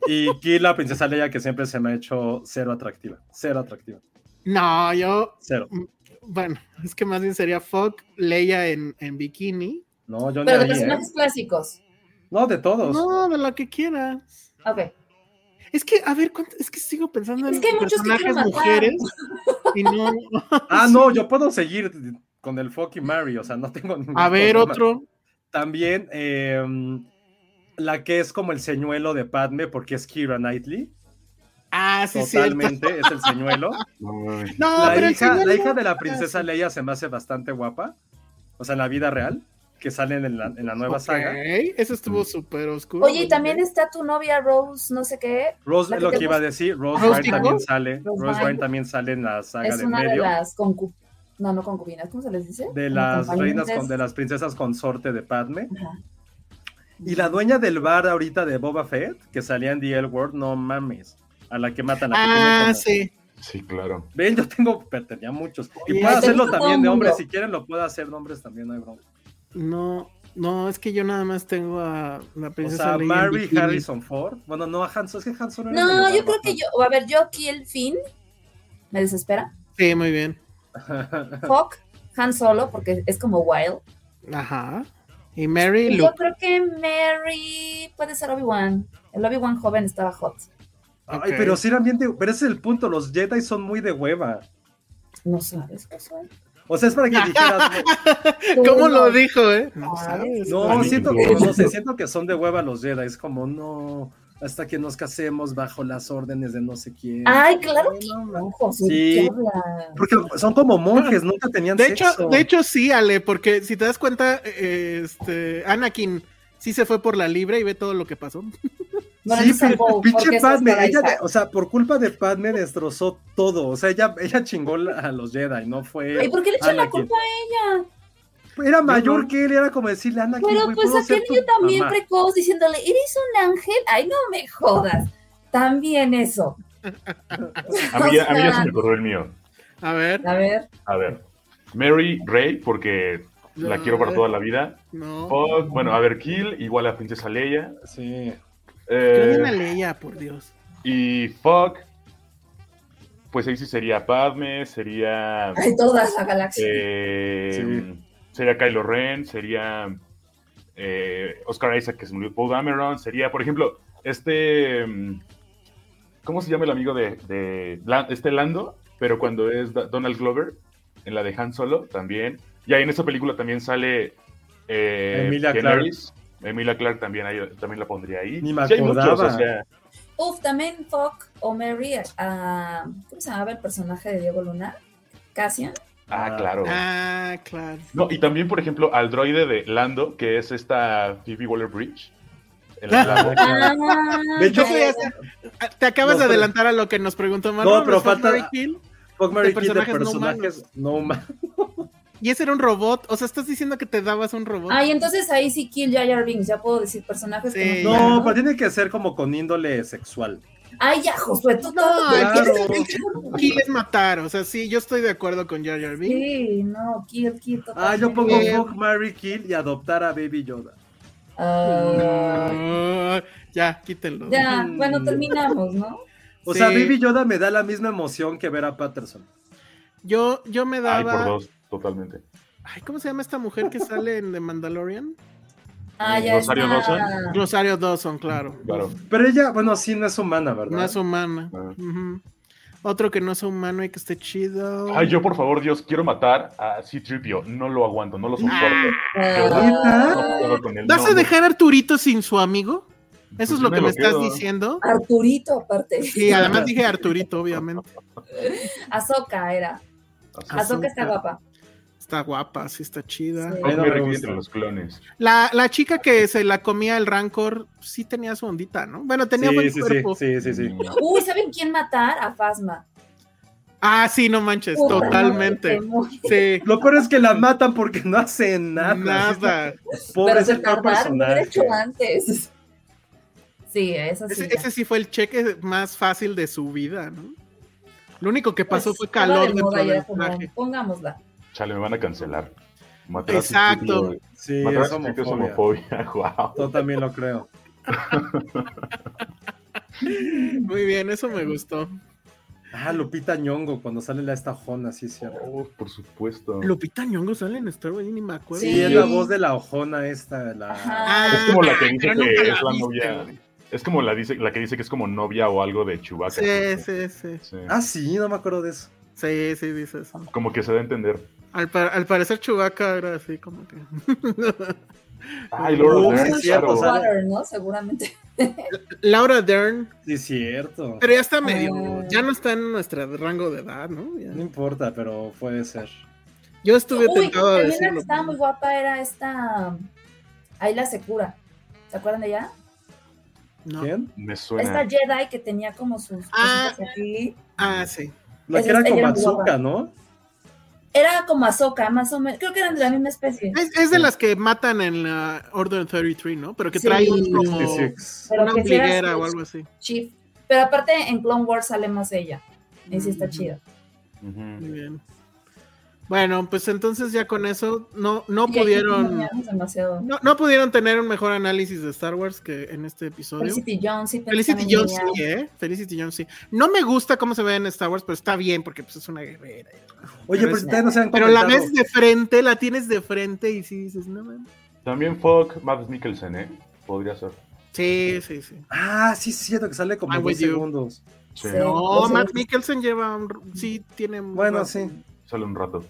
[SPEAKER 3] Y Kill la princesa Leia, que siempre se me ha hecho cero atractiva. Cero atractiva.
[SPEAKER 5] No, yo,
[SPEAKER 3] Cero.
[SPEAKER 5] bueno, es que más bien sería Fuck, Leia en, en bikini.
[SPEAKER 3] No, yo ni
[SPEAKER 4] Pero de
[SPEAKER 3] ahí,
[SPEAKER 7] pues
[SPEAKER 3] ¿eh?
[SPEAKER 4] personajes clásicos.
[SPEAKER 3] No, de todos.
[SPEAKER 5] No, de lo que quiera.
[SPEAKER 4] Ok.
[SPEAKER 5] Es que, a ver, ¿cuánto- es que sigo pensando
[SPEAKER 4] Es
[SPEAKER 5] en
[SPEAKER 4] que hay muchos que
[SPEAKER 5] personajes
[SPEAKER 4] quiero matar.
[SPEAKER 5] mujeres
[SPEAKER 3] <laughs>
[SPEAKER 5] y no,
[SPEAKER 3] Ah, no, yo puedo seguir con el fucking Mary, o sea, Pues no tengo ningún
[SPEAKER 5] A ver,
[SPEAKER 3] problema.
[SPEAKER 5] otro.
[SPEAKER 3] También eh, la que es como el señuelo de Padme, porque es Kira Knightley.
[SPEAKER 5] Ah, sí, cierto.
[SPEAKER 3] Totalmente es el señuelo.
[SPEAKER 6] Ay,
[SPEAKER 5] No, pero
[SPEAKER 3] la,
[SPEAKER 5] el
[SPEAKER 3] hija,
[SPEAKER 5] señor
[SPEAKER 3] la
[SPEAKER 5] no-
[SPEAKER 3] hija de la princesa Leia se me hace bastante guapa. O sea, en la vida real, que salen en la, en la nueva
[SPEAKER 5] Ok,
[SPEAKER 3] saga. Mm.
[SPEAKER 5] Eso estuvo súper oscuro.
[SPEAKER 4] Oye, y también está tu novia Rose, no sé qué.
[SPEAKER 3] Rose,
[SPEAKER 4] La que
[SPEAKER 3] lo
[SPEAKER 4] te
[SPEAKER 3] que iba a decir, Rose
[SPEAKER 5] ¿Rose
[SPEAKER 3] Byrne
[SPEAKER 5] Tico?
[SPEAKER 3] también sale.
[SPEAKER 4] Rose
[SPEAKER 3] Rose Byrne
[SPEAKER 4] Byrne.
[SPEAKER 3] también sale en la saga
[SPEAKER 4] Es
[SPEAKER 3] del
[SPEAKER 4] una de
[SPEAKER 3] medio.
[SPEAKER 4] las concubinas. No, no concubinas, ¿cómo se les dice?
[SPEAKER 3] De
[SPEAKER 4] Como
[SPEAKER 3] las reinas,
[SPEAKER 4] compañeras.
[SPEAKER 3] con, de las princesas consorte de Padme.
[SPEAKER 4] Ajá.
[SPEAKER 3] Y la dueña del bar ahorita de Boba Fett, que salía en The L Word, no mames. A la que matan a la pequeña
[SPEAKER 5] Ah,
[SPEAKER 3] como-
[SPEAKER 5] sí.
[SPEAKER 6] Sí, claro.
[SPEAKER 3] Ven, yo tengo, pero tenía muchos. Y
[SPEAKER 5] Oye,
[SPEAKER 3] puedo
[SPEAKER 5] te
[SPEAKER 3] hacerlo
[SPEAKER 4] gusta todo
[SPEAKER 3] también de
[SPEAKER 4] el
[SPEAKER 3] hombres,
[SPEAKER 4] mundo.
[SPEAKER 3] si quieren lo puedo hacer de hombres también, no hay bronca.
[SPEAKER 5] No, no, es que yo nada más tengo a la
[SPEAKER 3] O
[SPEAKER 5] princesa
[SPEAKER 3] sea,
[SPEAKER 5] Leia en
[SPEAKER 3] Mary
[SPEAKER 5] bikini.
[SPEAKER 3] Harrison Ford. Bueno, no a Han Solo, es que Han Solo era
[SPEAKER 4] No,
[SPEAKER 3] medio
[SPEAKER 4] yo creo que
[SPEAKER 3] barba.
[SPEAKER 4] yo. A ver, yo aquí el fin. Me desespera.
[SPEAKER 5] Sí, muy bien.
[SPEAKER 4] Fuck, Han Solo, porque es como wild.
[SPEAKER 5] Ajá. Y Mary
[SPEAKER 4] Y
[SPEAKER 5] Luke.
[SPEAKER 4] yo creo que Mary puede ser Obi-Wan. El Obi-Wan joven estaba hot.
[SPEAKER 3] Ay,
[SPEAKER 5] Ok.
[SPEAKER 3] pero sí eran bien de- Pero ese es el punto, los Jedi son muy de hueva.
[SPEAKER 4] No sabes,
[SPEAKER 3] <laughs>
[SPEAKER 4] Josué.
[SPEAKER 3] O sea, es para
[SPEAKER 4] <laughs>
[SPEAKER 3] que dijeras,
[SPEAKER 5] ¿Cómo
[SPEAKER 4] Tú
[SPEAKER 5] lo
[SPEAKER 4] no.
[SPEAKER 5] dijo, eh? No
[SPEAKER 4] Ah,
[SPEAKER 5] sabes.
[SPEAKER 3] no,
[SPEAKER 6] Para
[SPEAKER 3] no,
[SPEAKER 6] mí
[SPEAKER 3] siento
[SPEAKER 6] no.
[SPEAKER 3] que, no sé, siento que son de hueva los Jedi. Es como, no, hasta que nos casemos bajo las órdenes de no sé quién.
[SPEAKER 4] Ay, claro que no, Josué.
[SPEAKER 3] Sí.
[SPEAKER 4] ¿qué hablas?
[SPEAKER 3] Porque son como monjes, nunca tenían
[SPEAKER 5] De hecho,
[SPEAKER 3] sexo.
[SPEAKER 5] de hecho, sí, Ale, porque si te das cuenta, eh, este, Anakin sí se fue por la libre y ve todo lo que pasó.
[SPEAKER 4] Bueno,
[SPEAKER 3] sí,
[SPEAKER 4] entonces,
[SPEAKER 3] pero
[SPEAKER 4] Bo, porque
[SPEAKER 3] pinche
[SPEAKER 4] eso es
[SPEAKER 3] Padme,
[SPEAKER 4] para
[SPEAKER 3] ella,
[SPEAKER 4] Isaac.
[SPEAKER 3] de- o sea, por culpa de Padme destrozó todo, o sea, ella, ella chingó la- a los Jedi, no
[SPEAKER 4] ¿Y
[SPEAKER 3] fue...
[SPEAKER 4] por qué le echan la
[SPEAKER 3] Anakin.
[SPEAKER 4] culpa a ella?
[SPEAKER 3] Era mayor que él, era como decirle, Ana,
[SPEAKER 4] Pero pues aquel yo también precoz diciéndole, eres un ángel. Ay, no me jodas. También
[SPEAKER 3] <laughs>
[SPEAKER 4] eso.
[SPEAKER 6] A mí, ya, a mí ya se me ocurrió el mío.
[SPEAKER 5] A ver.
[SPEAKER 4] A ver,
[SPEAKER 6] A ver. Mary Rey, porque la quiero para toda la vida.
[SPEAKER 5] No.
[SPEAKER 6] Fuck, bueno, a ver, Kill, igual a Princesa Leia.
[SPEAKER 3] <laughs> Sí.
[SPEAKER 5] Creo
[SPEAKER 6] Eh,
[SPEAKER 5] en la Leia, por Dios.
[SPEAKER 6] y Fuck. Pues ahí sí sería Padme, sería.
[SPEAKER 4] hay todas la galaxia.
[SPEAKER 6] eh,
[SPEAKER 3] Sí.
[SPEAKER 6] Sería Kylo Ren, sería. eh, Oscar Isaac, que se murió Paul Dameron, sería, por ejemplo, este. mm, ¿Cómo se llama el amigo de. de La- este Lando? Pero cuando es Da- Donald Glover, en la de Han Solo también. Y ahí en esa película también sale Eh,
[SPEAKER 3] Emilia
[SPEAKER 6] Daenerys, Emilia Clark también, ahí- también la pondría ahí.
[SPEAKER 3] Ni me
[SPEAKER 6] Sí, hay muchos,
[SPEAKER 3] acordaba.
[SPEAKER 6] o sea,
[SPEAKER 7] Uf, también Fuck o Mary a. ¿Cómo se llamaba el personaje de Diego Luna? Cassian.
[SPEAKER 6] ah, claro.
[SPEAKER 5] Ah, claro.
[SPEAKER 6] No, y también, por ejemplo, al droide de Lando, que es esta Phoebe Waller-Bridge.
[SPEAKER 3] <laughs>
[SPEAKER 6] El Lando.
[SPEAKER 3] Ah.
[SPEAKER 7] Ah.
[SPEAKER 3] De hecho,
[SPEAKER 7] ya,
[SPEAKER 5] Eso
[SPEAKER 7] ya,
[SPEAKER 5] ya
[SPEAKER 7] ya.
[SPEAKER 5] está- Te acabas
[SPEAKER 3] No,
[SPEAKER 5] de
[SPEAKER 3] pero-
[SPEAKER 5] adelantar a lo que nos preguntó Manuel.
[SPEAKER 3] No, pero
[SPEAKER 5] ¿es Fuck,
[SPEAKER 3] falta-
[SPEAKER 5] Marry, Kill?
[SPEAKER 3] Fuck Mary
[SPEAKER 5] de
[SPEAKER 3] Kill de
[SPEAKER 5] personajes Este no
[SPEAKER 3] personajes no humanos.
[SPEAKER 5] Y ese era un robot. O sea, estás diciendo que te dabas un robot.
[SPEAKER 7] Ay, entonces ahí sí Kill Jar Jar Binks, ya puedo decir personajes que
[SPEAKER 5] Sí.
[SPEAKER 7] no.
[SPEAKER 3] No,
[SPEAKER 7] ¿no?
[SPEAKER 3] pero tiene que ser como con índole sexual.
[SPEAKER 7] Ay, ya, Josué, tú
[SPEAKER 5] No,
[SPEAKER 7] todo-
[SPEAKER 3] claro.
[SPEAKER 5] el chiste es matar. O sea, sí, yo estoy de acuerdo con Jar Jar Binks.
[SPEAKER 7] Sí, no, Kill, Kill, total.
[SPEAKER 3] Ah, yo pongo
[SPEAKER 5] Bien.
[SPEAKER 3] Fuck Mary Kill y adoptar a Baby Yoda.
[SPEAKER 7] Ah,
[SPEAKER 5] Ah, ya, quítenlo.
[SPEAKER 7] ya, bueno, terminamos, ¿no?
[SPEAKER 3] O
[SPEAKER 5] Sí.
[SPEAKER 3] sea, Baby Yoda me da la misma emoción que ver a Patterson.
[SPEAKER 5] Yo, yo me
[SPEAKER 6] Ay, por
[SPEAKER 5] daba.
[SPEAKER 6] dos, totalmente.
[SPEAKER 5] Ay, ¿cómo se llama esta mujer que sale en The Mandalorian?
[SPEAKER 7] Ah, ya
[SPEAKER 6] Rosario
[SPEAKER 7] está.
[SPEAKER 6] Dawson.
[SPEAKER 5] Rosario Dawson, claro.
[SPEAKER 6] Claro.
[SPEAKER 3] Pero ella, bueno, sí, no es humana, ¿verdad?
[SPEAKER 5] No es humana.
[SPEAKER 6] Ah.
[SPEAKER 5] Ujú. Otro que no es humano y que esté chido.
[SPEAKER 6] Ay, yo, por favor, Dios, quiero matar a C-Tripio. No lo aguanto, no lo soporto.
[SPEAKER 7] Ah,
[SPEAKER 6] No puedo con él,
[SPEAKER 5] ¿Vas
[SPEAKER 6] no,
[SPEAKER 5] a
[SPEAKER 6] no.
[SPEAKER 5] dejar a Arturito sin su amigo?
[SPEAKER 6] Pues
[SPEAKER 5] ¿Eso es
[SPEAKER 6] yo
[SPEAKER 5] lo que me estás
[SPEAKER 6] quedo.
[SPEAKER 5] diciendo?
[SPEAKER 7] Arturito, aparte.
[SPEAKER 5] Sí, además dije Arturito, obviamente.
[SPEAKER 7] Azoka era.
[SPEAKER 6] Así.
[SPEAKER 7] Azoka está
[SPEAKER 5] Ahsoka.
[SPEAKER 7] guapa.
[SPEAKER 5] Está guapa, sí está chida.
[SPEAKER 7] Sí.
[SPEAKER 6] Fuck
[SPEAKER 3] no me
[SPEAKER 6] Mary Kill
[SPEAKER 3] gusta.
[SPEAKER 6] entre los clones.
[SPEAKER 5] La, la chica que se la comía el rancor, sí tenía su ondita, ¿no? Bueno, tenía
[SPEAKER 3] sí,
[SPEAKER 5] buen
[SPEAKER 3] sí, sí,
[SPEAKER 5] cuerpo.
[SPEAKER 3] sí, sí, sí.
[SPEAKER 6] Mm,
[SPEAKER 7] Uy, ¿saben quién matar? A Fasma.
[SPEAKER 5] Ah, sí, no manches,
[SPEAKER 7] Puta,
[SPEAKER 5] totalmente.
[SPEAKER 7] no, me temo.
[SPEAKER 5] Sí,
[SPEAKER 3] Lo peor es que la matan porque no hace <laughs> nada. este
[SPEAKER 5] nada.
[SPEAKER 3] Pobre
[SPEAKER 7] Pero se
[SPEAKER 3] ese peor
[SPEAKER 7] tardaron, lo
[SPEAKER 3] personaje.
[SPEAKER 7] hubiera hecho antes. <laughs> Sí, eso sí.
[SPEAKER 5] Ese,
[SPEAKER 7] ya.
[SPEAKER 5] ese sí fue el cheque más fácil de su vida, ¿no? Lo único que pasó
[SPEAKER 7] Pues,
[SPEAKER 5] fue
[SPEAKER 7] estaba
[SPEAKER 5] calor
[SPEAKER 7] de
[SPEAKER 5] dentro
[SPEAKER 7] moda y era
[SPEAKER 5] del
[SPEAKER 7] como,
[SPEAKER 5] traje.
[SPEAKER 7] Pongámosla.
[SPEAKER 6] Chale, me van a cancelar. Matar a
[SPEAKER 5] Exacto.
[SPEAKER 6] C-3PO.
[SPEAKER 3] Sí,
[SPEAKER 6] Matar a
[SPEAKER 3] es
[SPEAKER 6] C-3PO es
[SPEAKER 3] homofobia.
[SPEAKER 6] homofobia. <laughs> Wow.
[SPEAKER 3] Yo también lo creo.
[SPEAKER 5] Muy bien, eso me gustó.
[SPEAKER 3] Ah, Lupita Ñongo, cuando sale la estajona, sí, es cierto.
[SPEAKER 6] Oh, por supuesto.
[SPEAKER 5] Lupita Ñongo sale en Star Wars, ni me acuerdo.
[SPEAKER 3] Sí,
[SPEAKER 7] Sí.
[SPEAKER 3] es la voz de la ojona esta. La...
[SPEAKER 7] Ajá.
[SPEAKER 5] Ah,
[SPEAKER 6] Es como la que dice
[SPEAKER 5] pero
[SPEAKER 6] que
[SPEAKER 5] nunca
[SPEAKER 6] es la
[SPEAKER 5] viste,
[SPEAKER 6] novia.
[SPEAKER 5] güey.
[SPEAKER 6] Es como la, dice, la que dice que es como novia o algo de Chewbacca.
[SPEAKER 5] Sí, sí, sí.
[SPEAKER 6] Sí.
[SPEAKER 3] Ah, sí, no me acuerdo de eso.
[SPEAKER 5] Sí, sí, dice eso.
[SPEAKER 6] Como que se da a entender.
[SPEAKER 5] Al, pa- al parecer Chewbacca era así como que...
[SPEAKER 6] Ay, Lord
[SPEAKER 3] Oh,
[SPEAKER 6] of the
[SPEAKER 3] sí,
[SPEAKER 6] Rings,
[SPEAKER 3] es
[SPEAKER 6] claro.
[SPEAKER 3] cierto, o sea,
[SPEAKER 7] Water, ¿no? Seguramente.
[SPEAKER 5] Laura Dern,
[SPEAKER 3] Sí, es cierto.
[SPEAKER 5] pero ya está medio...
[SPEAKER 7] Ah.
[SPEAKER 5] Ya no está en nuestro rango de edad, ¿no? Ya.
[SPEAKER 3] No importa, pero puede ser.
[SPEAKER 5] Yo <laughs> estuve
[SPEAKER 7] Uy,
[SPEAKER 5] tentado a
[SPEAKER 7] también la que
[SPEAKER 5] decirlo.
[SPEAKER 7] estaba muy guapa era esta. Ayla Secura. ¿Se acuerdan de ella?
[SPEAKER 5] No.
[SPEAKER 3] ¿Quién?
[SPEAKER 6] Me
[SPEAKER 7] Esta
[SPEAKER 6] suena.
[SPEAKER 7] Jedi que tenía como sus
[SPEAKER 5] Ah.
[SPEAKER 7] cositas aquí.
[SPEAKER 5] Ah, sí.
[SPEAKER 3] La
[SPEAKER 7] Esa
[SPEAKER 3] que era
[SPEAKER 7] está
[SPEAKER 3] con
[SPEAKER 7] llena de
[SPEAKER 3] Bazooka,
[SPEAKER 7] guapa.
[SPEAKER 3] ¿no?
[SPEAKER 7] Era como Azoka, más o menos. Creo que eran de la misma especie.
[SPEAKER 5] Es, es de las que matan en la Order 33, ¿no? Pero que
[SPEAKER 7] Sí.
[SPEAKER 5] trae un como...
[SPEAKER 3] Sí, sí.
[SPEAKER 7] Pero
[SPEAKER 5] una
[SPEAKER 7] que sí era
[SPEAKER 5] ombliguera
[SPEAKER 7] su-
[SPEAKER 5] o algo así.
[SPEAKER 7] Chief. Pero aparte en Clone Wars sale más ella. Y sí está
[SPEAKER 5] Ujú.
[SPEAKER 7] chida.
[SPEAKER 5] Muy
[SPEAKER 6] Ujú.
[SPEAKER 5] bien. Bueno, pues entonces ya con eso no, no
[SPEAKER 7] Y aquí
[SPEAKER 5] pudieron...
[SPEAKER 7] teníamos demasiado.
[SPEAKER 5] No, no pudieron tener un mejor análisis de Star Wars que en este episodio.
[SPEAKER 7] Felicity Jones. sí,
[SPEAKER 5] Felicity
[SPEAKER 7] también
[SPEAKER 5] Jones
[SPEAKER 7] tenía-
[SPEAKER 5] sí, ¿eh? Felicity Jones sí. No me gusta cómo se ve en Star Wars, pero está bien porque pues, es una guerrera.
[SPEAKER 3] Oye, pero si ustedes no se han
[SPEAKER 5] Pero la
[SPEAKER 3] comentado.
[SPEAKER 5] ves de frente, la tienes de frente y sí dices, no mames.
[SPEAKER 6] También Fuck Matt Mikkelsen, ¿eh? Podría ser.
[SPEAKER 5] Sí, sí, sí.
[SPEAKER 3] Ah, sí, es cierto que sale como
[SPEAKER 5] I'm
[SPEAKER 3] dos
[SPEAKER 5] with you.
[SPEAKER 3] segundos.
[SPEAKER 6] Sí.
[SPEAKER 7] Sí.
[SPEAKER 5] No,
[SPEAKER 7] Sí.
[SPEAKER 5] Matt Mikkelsen lleva un... ro- Sí, tiene... un
[SPEAKER 3] pues, Bueno,
[SPEAKER 5] rato
[SPEAKER 3] sí.
[SPEAKER 6] Sale un rato.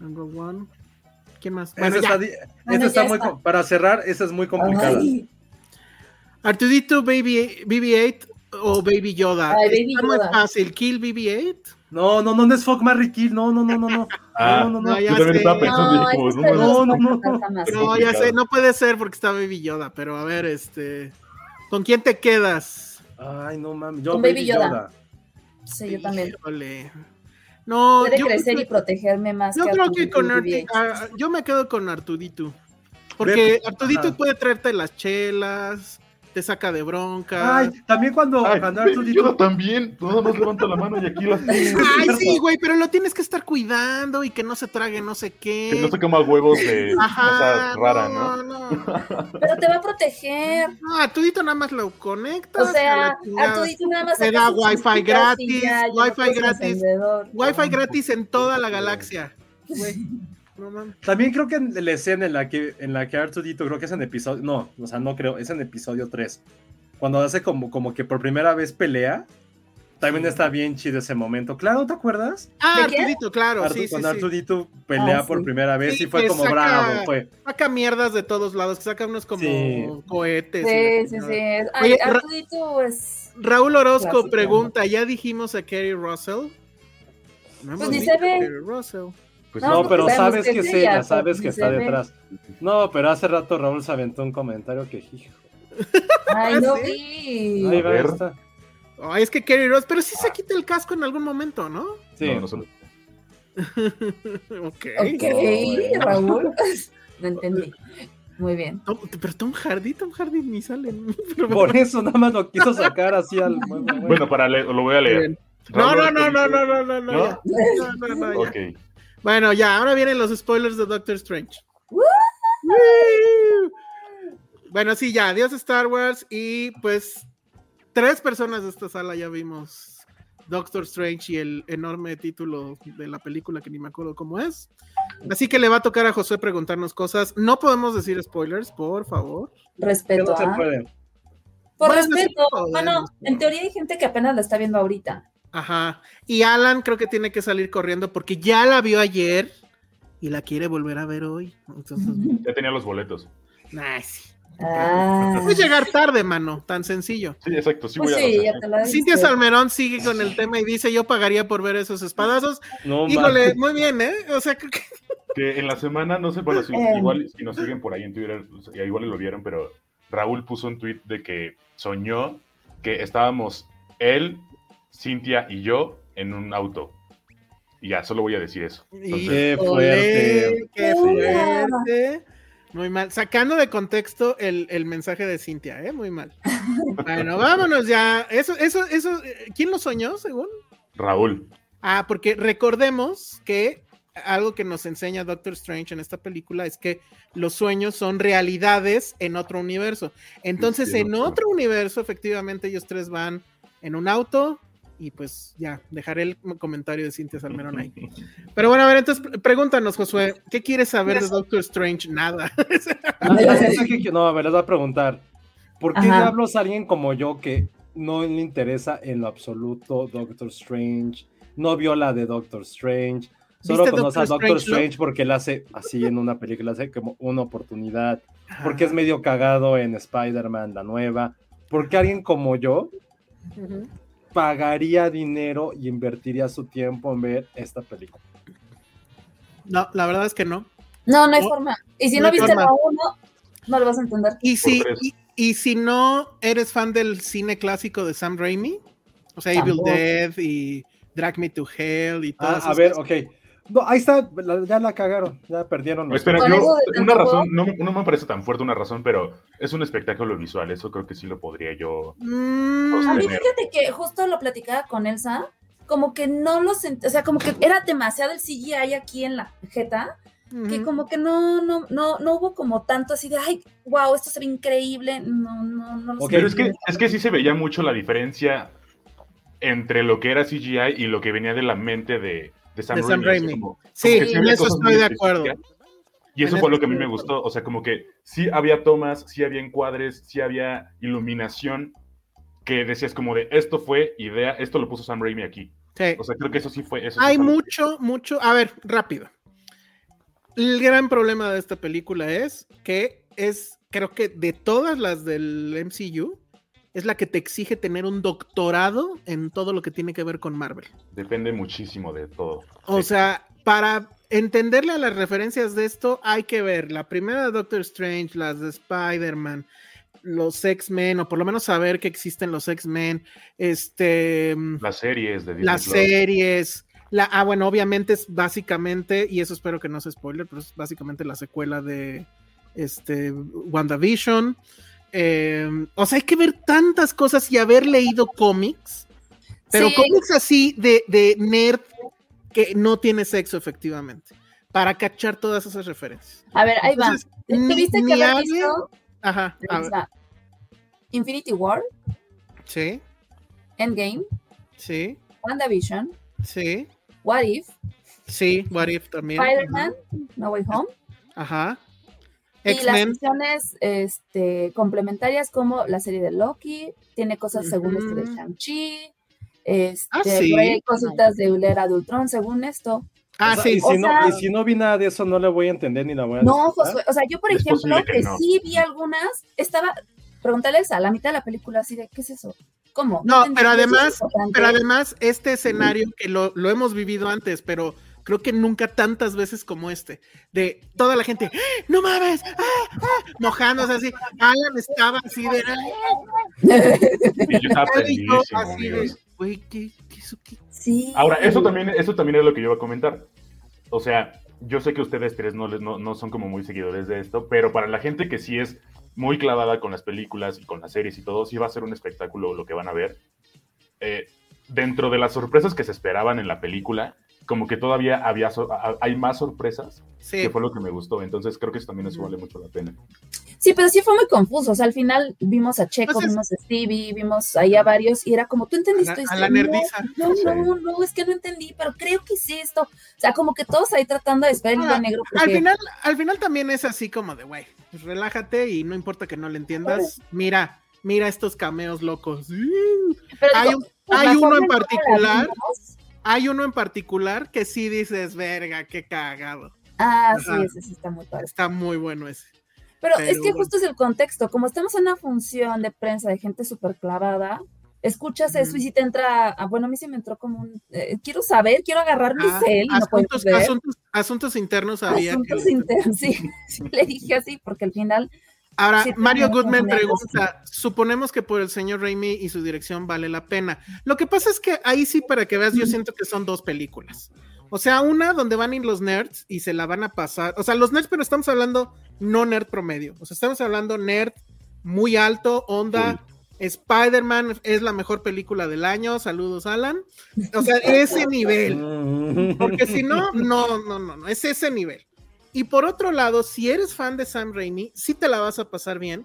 [SPEAKER 5] en Rogue One. ¿Quién más?
[SPEAKER 3] Esa
[SPEAKER 5] Bueno, ya.
[SPEAKER 3] está, di- esa
[SPEAKER 7] Bueno,
[SPEAKER 3] está
[SPEAKER 7] ya
[SPEAKER 3] muy
[SPEAKER 7] está.
[SPEAKER 3] com- Para cerrar, esa es muy complicada.
[SPEAKER 7] Ay,
[SPEAKER 5] Artudito, Baby- BB-8 o Baby Yoda.
[SPEAKER 7] Ay, Baby
[SPEAKER 5] está muy
[SPEAKER 7] Yoda.
[SPEAKER 5] fácil. Kill BB-8.
[SPEAKER 3] No, no, no, no es Fuck Marry Kill. No, no, no, no,
[SPEAKER 5] <laughs>
[SPEAKER 3] no.
[SPEAKER 6] Ah,
[SPEAKER 3] no, no,
[SPEAKER 5] no,
[SPEAKER 3] no.
[SPEAKER 5] este ya
[SPEAKER 6] Yo también
[SPEAKER 5] sé.
[SPEAKER 6] estaba pensando,
[SPEAKER 7] No,
[SPEAKER 6] dije, como,
[SPEAKER 7] esas
[SPEAKER 6] no,
[SPEAKER 7] tres
[SPEAKER 6] no,
[SPEAKER 3] no,
[SPEAKER 7] no
[SPEAKER 3] no,
[SPEAKER 7] faltan
[SPEAKER 3] no.
[SPEAKER 7] jamás.
[SPEAKER 6] Pero-
[SPEAKER 5] No, ya
[SPEAKER 6] complicado.
[SPEAKER 5] sé, no puede ser porque está Baby Yoda, pero a ver, este... ¿Con quién te quedas?
[SPEAKER 3] Ay, no mames. Yo,
[SPEAKER 7] Con
[SPEAKER 3] Baby,
[SPEAKER 7] Baby
[SPEAKER 3] Yoda.
[SPEAKER 7] Yoda. Sí, yo también.
[SPEAKER 5] Híjole. No,
[SPEAKER 7] Puede
[SPEAKER 5] yo,
[SPEAKER 7] crecer y
[SPEAKER 5] creo-
[SPEAKER 7] protegerme más.
[SPEAKER 5] yo
[SPEAKER 7] a
[SPEAKER 5] creo
[SPEAKER 7] tu-
[SPEAKER 5] que
[SPEAKER 7] tu
[SPEAKER 5] con
[SPEAKER 7] BB-8.
[SPEAKER 5] Arti- ah, yo me quedo con Artudito. Porque Artudito
[SPEAKER 3] Ajá.
[SPEAKER 5] puede traerte las chelas, te saca de bronca.
[SPEAKER 3] Ay, también cuando,
[SPEAKER 6] Ay,
[SPEAKER 3] cuando Arturito-
[SPEAKER 6] yo también. Nada más levanto la mano y aquí las tengo.
[SPEAKER 5] Ay,
[SPEAKER 3] cierto.
[SPEAKER 5] sí, güey, pero lo tienes que estar cuidando y que no se trague no sé qué.
[SPEAKER 6] Que no se coma huevos de
[SPEAKER 5] Ajá,
[SPEAKER 6] cosas raras,
[SPEAKER 5] no,
[SPEAKER 6] ¿no?
[SPEAKER 5] no.
[SPEAKER 7] Pero te va a proteger.
[SPEAKER 5] No, Artudito nada más lo conectas.
[SPEAKER 7] O
[SPEAKER 5] a
[SPEAKER 7] sea,
[SPEAKER 5] la chingada.
[SPEAKER 7] Arturito nada más.
[SPEAKER 5] Me
[SPEAKER 7] saca
[SPEAKER 5] da
[SPEAKER 7] sus
[SPEAKER 5] wifi
[SPEAKER 7] chispitas y
[SPEAKER 5] gratis,
[SPEAKER 7] ya, ya no
[SPEAKER 5] wifi
[SPEAKER 7] puso
[SPEAKER 5] gratis.
[SPEAKER 7] encendedor.
[SPEAKER 5] Wi-Fi gratis en toda la galaxia. Güey, no mames.
[SPEAKER 3] También creo que en la escena en la que, en la que Arturito, creo que es en episodio. No, o sea, no creo, es en episodio 3. Cuando hace como, como que por primera vez pelea. También está bien chido ese momento. Claro, ¿te acuerdas?
[SPEAKER 5] Ah,
[SPEAKER 4] ¿De qué?
[SPEAKER 5] Arturito, claro,
[SPEAKER 3] Artu-
[SPEAKER 5] sí, sí,
[SPEAKER 3] cuando
[SPEAKER 5] sí.
[SPEAKER 3] Arturito pelea
[SPEAKER 4] Ah, sí.
[SPEAKER 3] por primera vez
[SPEAKER 5] Sí,
[SPEAKER 3] y fue
[SPEAKER 5] que
[SPEAKER 3] como
[SPEAKER 5] saca-
[SPEAKER 3] bravo. Fue.
[SPEAKER 5] Saca mierdas de todos lados, que saca unos como
[SPEAKER 3] Sí.
[SPEAKER 5] cohetes.
[SPEAKER 4] Sí,
[SPEAKER 5] y-
[SPEAKER 4] sí, sí.
[SPEAKER 7] Ay,
[SPEAKER 5] Oye, Ra-
[SPEAKER 7] Arturito pues, es.
[SPEAKER 5] <laughs> Raúl Orozco
[SPEAKER 7] Clásico.
[SPEAKER 5] pregunta, ¿ya dijimos a Kerry Russell? No
[SPEAKER 7] Pues
[SPEAKER 5] hemos
[SPEAKER 7] ni
[SPEAKER 5] dicho
[SPEAKER 7] se ve.
[SPEAKER 5] a Kerry Russell.
[SPEAKER 6] Pues
[SPEAKER 7] No,
[SPEAKER 3] No,
[SPEAKER 7] no
[SPEAKER 3] pero
[SPEAKER 7] sabemos
[SPEAKER 3] sabes
[SPEAKER 7] qué
[SPEAKER 3] que
[SPEAKER 7] es
[SPEAKER 3] es
[SPEAKER 7] ella,
[SPEAKER 3] ella, sabes
[SPEAKER 7] pero
[SPEAKER 3] que
[SPEAKER 7] ni se
[SPEAKER 3] está
[SPEAKER 7] ve.
[SPEAKER 3] detrás. No, pero hace rato Raúl se aventó un comentario que hijo.
[SPEAKER 7] Ay, no
[SPEAKER 5] ¿Ah, ¿Sí?
[SPEAKER 7] vi.
[SPEAKER 3] Ahí va
[SPEAKER 6] ver.
[SPEAKER 3] esta.
[SPEAKER 5] Ay, es que Kerry Russell, pero sí se quita el casco en algún momento, ¿no? <laughs>
[SPEAKER 3] Sí.
[SPEAKER 6] no, no se lo-
[SPEAKER 5] ok.
[SPEAKER 7] Ok, <laughs> Raúl.
[SPEAKER 5] <laughs>
[SPEAKER 7] No entendí. Muy bien.
[SPEAKER 5] Tom- pero Tom Hardy, Tom Hardy ni sale. <laughs> Pero bueno.
[SPEAKER 3] Por eso nada más lo quiso sacar así al. Bueno, bueno.
[SPEAKER 6] Bueno, para le- lo voy a leer.
[SPEAKER 5] No, no,
[SPEAKER 6] Raúl
[SPEAKER 5] no, no,
[SPEAKER 6] Orozco-
[SPEAKER 5] no, no, no, no,
[SPEAKER 6] ¿No?
[SPEAKER 5] ya. No, no, no, ya.
[SPEAKER 6] Ok.
[SPEAKER 5] Bueno, ya, ahora vienen los spoilers de Doctor Strange.
[SPEAKER 7] ¡Woo!
[SPEAKER 5] ¡Woo! Bueno, sí, ya, adiós Star Wars y pues tres personas de esta sala ya vimos Doctor Strange y el enorme título de la película que ni me acuerdo cómo es. Así que le va a tocar a José preguntarnos cosas. No podemos decir spoilers, por favor.
[SPEAKER 7] Respeto.
[SPEAKER 3] no se
[SPEAKER 7] ¿ah?
[SPEAKER 3] puede.
[SPEAKER 7] Por
[SPEAKER 5] Bueno,
[SPEAKER 7] respeto.
[SPEAKER 5] sí podemos.
[SPEAKER 7] Bueno, en teoría hay gente que apenas la está viendo ahorita.
[SPEAKER 5] Ajá. Y Alan creo que tiene que salir corriendo porque ya la vio ayer y la quiere volver a ver hoy. Entonces,
[SPEAKER 7] <laughs>
[SPEAKER 6] Ya tenía los boletos.
[SPEAKER 5] nah, sí.
[SPEAKER 7] Ah.
[SPEAKER 5] Puedes llegar tarde, mano, tan sencillo.
[SPEAKER 6] Sí, exacto. Sí, voy
[SPEAKER 7] Pues
[SPEAKER 6] a
[SPEAKER 7] sí,
[SPEAKER 6] hacer.
[SPEAKER 7] ya te la
[SPEAKER 5] Cintia
[SPEAKER 7] diste.
[SPEAKER 5] Salmerón sigue con el tema y dice, yo pagaría por ver esos espadazos.
[SPEAKER 3] No,
[SPEAKER 5] Híjole,
[SPEAKER 3] mames.
[SPEAKER 5] muy bien, ¿eh? O sea, creo que-
[SPEAKER 6] Que en la semana, no sé, bueno, si,
[SPEAKER 7] Eh.
[SPEAKER 6] igual si nos siguen por ahí en Twitter, o sea, igual lo vieron, pero Raúl puso un tweet de que soñó que estábamos él, Cintia y yo en un auto. Y ya, solo voy a decir eso. Entonces,
[SPEAKER 3] Qué fuerte.
[SPEAKER 5] Ole, qué
[SPEAKER 7] Hola.
[SPEAKER 5] fuerte. Muy mal. Sacando de contexto el, el mensaje de Cintia, ¿eh? Muy mal. Bueno, vámonos ya. Eso, eso, eso, eh, ¿quién lo soñó, según?
[SPEAKER 6] Raúl,
[SPEAKER 5] Ah, porque recordemos que algo que nos enseña Doctor Strange en esta película es que los sueños son realidades en otro universo. Entonces,
[SPEAKER 6] Sí,
[SPEAKER 5] en
[SPEAKER 6] no, no.
[SPEAKER 5] otro universo, efectivamente, ellos tres van en un auto y pues ya, dejaré el com- comentario de Cintia Salmerón <laughs> ahí. Pero bueno, a ver, entonces pre- pregúntanos, Josué, ¿qué quieres saber de Doctor Strange? Nada.
[SPEAKER 3] La- la gente que- No, a ver, les voy a preguntar. ¿Por qué
[SPEAKER 7] Ajá.
[SPEAKER 3] diablos alguien como yo que no le interesa en lo absoluto Doctor Strange? No vio la de Doctor Strange. Solo
[SPEAKER 5] ¿Viste
[SPEAKER 3] conoce a
[SPEAKER 5] Doctor
[SPEAKER 3] Doctor
[SPEAKER 5] Strange, no?
[SPEAKER 3] Strange porque la hace así en una película, hace como una oportunidad. Porque es
[SPEAKER 5] Ah.
[SPEAKER 3] medio cagado en Spider-Man, la nueva. ¿Por qué alguien como yo
[SPEAKER 5] Ujú.
[SPEAKER 3] pagaría dinero y invertiría su tiempo en ver esta película?
[SPEAKER 5] <laughs> No, la verdad es que no.
[SPEAKER 7] No, no hay
[SPEAKER 5] No,
[SPEAKER 7] forma. Y si
[SPEAKER 5] no
[SPEAKER 7] no,
[SPEAKER 5] hay
[SPEAKER 7] viste
[SPEAKER 5] forma.
[SPEAKER 7] la uno, no lo vas a entender.
[SPEAKER 5] Y si,
[SPEAKER 6] tres.
[SPEAKER 5] y, y si no eres fan del cine clásico de Sam Raimi, o sea,
[SPEAKER 7] Tampoco.
[SPEAKER 5] Evil Dead y Drag Me to Hell y todo
[SPEAKER 3] Ah,
[SPEAKER 5] eso.
[SPEAKER 3] a ver, ok. No, ahí está, la- ya la cagaron, ya perdieron. los-
[SPEAKER 6] espera,
[SPEAKER 7] Con
[SPEAKER 6] yo,
[SPEAKER 7] eso de
[SPEAKER 6] una
[SPEAKER 7] tanto
[SPEAKER 6] razón, no, me- no me parece tan fuerte una razón, pero es un espectáculo visual, eso creo que sí lo podría yo.
[SPEAKER 5] Mm,
[SPEAKER 7] A mí
[SPEAKER 6] Tener.
[SPEAKER 7] fíjate que justo lo platicaba con Elsa, como que no lo sentí, o sea, como que era demasiado el CGI aquí en la jeta, que como que no, no, no, no hubo como tanto así de, ay, wow, esto se ve increíble, no, no, no lo
[SPEAKER 3] Ok,
[SPEAKER 6] Pero es
[SPEAKER 7] sentí.
[SPEAKER 6] que, es que sí se veía mucho la diferencia entre lo que era CGI y lo que venía de la mente de, de Sam
[SPEAKER 5] De Sam
[SPEAKER 6] Raimi. o sea,
[SPEAKER 5] Raimi.
[SPEAKER 6] como-
[SPEAKER 5] Sí,
[SPEAKER 6] como que
[SPEAKER 5] en
[SPEAKER 6] había
[SPEAKER 5] eso
[SPEAKER 6] cosas
[SPEAKER 5] estoy
[SPEAKER 6] muy
[SPEAKER 5] de acuerdo.
[SPEAKER 6] específicas. Y eso fue
[SPEAKER 5] En eso
[SPEAKER 6] lo que a mí me
[SPEAKER 5] estoy de
[SPEAKER 6] gustó. O sea, como que sí había tomas, sí había encuadres, sí había iluminación que decías como de esto fue idea, esto lo puso Sam Raimi aquí.
[SPEAKER 5] Sí.
[SPEAKER 6] O sea, creo que eso sí fue. Eso sí
[SPEAKER 5] Hay
[SPEAKER 6] fue lo que-
[SPEAKER 5] mucho, mucho. A ver, rápido. El gran problema de esta película es que es, creo que de todas las del MCU, es la que te exige tener un doctorado en todo lo que tiene que ver con Marvel.
[SPEAKER 6] Depende muchísimo de todo.
[SPEAKER 5] O
[SPEAKER 6] Sí.
[SPEAKER 5] sea, para entenderle a las referencias de esto, hay que ver la primera de Doctor Strange, las de Spider-Man, los X-Men, o por lo menos saber que existen los X-Men, este,
[SPEAKER 6] las series de Disney
[SPEAKER 5] las
[SPEAKER 6] Plus.
[SPEAKER 5] series. La, ah, bueno, obviamente es básicamente, y eso espero que no sea spoiler, pero es básicamente la secuela de este, WandaVision. Eh, o sea, hay que ver tantas cosas y haber leído cómics pero
[SPEAKER 7] Sí,
[SPEAKER 5] cómics así de, de nerd que no tiene sexo, efectivamente. Para cachar todas esas referencias.
[SPEAKER 7] a ver, ahí va.
[SPEAKER 5] Entonces, ni-
[SPEAKER 7] ¿Tuviste
[SPEAKER 5] ni
[SPEAKER 7] que haber
[SPEAKER 5] alguien-
[SPEAKER 7] visto
[SPEAKER 5] Ajá, a ver,
[SPEAKER 7] Elsa, Infinity War,
[SPEAKER 5] sí,
[SPEAKER 7] Endgame,
[SPEAKER 5] sí,
[SPEAKER 7] WandaVision,
[SPEAKER 5] sí,
[SPEAKER 7] What If,
[SPEAKER 5] sí, What If también.
[SPEAKER 7] Spider-Man, No Way Home,
[SPEAKER 5] Ajá.
[SPEAKER 7] y las
[SPEAKER 5] X-Men.
[SPEAKER 7] funciones este, complementarias como la serie de Loki, tiene cosas según este de
[SPEAKER 5] Ujú.
[SPEAKER 7] Shang-Chi, Este,
[SPEAKER 5] Ah, sí.
[SPEAKER 7] por ahí hay cositas de Ulera de Ultron, según esto.
[SPEAKER 5] Ah,
[SPEAKER 3] O sea,
[SPEAKER 5] sí,
[SPEAKER 3] y
[SPEAKER 5] sí.
[SPEAKER 3] si, no,
[SPEAKER 7] sea-
[SPEAKER 3] y si no vi nada de eso, no le voy a entender ni la voy a
[SPEAKER 7] No,
[SPEAKER 3] disfrutar.
[SPEAKER 7] Josué, o sea, yo por
[SPEAKER 6] Es
[SPEAKER 7] ejemplo,
[SPEAKER 6] posible
[SPEAKER 7] que,
[SPEAKER 6] que no.
[SPEAKER 7] sí vi algunas, estaba, pregúntale a Elsa, a la mitad de la película, así de, ¿qué es eso? ¿Cómo?
[SPEAKER 5] No,
[SPEAKER 7] entendí,
[SPEAKER 5] pero
[SPEAKER 7] eso es
[SPEAKER 5] además-
[SPEAKER 7] importante.
[SPEAKER 5] Pero además, este escenario que lo, lo hemos vivido antes, pero creo que nunca tantas veces como este, de toda la gente, ¡Ah! no mames, ¡Ah! ¡Ah!", mojándose así. Alan estaba así de.
[SPEAKER 6] Y yo estaba
[SPEAKER 5] <laughs> Y yo
[SPEAKER 6] perdidísimo,
[SPEAKER 5] así de,
[SPEAKER 6] amigos.
[SPEAKER 5] Güey, ¿qué, qué, eso, qué?
[SPEAKER 7] <laughs> Sí.
[SPEAKER 6] Ahora, eso también, eso también es lo que yo iba a comentar. O sea, yo sé que ustedes tres no, les- no, no son como muy seguidores de esto, pero para la gente que sí es muy clavada con las películas y con las series y todo, sí va a ser un espectáculo lo que van a ver. Eh, dentro de las sorpresas que se esperaban en la película, como que todavía había so- a- hay más sorpresas,
[SPEAKER 5] Sí.
[SPEAKER 6] que fue lo que me gustó. Entonces creo que eso también eso vale mucho la pena.
[SPEAKER 7] Sí, pero sí fue muy confuso. O sea, al final vimos a Checo,
[SPEAKER 5] Entonces-
[SPEAKER 7] vimos a Stevie, vimos ahí a varios y era como, ¿tú entendiste
[SPEAKER 5] A la-
[SPEAKER 7] esto?
[SPEAKER 5] a la nerdiza.
[SPEAKER 7] No,
[SPEAKER 6] Sí.
[SPEAKER 7] no, no, no, es que no entendí, pero creo que sí esto. O sea, como que todos ahí tratando de esperar el hilo
[SPEAKER 5] Ah,
[SPEAKER 7] negro.
[SPEAKER 5] Al
[SPEAKER 7] Porque,
[SPEAKER 5] final, al final también es así como de, güey, pues relájate y no importa que no le entiendas, mira, mira estos cameos locos. ¡Uh!
[SPEAKER 7] pero
[SPEAKER 5] hay
[SPEAKER 7] digo,
[SPEAKER 5] un-
[SPEAKER 7] por
[SPEAKER 5] hay
[SPEAKER 7] la
[SPEAKER 5] uno
[SPEAKER 7] forma
[SPEAKER 5] en
[SPEAKER 7] cómo la
[SPEAKER 5] particular.
[SPEAKER 7] vimos-
[SPEAKER 5] Hay uno en particular que sí dices, verga, qué cagado.
[SPEAKER 7] Ah, sí,
[SPEAKER 5] Ajá.
[SPEAKER 7] ese sí está muy padre.
[SPEAKER 5] Está muy bueno ese.
[SPEAKER 7] Pero,
[SPEAKER 5] Pero
[SPEAKER 7] es que
[SPEAKER 5] bueno.
[SPEAKER 7] justo es el contexto. Como estamos en una función de prensa de gente súper clavada, escuchas eso
[SPEAKER 5] Ujú.
[SPEAKER 7] y si te entra, ah, bueno, a mí sí me entró como un, eh, quiero saber, quiero agarrar mi
[SPEAKER 5] Ah,
[SPEAKER 7] cel. no puedo
[SPEAKER 5] asuntos,
[SPEAKER 7] ver.
[SPEAKER 5] asuntos- asuntos internos había. que-
[SPEAKER 7] Asuntos internos, <laughs> sí, sí, le dije así, porque al final,
[SPEAKER 5] Ahora,
[SPEAKER 7] Sí,
[SPEAKER 5] Mario
[SPEAKER 7] tenemos
[SPEAKER 5] Goodman
[SPEAKER 7] unos negros.
[SPEAKER 5] pregunta, suponemos que por el señor Raimi y su dirección vale la pena. Lo que pasa es que ahí sí, para que veas, yo siento que son dos películas. O sea, una donde van a ir los nerds y se la van a pasar. O sea, los nerds, pero estamos hablando no nerd promedio. O sea, estamos hablando nerd muy alto, onda. Spider-Man es la mejor película del año. Saludos, Alan. O sea, ese nivel.
[SPEAKER 3] Mm.
[SPEAKER 5] Porque si no, no, no, no, no, es ese nivel. Y por otro lado, si eres fan de Sam Raimi, sí te la vas a pasar bien,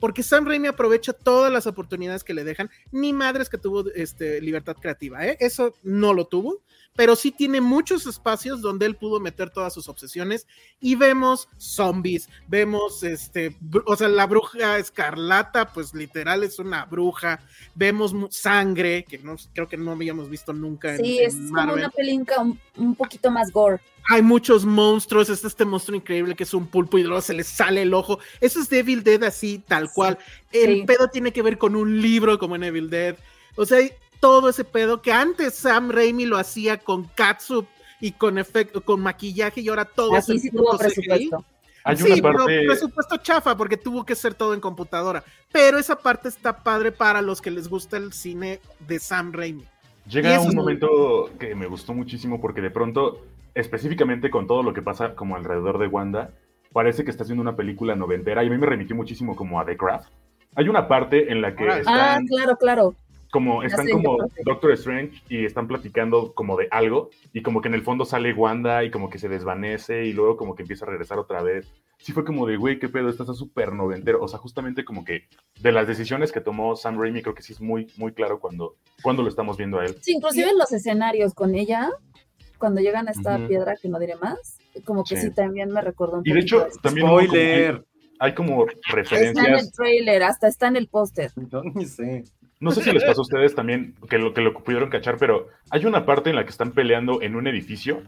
[SPEAKER 5] porque Sam Raimi aprovecha todas las oportunidades que le dejan. Ni madres que tuvo este, libertad creativa, ¿eh? eso no lo tuvo, pero sí tiene muchos espacios donde él pudo meter todas sus obsesiones y vemos zombies, vemos, este, bru- o sea, la bruja escarlata, pues literal es una bruja, vemos mu- sangre, que no, creo que no habíamos visto nunca. en-
[SPEAKER 7] sí,
[SPEAKER 5] en
[SPEAKER 7] es como
[SPEAKER 5] Marvel
[SPEAKER 7] una pelinca un, un poquito más gore.
[SPEAKER 5] hay muchos monstruos, está este monstruo increíble que es un pulpo y luego se le sale el ojo. Eso es de Evil Dead así, tal
[SPEAKER 7] Sí,
[SPEAKER 5] cual. El
[SPEAKER 7] sí.
[SPEAKER 5] pedo tiene que ver con un libro como en Evil Dead. O sea, hay todo ese pedo que antes Sam Raimi lo hacía con catsup y con efecto, con maquillaje y ahora todo es
[SPEAKER 7] Aquí
[SPEAKER 5] el
[SPEAKER 7] sí
[SPEAKER 5] puto
[SPEAKER 7] tuvo
[SPEAKER 5] CGI.
[SPEAKER 7] presupuesto.
[SPEAKER 6] Hay
[SPEAKER 5] sí,
[SPEAKER 6] una
[SPEAKER 5] pero pues,
[SPEAKER 6] parte...
[SPEAKER 5] presupuesto chafa porque tuvo que ser todo en computadora. Pero esa parte está padre para los que les gusta el cine de Sam Raimi. Y
[SPEAKER 6] Llega
[SPEAKER 5] eso es
[SPEAKER 6] un
[SPEAKER 5] muy-
[SPEAKER 6] momento que me gustó muchísimo porque de pronto, específicamente con todo lo que pasa como alrededor de Wanda, parece que está haciendo una película noventera y a mí me remitió muchísimo como a The Craft. Hay una parte en la que
[SPEAKER 5] Órale.
[SPEAKER 7] Ah,
[SPEAKER 6] están
[SPEAKER 7] claro, claro.
[SPEAKER 6] como, están
[SPEAKER 7] sé,
[SPEAKER 6] como
[SPEAKER 7] yo creo que-
[SPEAKER 6] Doctor Strange y están platicando como de algo y como que en el fondo sale Wanda y como que se desvanece y luego como que empieza a regresar otra vez. Sí fue como de, güey, qué pedo, estás súper noventero. O sea, justamente como que de las decisiones que tomó Sam Raimi creo que sí es muy, muy claro cuando, cuando lo estamos viendo a él.
[SPEAKER 7] Sí, inclusive en los escenarios con ella, cuando llegan a esta
[SPEAKER 6] Ujú.
[SPEAKER 7] piedra, que no diré más, como que sí,
[SPEAKER 6] Sí.
[SPEAKER 7] también me recordó un
[SPEAKER 6] Y de
[SPEAKER 7] poquito
[SPEAKER 6] hecho,
[SPEAKER 7] a eso.
[SPEAKER 6] también hubo como que-
[SPEAKER 3] Spoiler.
[SPEAKER 6] hay como
[SPEAKER 7] Está en el
[SPEAKER 6] referencias.
[SPEAKER 7] trailer, hasta está en el póster.
[SPEAKER 3] Yo ni sé.
[SPEAKER 6] No sé si les pasó a ustedes también que lo que lo pudieron cachar, pero hay una parte en la que están peleando en un edificio.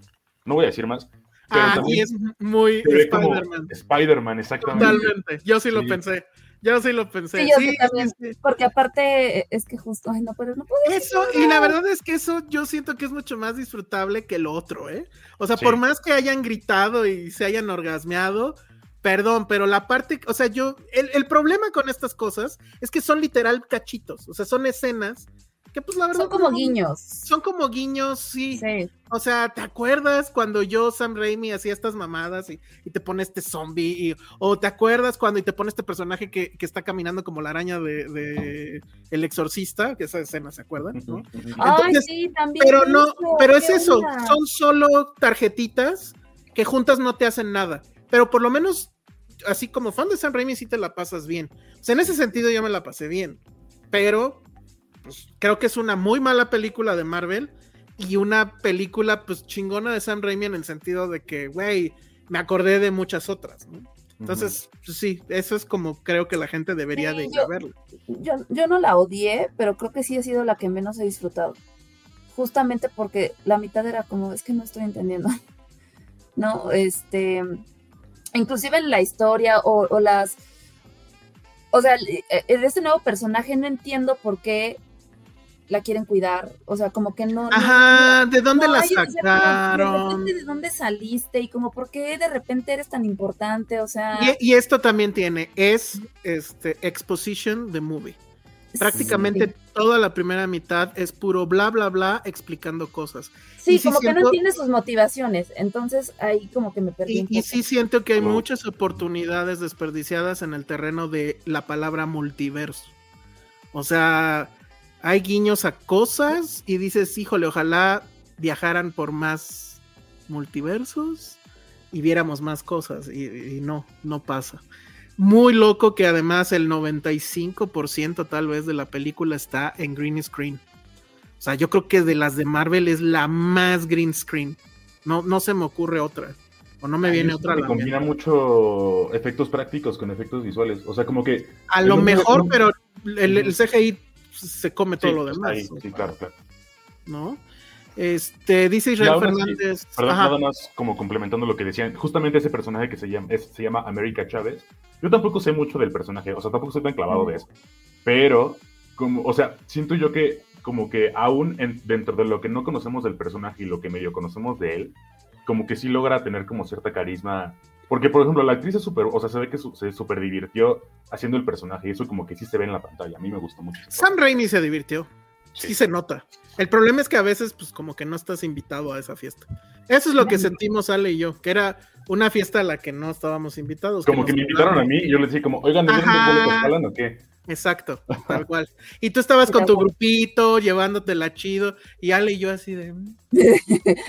[SPEAKER 6] No voy a decir más. Pero
[SPEAKER 5] Ah, y
[SPEAKER 6] también
[SPEAKER 5] es muy
[SPEAKER 6] se ve como
[SPEAKER 5] Spider-Man.
[SPEAKER 6] Spider-Man, exactamente.
[SPEAKER 5] Totalmente, yo sí lo
[SPEAKER 6] Sí.
[SPEAKER 5] pensé. Yo sí lo pensé.
[SPEAKER 7] Sí, yo
[SPEAKER 5] Sí,
[SPEAKER 7] sí también.
[SPEAKER 5] sí, sí.
[SPEAKER 7] Porque aparte, eh, es que justo, ay, no, pero no puedo.
[SPEAKER 5] Eso, y la verdad es que eso yo siento que es mucho más disfrutable que lo otro, ¿eh? O sea,
[SPEAKER 6] Sí.
[SPEAKER 5] por más que hayan gritado y se hayan orgasmeado, perdón, pero la parte, o sea, yo, el, el problema con estas cosas es que son literal cachitos, o sea, son escenas que pues la verdad...
[SPEAKER 7] Son como
[SPEAKER 5] no-
[SPEAKER 7] guiños.
[SPEAKER 5] Son como guiños, sí.
[SPEAKER 7] Sí.
[SPEAKER 5] O sea, ¿te acuerdas cuando yo, Sam Raimi, hacía estas mamadas y, y te pone este zombie? Y- ¿O te acuerdas cuando y te pone este personaje que, que está caminando como la araña de, de El Exorcista? Que esa escena, ¿se acuerdan? no?
[SPEAKER 7] Ay,
[SPEAKER 5] Entonces,
[SPEAKER 7] sí, también.
[SPEAKER 5] Pero no,
[SPEAKER 7] eso,
[SPEAKER 5] pero es
[SPEAKER 7] qué
[SPEAKER 5] eso,
[SPEAKER 7] onda.
[SPEAKER 5] son solo tarjetitas que juntas no te hacen nada. Pero por lo menos, así como fan de Sam Raimi, sí te la pasas bien. O sea, en ese sentido yo me la pasé bien. Pero pues, creo que es una muy mala película de Marvel y una película pues chingona de Sam Raimi en el sentido de que, güey, me acordé de muchas otras. ¿no? Entonces, sí, eso es como creo que la gente debería
[SPEAKER 7] Sí,
[SPEAKER 5] de ir
[SPEAKER 7] yo-
[SPEAKER 5] a verlo.
[SPEAKER 7] yo, yo no la odié, pero creo que sí ha sido la que menos he disfrutado. Justamente porque la mitad era como, es que no estoy entendiendo. <laughs> No, este, inclusive en la historia o, o las, o sea, el- el- este nuevo personaje no entiendo por qué la quieren cuidar, o sea, como que no. no-
[SPEAKER 5] Ajá, ¿de dónde
[SPEAKER 7] no,
[SPEAKER 5] la
[SPEAKER 7] ay, o sea, como, De,
[SPEAKER 5] sacaron?
[SPEAKER 7] repente, ¿De dónde saliste? Y como, ¿por qué de repente eres tan importante? O sea,
[SPEAKER 5] Y, y esto también tiene, es este exposition de movie. Prácticamente toda la primera mitad es puro bla bla bla explicando cosas.
[SPEAKER 7] Sí,
[SPEAKER 5] Y sí
[SPEAKER 7] como que no
[SPEAKER 5] siento-
[SPEAKER 7] entiende sus motivaciones. Entonces ahí como que me perdí.
[SPEAKER 5] Y,
[SPEAKER 7] un
[SPEAKER 5] y
[SPEAKER 7] poco.
[SPEAKER 5] sí siento que hay muchas oportunidades desperdiciadas en el terreno de la palabra multiverso. O sea, hay guiños a cosas y dices, híjole, ojalá viajaran por más multiversos y viéramos más cosas. Y, y no, no pasa. Muy loco que además el 95% tal vez de la película está en green screen. O sea, yo creo que de las de Marvel es la más green screen. No, no se me ocurre otra. O no me viene otra. a
[SPEAKER 6] que
[SPEAKER 5] la
[SPEAKER 6] combina
[SPEAKER 5] mente.
[SPEAKER 6] mucho efectos prácticos con efectos visuales. O sea, como que.
[SPEAKER 5] A lo
[SPEAKER 6] Yo-
[SPEAKER 5] mejor, pero el, el CGI se come todo
[SPEAKER 6] sí,
[SPEAKER 5] lo
[SPEAKER 6] pues,
[SPEAKER 5] demás.
[SPEAKER 6] ahí,
[SPEAKER 5] o
[SPEAKER 6] sí,
[SPEAKER 5] sea,
[SPEAKER 6] claro, claro.
[SPEAKER 5] ¿No? Este, dice
[SPEAKER 6] Y
[SPEAKER 5] Israel
[SPEAKER 6] aún así,
[SPEAKER 5] Fernández.
[SPEAKER 6] perdón,
[SPEAKER 5] ajá.
[SPEAKER 6] nada más como complementando lo que decían, justamente ese personaje que se llama, es- se llama América Chávez, yo tampoco sé mucho del personaje, o sea, tampoco soy tan clavado de eso, pero, como, o sea, siento yo que como que aún en- dentro de lo que no conocemos del personaje y lo que medio conocemos de él, como que sí logra tener como cierta carisma, porque por ejemplo la actriz es súper, o sea, se ve que su- se súper divirtió haciendo el personaje y eso como que sí se ve en la pantalla, a mí me gustó mucho.
[SPEAKER 5] Sam Raimi se divirtió. Sí.
[SPEAKER 6] Sí.
[SPEAKER 5] se nota. El problema es que a veces, pues, como que no estás invitado a esa fiesta. Eso es lo que sentimos Ale y yo, que era una fiesta a la que no estábamos invitados.
[SPEAKER 6] Como que
[SPEAKER 5] nos
[SPEAKER 6] me invitaron a
[SPEAKER 5] hablaron.
[SPEAKER 6] mí y yo les dije como, oigan, ¿no
[SPEAKER 5] Ajá.
[SPEAKER 6] tienen boletos, Alan, o
[SPEAKER 5] <laughs>
[SPEAKER 6] qué?
[SPEAKER 5] Exacto, tal cual. Y tú estabas con tu grupito, llevándotela chido, y Ale y yo así de. mm,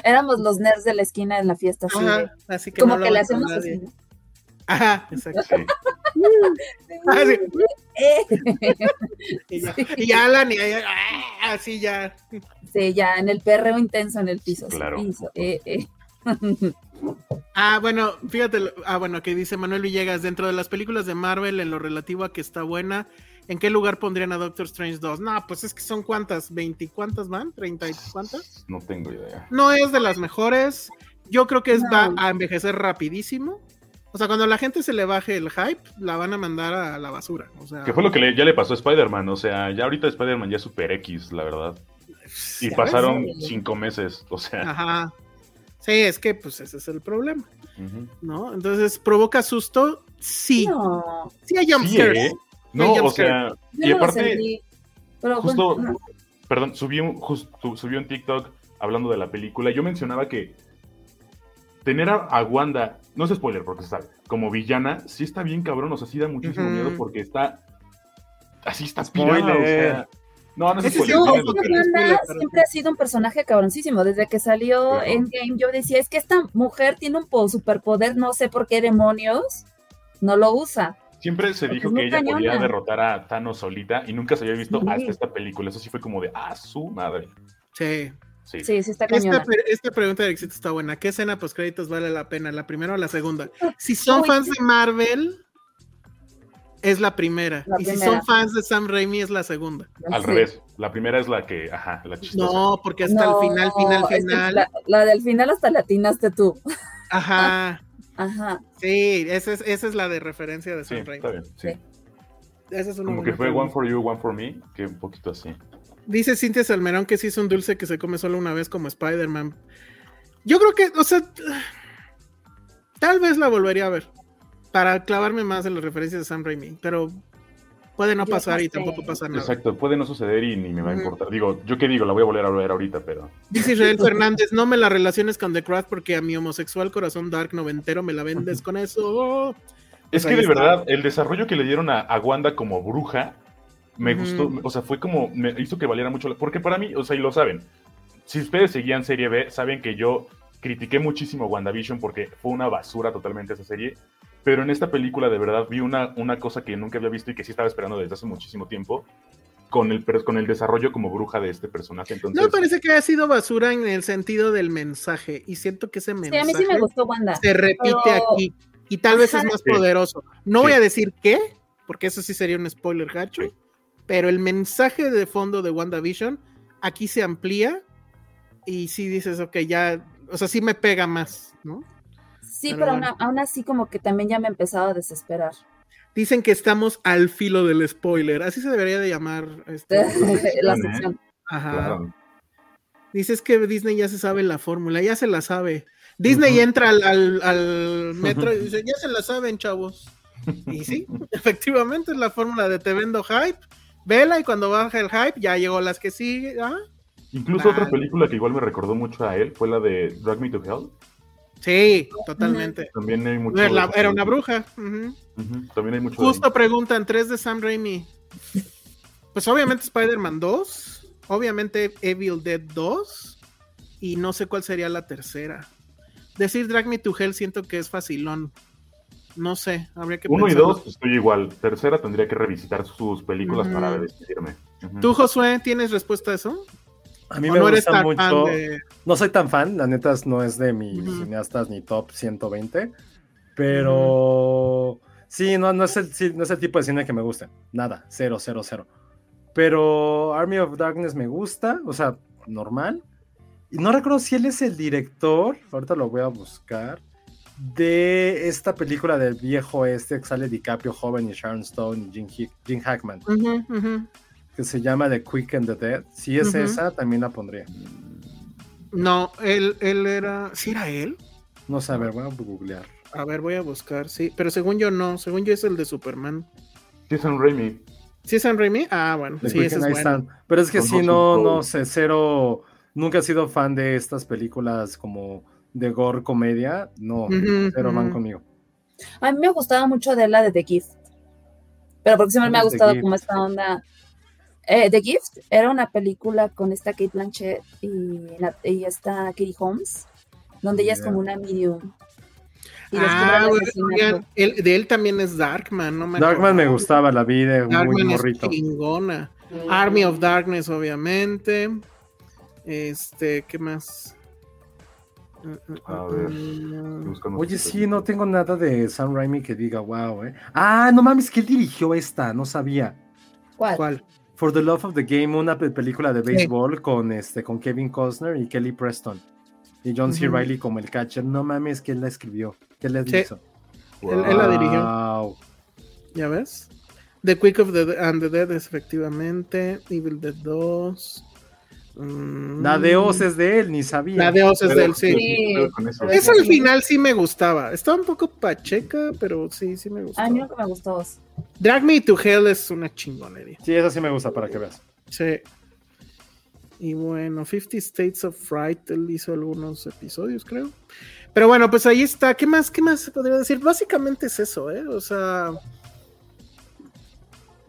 [SPEAKER 7] Éramos los nerds de la esquina en la fiesta. sí.
[SPEAKER 5] ajá, así que
[SPEAKER 7] como
[SPEAKER 5] no
[SPEAKER 7] que le
[SPEAKER 5] hablabas con
[SPEAKER 7] hacemos así.
[SPEAKER 5] nadie.
[SPEAKER 7] ¿no?
[SPEAKER 5] Ajá, exacto.
[SPEAKER 6] Sí.
[SPEAKER 5] Ah, sí.
[SPEAKER 7] Eh.
[SPEAKER 5] Y, ya- y Alan, y ella, ah, así ya.
[SPEAKER 7] <laughs> Sí, ya, en el perreo intenso en el piso. sí,
[SPEAKER 6] Claro.
[SPEAKER 7] piso, eh, eh.
[SPEAKER 5] Ah, bueno, fíjate, lo- ah, bueno, que dice Manuel Villegas, dentro de las películas de Marvel, en lo relativo a que está buena, ¿en qué lugar pondrían a Doctor Strange 2? No, pues es que son cuántas, veinti cuántas van, treinta y cuántas.
[SPEAKER 6] No tengo idea.
[SPEAKER 5] No es de las mejores, yo creo que es, va
[SPEAKER 7] No.
[SPEAKER 5] a envejecer rapidísimo. O sea, cuando la gente se le baje el hype, la van a mandar a la basura. O sea,
[SPEAKER 6] Que fue lo que le- ya le pasó a Spider-Man, o sea, ya ahorita Spider-Man ya es super X, la verdad. Y
[SPEAKER 5] pues, ya
[SPEAKER 6] pasaron
[SPEAKER 7] ves.
[SPEAKER 6] cinco meses, o sea.
[SPEAKER 5] ves. Ajá. Sí, es que pues ese es el problema,
[SPEAKER 6] ujú.
[SPEAKER 5] ¿no? Entonces, ¿provoca susto? Sí.
[SPEAKER 7] <laughs> No,
[SPEAKER 5] Sí hay jump
[SPEAKER 6] Sí,
[SPEAKER 5] scares.
[SPEAKER 6] ¿eh? No,
[SPEAKER 5] Jump
[SPEAKER 6] o
[SPEAKER 5] scare.
[SPEAKER 6] sea,
[SPEAKER 7] yo
[SPEAKER 6] Y
[SPEAKER 7] no
[SPEAKER 6] aparte,
[SPEAKER 7] lo sentí. Pero
[SPEAKER 6] justo,
[SPEAKER 7] bueno, no.
[SPEAKER 6] perdón, subí un, justo, subí un TikTok hablando de la película. Yo mencionaba que tener a, a Wanda, no es spoiler porque se sabe, como villana, sí está bien cabrón, o sea, sí da muchísimo
[SPEAKER 5] Ujú.
[SPEAKER 6] miedo porque está, así está pirada,
[SPEAKER 3] Spoiler.
[SPEAKER 6] o sea. No, no es
[SPEAKER 5] Ese sí
[SPEAKER 6] spoiler.
[SPEAKER 7] No,
[SPEAKER 5] Yo-
[SPEAKER 7] es
[SPEAKER 6] díganlo.
[SPEAKER 7] que
[SPEAKER 5] yo-
[SPEAKER 7] Wanda
[SPEAKER 5] yo-
[SPEAKER 7] siempre ha sido un personaje cabroncísimo. Desde que salió
[SPEAKER 6] Claro.
[SPEAKER 7] en Game, yo decía, es que esta mujer tiene un po- superpoder, no sé por qué demonios, no lo usa.
[SPEAKER 6] Siempre se
[SPEAKER 7] Porque
[SPEAKER 6] dijo
[SPEAKER 7] es muy
[SPEAKER 6] que ella podía
[SPEAKER 7] cañona.
[SPEAKER 6] derrotar a Thanos solita y nunca se había visto
[SPEAKER 7] Sí.
[SPEAKER 6] hasta esta película. Eso sí fue como de, ah, su madre.
[SPEAKER 5] Sí.
[SPEAKER 6] Sí.
[SPEAKER 7] Sí, sí está cañona.
[SPEAKER 5] Esta, pre- esta pregunta de éxito está buena. ¿Qué escena post créditos vale la pena? ¿La primera o la segunda? Si son
[SPEAKER 7] Uy,
[SPEAKER 5] fans de Marvel, es la primera.
[SPEAKER 7] La
[SPEAKER 5] y si
[SPEAKER 7] primera.
[SPEAKER 5] son fans de Sam Raimi, es la segunda.
[SPEAKER 6] Al
[SPEAKER 7] Sí.
[SPEAKER 6] revés. La primera es la que, ajá, la chistosa.
[SPEAKER 5] No, porque hasta
[SPEAKER 7] No,
[SPEAKER 5] el final, final,
[SPEAKER 7] es que
[SPEAKER 5] final.
[SPEAKER 7] La, la del final hasta latinaste tú.
[SPEAKER 5] Ajá.
[SPEAKER 7] Ajá.
[SPEAKER 5] Sí, esa es, esa es la de referencia de
[SPEAKER 6] Sí,
[SPEAKER 5] Sam
[SPEAKER 6] está
[SPEAKER 5] Raimi.
[SPEAKER 6] bien. sí.
[SPEAKER 7] Sí.
[SPEAKER 5] Esa es una
[SPEAKER 6] Como
[SPEAKER 5] buena
[SPEAKER 6] que fue
[SPEAKER 5] pregunta.
[SPEAKER 6] One for You, One for Me, que un poquito así.
[SPEAKER 5] Dice Cintia Salmerón que sí es un dulce que se come solo una vez como Spider-Man. Yo creo que, o sea, tal vez la volvería a ver para clavarme más en las referencias de Sam Raimi, pero puede no
[SPEAKER 7] Yo
[SPEAKER 5] pasar
[SPEAKER 7] no
[SPEAKER 5] y
[SPEAKER 7] sé.
[SPEAKER 5] tampoco pasa nada.
[SPEAKER 6] Exacto, puede no suceder y ni me va a
[SPEAKER 5] Ujú.
[SPEAKER 6] importar. Digo, yo qué digo, la voy a volver a ver ahorita, pero.
[SPEAKER 5] Dice Israel Fernández, no me la relaciones con The Craft porque a mi homosexual corazón dark noventero me la vendes con eso.
[SPEAKER 6] Es
[SPEAKER 5] Pues
[SPEAKER 6] que
[SPEAKER 5] ahí
[SPEAKER 6] de
[SPEAKER 5] está.
[SPEAKER 6] verdad, el desarrollo que le dieron a, a Wanda como bruja, me
[SPEAKER 5] Ujú.
[SPEAKER 6] gustó, o sea, fue como, me hizo que valiera mucho, la- porque para mí, o sea, y lo saben, si ustedes seguían Serie B, saben que yo critiqué muchísimo WandaVision porque fue una basura totalmente esa serie, pero en esta película de verdad vi una, una cosa que nunca había visto y que sí estaba esperando desde hace muchísimo tiempo, con el, per- con el desarrollo como bruja de este personaje, entonces...
[SPEAKER 5] No parece que haya sido basura en el sentido del mensaje y siento que ese
[SPEAKER 7] Sí,
[SPEAKER 5] mensaje
[SPEAKER 7] a mí sí me gustó Wanda.
[SPEAKER 5] se repite
[SPEAKER 7] pero-
[SPEAKER 5] aquí. y tal vez es
[SPEAKER 7] Ajá.
[SPEAKER 5] más
[SPEAKER 6] Sí.
[SPEAKER 5] poderoso. No
[SPEAKER 6] Sí.
[SPEAKER 5] voy a decir qué, porque eso sí sería un spoiler gacho,
[SPEAKER 6] Sí.
[SPEAKER 5] pero el mensaje de fondo de WandaVision aquí se amplía y sí dices, ok, ya, o sea, sí me pega más, ¿no?
[SPEAKER 7] Sí,
[SPEAKER 5] Pero
[SPEAKER 7] pero,
[SPEAKER 5] bueno.
[SPEAKER 7] aún, aún así como que también ya me empezaba a desesperar.
[SPEAKER 5] Dicen que estamos al filo del spoiler, así se debería de llamar.
[SPEAKER 7] <laughs>
[SPEAKER 5] Este,
[SPEAKER 7] la sección.
[SPEAKER 5] ajá.
[SPEAKER 6] Claro.
[SPEAKER 5] Dices que Disney ya se sabe la fórmula, ya se la sabe. Disney entra al, al- al metro y dice, ya se la saben, chavos. Y sí, <laughs> efectivamente es la fórmula de te vendo hype, vela y cuando baja el hype ya llegó las que sigue. Ah,
[SPEAKER 6] Incluso otra
[SPEAKER 5] Vale.
[SPEAKER 6] película que igual me recordó mucho a él fue la de Drag Me to Hell.
[SPEAKER 5] Sí, totalmente.
[SPEAKER 6] También hay mucho.
[SPEAKER 5] Era, la- era una bruja. ujú.
[SPEAKER 6] Ujú, También hay mucho. de-
[SPEAKER 5] Justo preguntan, tres de Sam Raimi. Pues obviamente Spider-Man 2, obviamente Evil Dead 2 y no sé cuál sería la tercera. Decir Drag Me to Hell siento que es facilón. No sé, habría que
[SPEAKER 6] Uno y
[SPEAKER 5] pensarlo.
[SPEAKER 6] dos estoy igual. Tercera tendría que revisitar sus películas
[SPEAKER 5] Ujú.
[SPEAKER 6] para decidirme. Ujú.
[SPEAKER 5] ¿Tú, Josué, tienes respuesta a eso?
[SPEAKER 3] A mí
[SPEAKER 5] ¿O
[SPEAKER 3] me
[SPEAKER 5] no eres
[SPEAKER 3] gusta
[SPEAKER 5] tan fan
[SPEAKER 3] mucho.
[SPEAKER 5] de-
[SPEAKER 3] No soy tan fan, la neta es- no es de mis
[SPEAKER 5] Ujú.
[SPEAKER 3] cineastas ni top 120, pero sí, no, no, es el, sí, no es el tipo de cine que me gusta, nada, cero, cero, cero. Pero Army of Darkness me gusta, o sea, normal. Y no recuerdo si él es el director, ahorita lo voy a buscar, de esta película del viejo este que sale DiCaprio joven y Sharon Stone y Jim, Hick- Jim Hackman,
[SPEAKER 5] Ujú, ujú.
[SPEAKER 3] que se llama The Quick and the Dead. Si es
[SPEAKER 5] Ujú.
[SPEAKER 3] esa, también la pondría.
[SPEAKER 5] No, él, él era... ¿Sí era él?
[SPEAKER 3] No sé, a ver, voy a googlear.
[SPEAKER 5] A ver, voy a buscar, sí. Pero según yo no, según yo es el de Superman.
[SPEAKER 6] Sí, Sam Raimi.
[SPEAKER 5] ¿Sí es Sam Raimi? Ah, bueno,
[SPEAKER 3] The
[SPEAKER 5] sí,
[SPEAKER 3] Quick
[SPEAKER 5] ese
[SPEAKER 3] and
[SPEAKER 5] es
[SPEAKER 3] I
[SPEAKER 5] bueno.
[SPEAKER 3] Stand. Pero es que
[SPEAKER 6] Con
[SPEAKER 3] si
[SPEAKER 6] Russell
[SPEAKER 3] no,
[SPEAKER 6] Crowe.
[SPEAKER 3] no sé, cero. Nunca he sido fan de estas películas como de gore comedia. No,
[SPEAKER 5] Ujú,
[SPEAKER 3] cero van
[SPEAKER 5] ujú.
[SPEAKER 3] conmigo.
[SPEAKER 7] A mí me gustaba mucho de la de The Gift. Pero porque siempre me ha
[SPEAKER 3] The
[SPEAKER 7] gustado
[SPEAKER 3] Gift.
[SPEAKER 7] como esta onda. Eh, The Gift era una película con esta Kate Blanchett y, la- y esta Katie Holmes, donde ella es
[SPEAKER 3] Ya.
[SPEAKER 7] como una medium. Y
[SPEAKER 5] Ah,
[SPEAKER 7] descubre el
[SPEAKER 5] bueno,
[SPEAKER 7] asesinato.
[SPEAKER 5] oigan, él- de él también es Darkman, no me
[SPEAKER 3] Darkman me
[SPEAKER 5] acordaba.
[SPEAKER 3] gustaba, la vi de muy
[SPEAKER 5] Darkman es
[SPEAKER 3] morrito.
[SPEAKER 5] chingona. Army of Darkness, obviamente. Este, ¿qué más?
[SPEAKER 6] A ver, Estoy
[SPEAKER 5] Mm,
[SPEAKER 6] buscando
[SPEAKER 3] Oye,
[SPEAKER 6] sus
[SPEAKER 3] sí, no
[SPEAKER 6] películas.
[SPEAKER 3] tengo nada de Sam Raimi que diga wow, eh. Ah, no mames, que él dirigió esta, no sabía.
[SPEAKER 7] ¿Cuál?
[SPEAKER 5] ¿Cuál?
[SPEAKER 3] For the Love of the Game, una pe- película de béisbol con este con Kevin Costner y Kelly Preston. Y John C.
[SPEAKER 5] Ujú.
[SPEAKER 3] Reilly como el catcher. No mames, que él la escribió. Que él la
[SPEAKER 5] Sí.
[SPEAKER 3] hizo.
[SPEAKER 5] Él- él la dirigió.
[SPEAKER 3] Wow.
[SPEAKER 5] ¿Ya ves? The Quick of the and the Dead es efectivamente. Evil Dead 2. Mm,
[SPEAKER 3] La de Oz es de él, ni sabía.
[SPEAKER 5] La de Oz es de él, sí.
[SPEAKER 7] Sí.
[SPEAKER 6] Creo que con eso.
[SPEAKER 5] Esa al final sí me gustaba. Estaba un poco pacheca, pero sí, sí me
[SPEAKER 7] A
[SPEAKER 5] gustaba.
[SPEAKER 7] mí nunca me gustó.
[SPEAKER 5] Drag Me to Hell es una chingonería.
[SPEAKER 3] Sí, esa sí me gusta para que veas.
[SPEAKER 5] Sí. Y bueno, 50 States of Fright, él hizo algunos episodios, creo. Pero bueno, pues ahí está. ¿Qué más, qué más se podría decir? Básicamente es eso, ¿eh? O sea.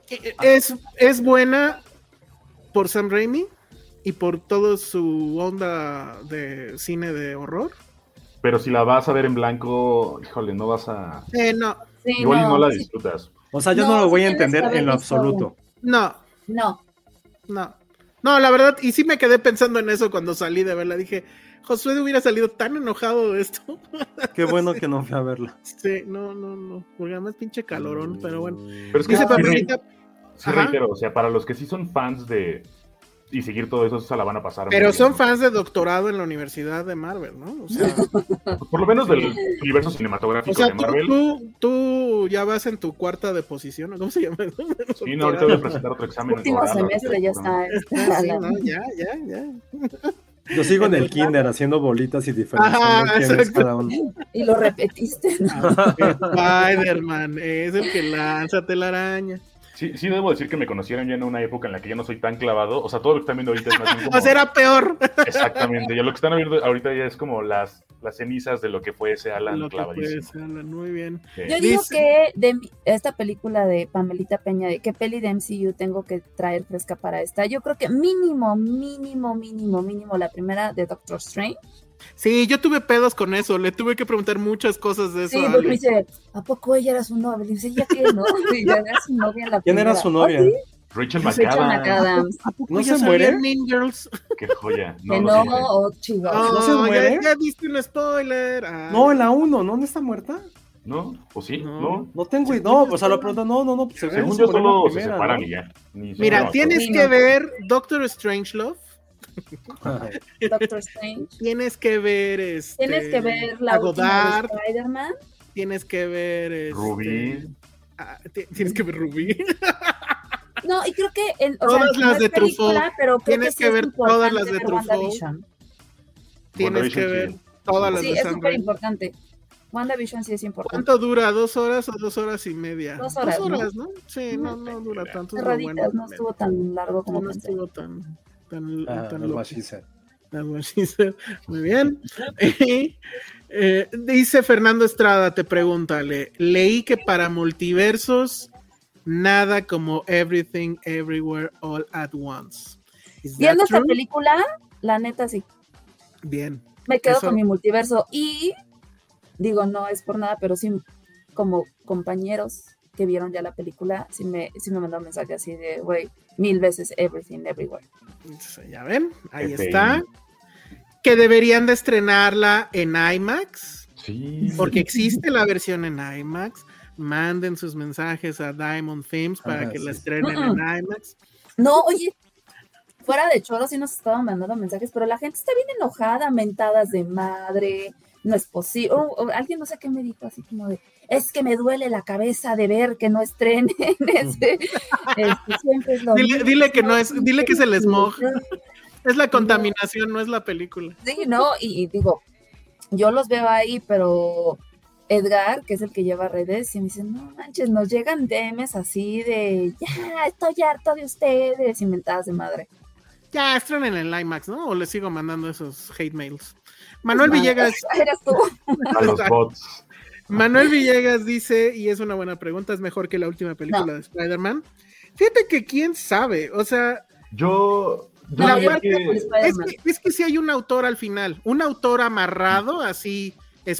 [SPEAKER 5] e- e- Es, es buena por Sam Raimi y por toda su onda de cine de horror.
[SPEAKER 6] Pero si la vas a ver en blanco, híjole, no vas a.
[SPEAKER 5] Eh, no,
[SPEAKER 7] Sí,
[SPEAKER 6] Igual y no la
[SPEAKER 7] sí,
[SPEAKER 6] disfrutas.
[SPEAKER 3] O sea, yo no,
[SPEAKER 7] No,
[SPEAKER 3] lo
[SPEAKER 7] sí
[SPEAKER 3] voy a
[SPEAKER 7] tienes que
[SPEAKER 3] entender
[SPEAKER 7] haber
[SPEAKER 3] en lo
[SPEAKER 7] visto
[SPEAKER 3] absoluto.
[SPEAKER 5] no,
[SPEAKER 7] no.
[SPEAKER 5] No, no, la verdad, y sí me quedé pensando en eso cuando salí de verla. Dije, Josué hubiera salido tan enojado de esto.
[SPEAKER 3] Qué bueno que no fui a verla.
[SPEAKER 5] sí, no, no, no. Porque además pinche calorón, pero bueno.
[SPEAKER 6] Pero es que
[SPEAKER 5] Dice
[SPEAKER 6] sí, re-
[SPEAKER 5] Papelita,
[SPEAKER 6] sí
[SPEAKER 5] Ajá.
[SPEAKER 6] reitero, o sea, para los que sí son fans de. Y seguir todo eso, se la van a pasar. muy
[SPEAKER 5] pero
[SPEAKER 6] bien.
[SPEAKER 5] son fans de doctorado en la Universidad de Marvel, ¿no? O sea,
[SPEAKER 6] Por lo menos del
[SPEAKER 5] Sí.
[SPEAKER 6] universo
[SPEAKER 5] o
[SPEAKER 6] cinematográfico
[SPEAKER 5] sea,
[SPEAKER 6] de
[SPEAKER 5] tú,
[SPEAKER 6] Marvel.
[SPEAKER 5] tú, tú ya vas en tu cuarta deposición, ¿o ¿cómo se llama?
[SPEAKER 6] Sí, no, ahorita voy a presentar otro examen.
[SPEAKER 7] Último
[SPEAKER 6] oral,
[SPEAKER 7] semestre ya está.
[SPEAKER 5] <laughs> Ah,
[SPEAKER 7] está
[SPEAKER 5] sí,
[SPEAKER 7] la-
[SPEAKER 5] no, ya, ya, ya.
[SPEAKER 3] Yo sigo en el kinder haciendo bolitas y
[SPEAKER 5] Ajá,
[SPEAKER 3] diferenciando quién es
[SPEAKER 5] exacto.
[SPEAKER 3] cada uno.
[SPEAKER 7] <laughs> Y lo repetiste. ¿no?
[SPEAKER 5] Eh, Spider-Man es el que lanza telaraña.
[SPEAKER 6] Sí, sí, debo decir que me conocieron ya en una época en la que ya no soy tan clavado. O sea, todo lo que están viendo ahorita es
[SPEAKER 5] <laughs>
[SPEAKER 6] más bien como...
[SPEAKER 5] O sea, era peor.
[SPEAKER 6] Exactamente. Ya lo que están viendo ahorita ya es como las, las cenizas de lo que fue ese Alan
[SPEAKER 5] <laughs> Lo que
[SPEAKER 6] clavadísimo.
[SPEAKER 5] puedes, Alan, muy bien.
[SPEAKER 6] Sí.
[SPEAKER 7] Yo digo
[SPEAKER 5] Dice-
[SPEAKER 7] que de mi- esta película de Pamelita Peña, de qué peli de MCU tengo que traer fresca para esta. Yo creo que mínimo, mínimo, mínimo, mínimo la primera de Doctor Strange.
[SPEAKER 5] Sí, yo tuve pedos con eso. Le tuve que preguntar muchas cosas de eso.
[SPEAKER 7] Sí,
[SPEAKER 5] a
[SPEAKER 7] porque me
[SPEAKER 5] Alex.
[SPEAKER 7] dice, ¿a poco ella era su novia? Le dice, ¿ya qué? No, <laughs> Sí, ya era su novia en la
[SPEAKER 3] ¿Quién era
[SPEAKER 7] primera.
[SPEAKER 3] su
[SPEAKER 5] ¿Ah,
[SPEAKER 7] Oh,
[SPEAKER 3] novia?
[SPEAKER 7] sí,
[SPEAKER 6] Rachel
[SPEAKER 7] Rachel
[SPEAKER 6] McAdams.
[SPEAKER 7] McAdams.
[SPEAKER 5] ¿A poco
[SPEAKER 3] ¿No
[SPEAKER 5] ya
[SPEAKER 3] se
[SPEAKER 5] salía
[SPEAKER 3] muere?
[SPEAKER 5] en Mean Girls?
[SPEAKER 6] Qué joya. No,
[SPEAKER 7] Que
[SPEAKER 6] no,
[SPEAKER 7] no,
[SPEAKER 6] sé.
[SPEAKER 7] oh, chido.
[SPEAKER 3] ¿no se
[SPEAKER 5] ya-
[SPEAKER 3] muere?
[SPEAKER 5] Ya, diste un spoiler. Ay.
[SPEAKER 3] No, en la 1, ¿no? ¿Dónde está muerta?
[SPEAKER 6] ¿No? ¿O sí?
[SPEAKER 3] No,
[SPEAKER 6] ¿No?
[SPEAKER 3] no tengo idea. No, o sea, la pregunta, no, no, no. pues, según
[SPEAKER 6] Según
[SPEAKER 3] se
[SPEAKER 6] yo
[SPEAKER 3] ponen
[SPEAKER 6] solo
[SPEAKER 3] la
[SPEAKER 6] se
[SPEAKER 3] primera,
[SPEAKER 6] separan
[SPEAKER 3] ¿no?
[SPEAKER 6] y ya. Ni se
[SPEAKER 5] Mira,
[SPEAKER 6] llevan.
[SPEAKER 5] tienes
[SPEAKER 7] Sí,
[SPEAKER 5] que
[SPEAKER 7] no.
[SPEAKER 5] ver Doctor Strangelove,
[SPEAKER 3] Ajá.
[SPEAKER 7] Doctor Strange.
[SPEAKER 5] tienes que ver este,
[SPEAKER 7] Tienes que ver la última
[SPEAKER 5] a Godard,
[SPEAKER 7] de Spider-Man.
[SPEAKER 5] tienes que ver este,
[SPEAKER 6] Rubí.
[SPEAKER 5] ah, ti- tienes que ver Rubí,
[SPEAKER 7] No, y creo que en, o
[SPEAKER 5] Todas
[SPEAKER 7] sea,
[SPEAKER 5] las
[SPEAKER 7] es
[SPEAKER 5] de Truffaut.
[SPEAKER 7] película, pero creo
[SPEAKER 5] Tienes
[SPEAKER 7] sí
[SPEAKER 5] que
[SPEAKER 7] es
[SPEAKER 5] ver todas
[SPEAKER 7] importante
[SPEAKER 5] las de
[SPEAKER 7] ver
[SPEAKER 5] Truffaut.
[SPEAKER 7] WandaVision.
[SPEAKER 5] <laughs> tienes que
[SPEAKER 6] WandaVision,
[SPEAKER 5] ver
[SPEAKER 6] sí.
[SPEAKER 5] todas las
[SPEAKER 7] Sí,
[SPEAKER 5] de
[SPEAKER 7] es
[SPEAKER 5] Sandra.
[SPEAKER 7] súper importante. WandaVision sí es importante.
[SPEAKER 5] ¿Cuánto dura? ¿Dos horas o dos horas y media?
[SPEAKER 7] Dos horas,
[SPEAKER 5] ¿no? Sí, no, no dura tanto. es lo bueno.
[SPEAKER 7] Cerraditas, no estuvo tan largo como
[SPEAKER 5] no
[SPEAKER 7] pensé.
[SPEAKER 5] estuvo tan, tan,
[SPEAKER 3] Ah,
[SPEAKER 5] tan
[SPEAKER 3] no,
[SPEAKER 5] loco.
[SPEAKER 3] what she said.
[SPEAKER 5] That's what she said. <laughs> Muy bien. Y, eh, dice Fernando Estrada, te pregúntale, leí que para multiversos nada como Everything Everywhere All at Once. Is that
[SPEAKER 7] Viendo esta
[SPEAKER 5] true?
[SPEAKER 7] película, la neta sí,
[SPEAKER 5] Bien.
[SPEAKER 7] me quedo
[SPEAKER 5] Eso-
[SPEAKER 7] con mi multiverso. Y digo, no es por nada, pero sí, como compañeros que vieron ya la película, sí me, sí me mandaron mensaje así de, güey, mil veces Everything Everywhere.
[SPEAKER 5] Ya ven, ahí
[SPEAKER 6] FI.
[SPEAKER 5] está. Que deberían de estrenarla en IMAX.
[SPEAKER 6] Sí.
[SPEAKER 5] porque existe la versión en IMAX. Manden sus mensajes a Diamond Films para
[SPEAKER 3] Ajá,
[SPEAKER 5] que la
[SPEAKER 3] sí.
[SPEAKER 5] estrenen
[SPEAKER 7] Mm,
[SPEAKER 5] en IMAX.
[SPEAKER 7] No, oye, fuera de choro sí nos estaban mandando mensajes, pero la gente está bien enojada, mentadas de madre, no es posible. O- o alguien no sé qué me dijo así como de, es que me duele la cabeza de ver que no estrenen <laughs> ese. este, siempre es lo
[SPEAKER 5] Dile,
[SPEAKER 7] mismo.
[SPEAKER 5] dile que no es, dile que es el smog, es la
[SPEAKER 7] No.
[SPEAKER 5] contaminación, no es la película.
[SPEAKER 7] Sí, ¿no? Y, y digo, yo los veo ahí, pero Edgar, que es el que lleva redes, y me dice, no manches, nos llegan DMs así de, ya, estoy harto de ustedes, inventadas de madre.
[SPEAKER 5] Ya estrenen en IMAX, ¿no? O les sigo mandando esos hate mails. Manuel Villegas,
[SPEAKER 7] Eras tú.
[SPEAKER 6] A
[SPEAKER 5] <laughs>
[SPEAKER 6] los bots.
[SPEAKER 5] Manuel Villegas dice, y es una buena pregunta, es mejor que la última película de Spider-Man. Fíjate que quién sabe, o sea,
[SPEAKER 6] Yo. yo
[SPEAKER 7] No,
[SPEAKER 5] La
[SPEAKER 7] yo
[SPEAKER 6] diría
[SPEAKER 5] parte-
[SPEAKER 7] creo que por
[SPEAKER 6] que-
[SPEAKER 5] es
[SPEAKER 7] Spider-Man.
[SPEAKER 5] que, es que sí hay un autor al final, un autor amarrado, así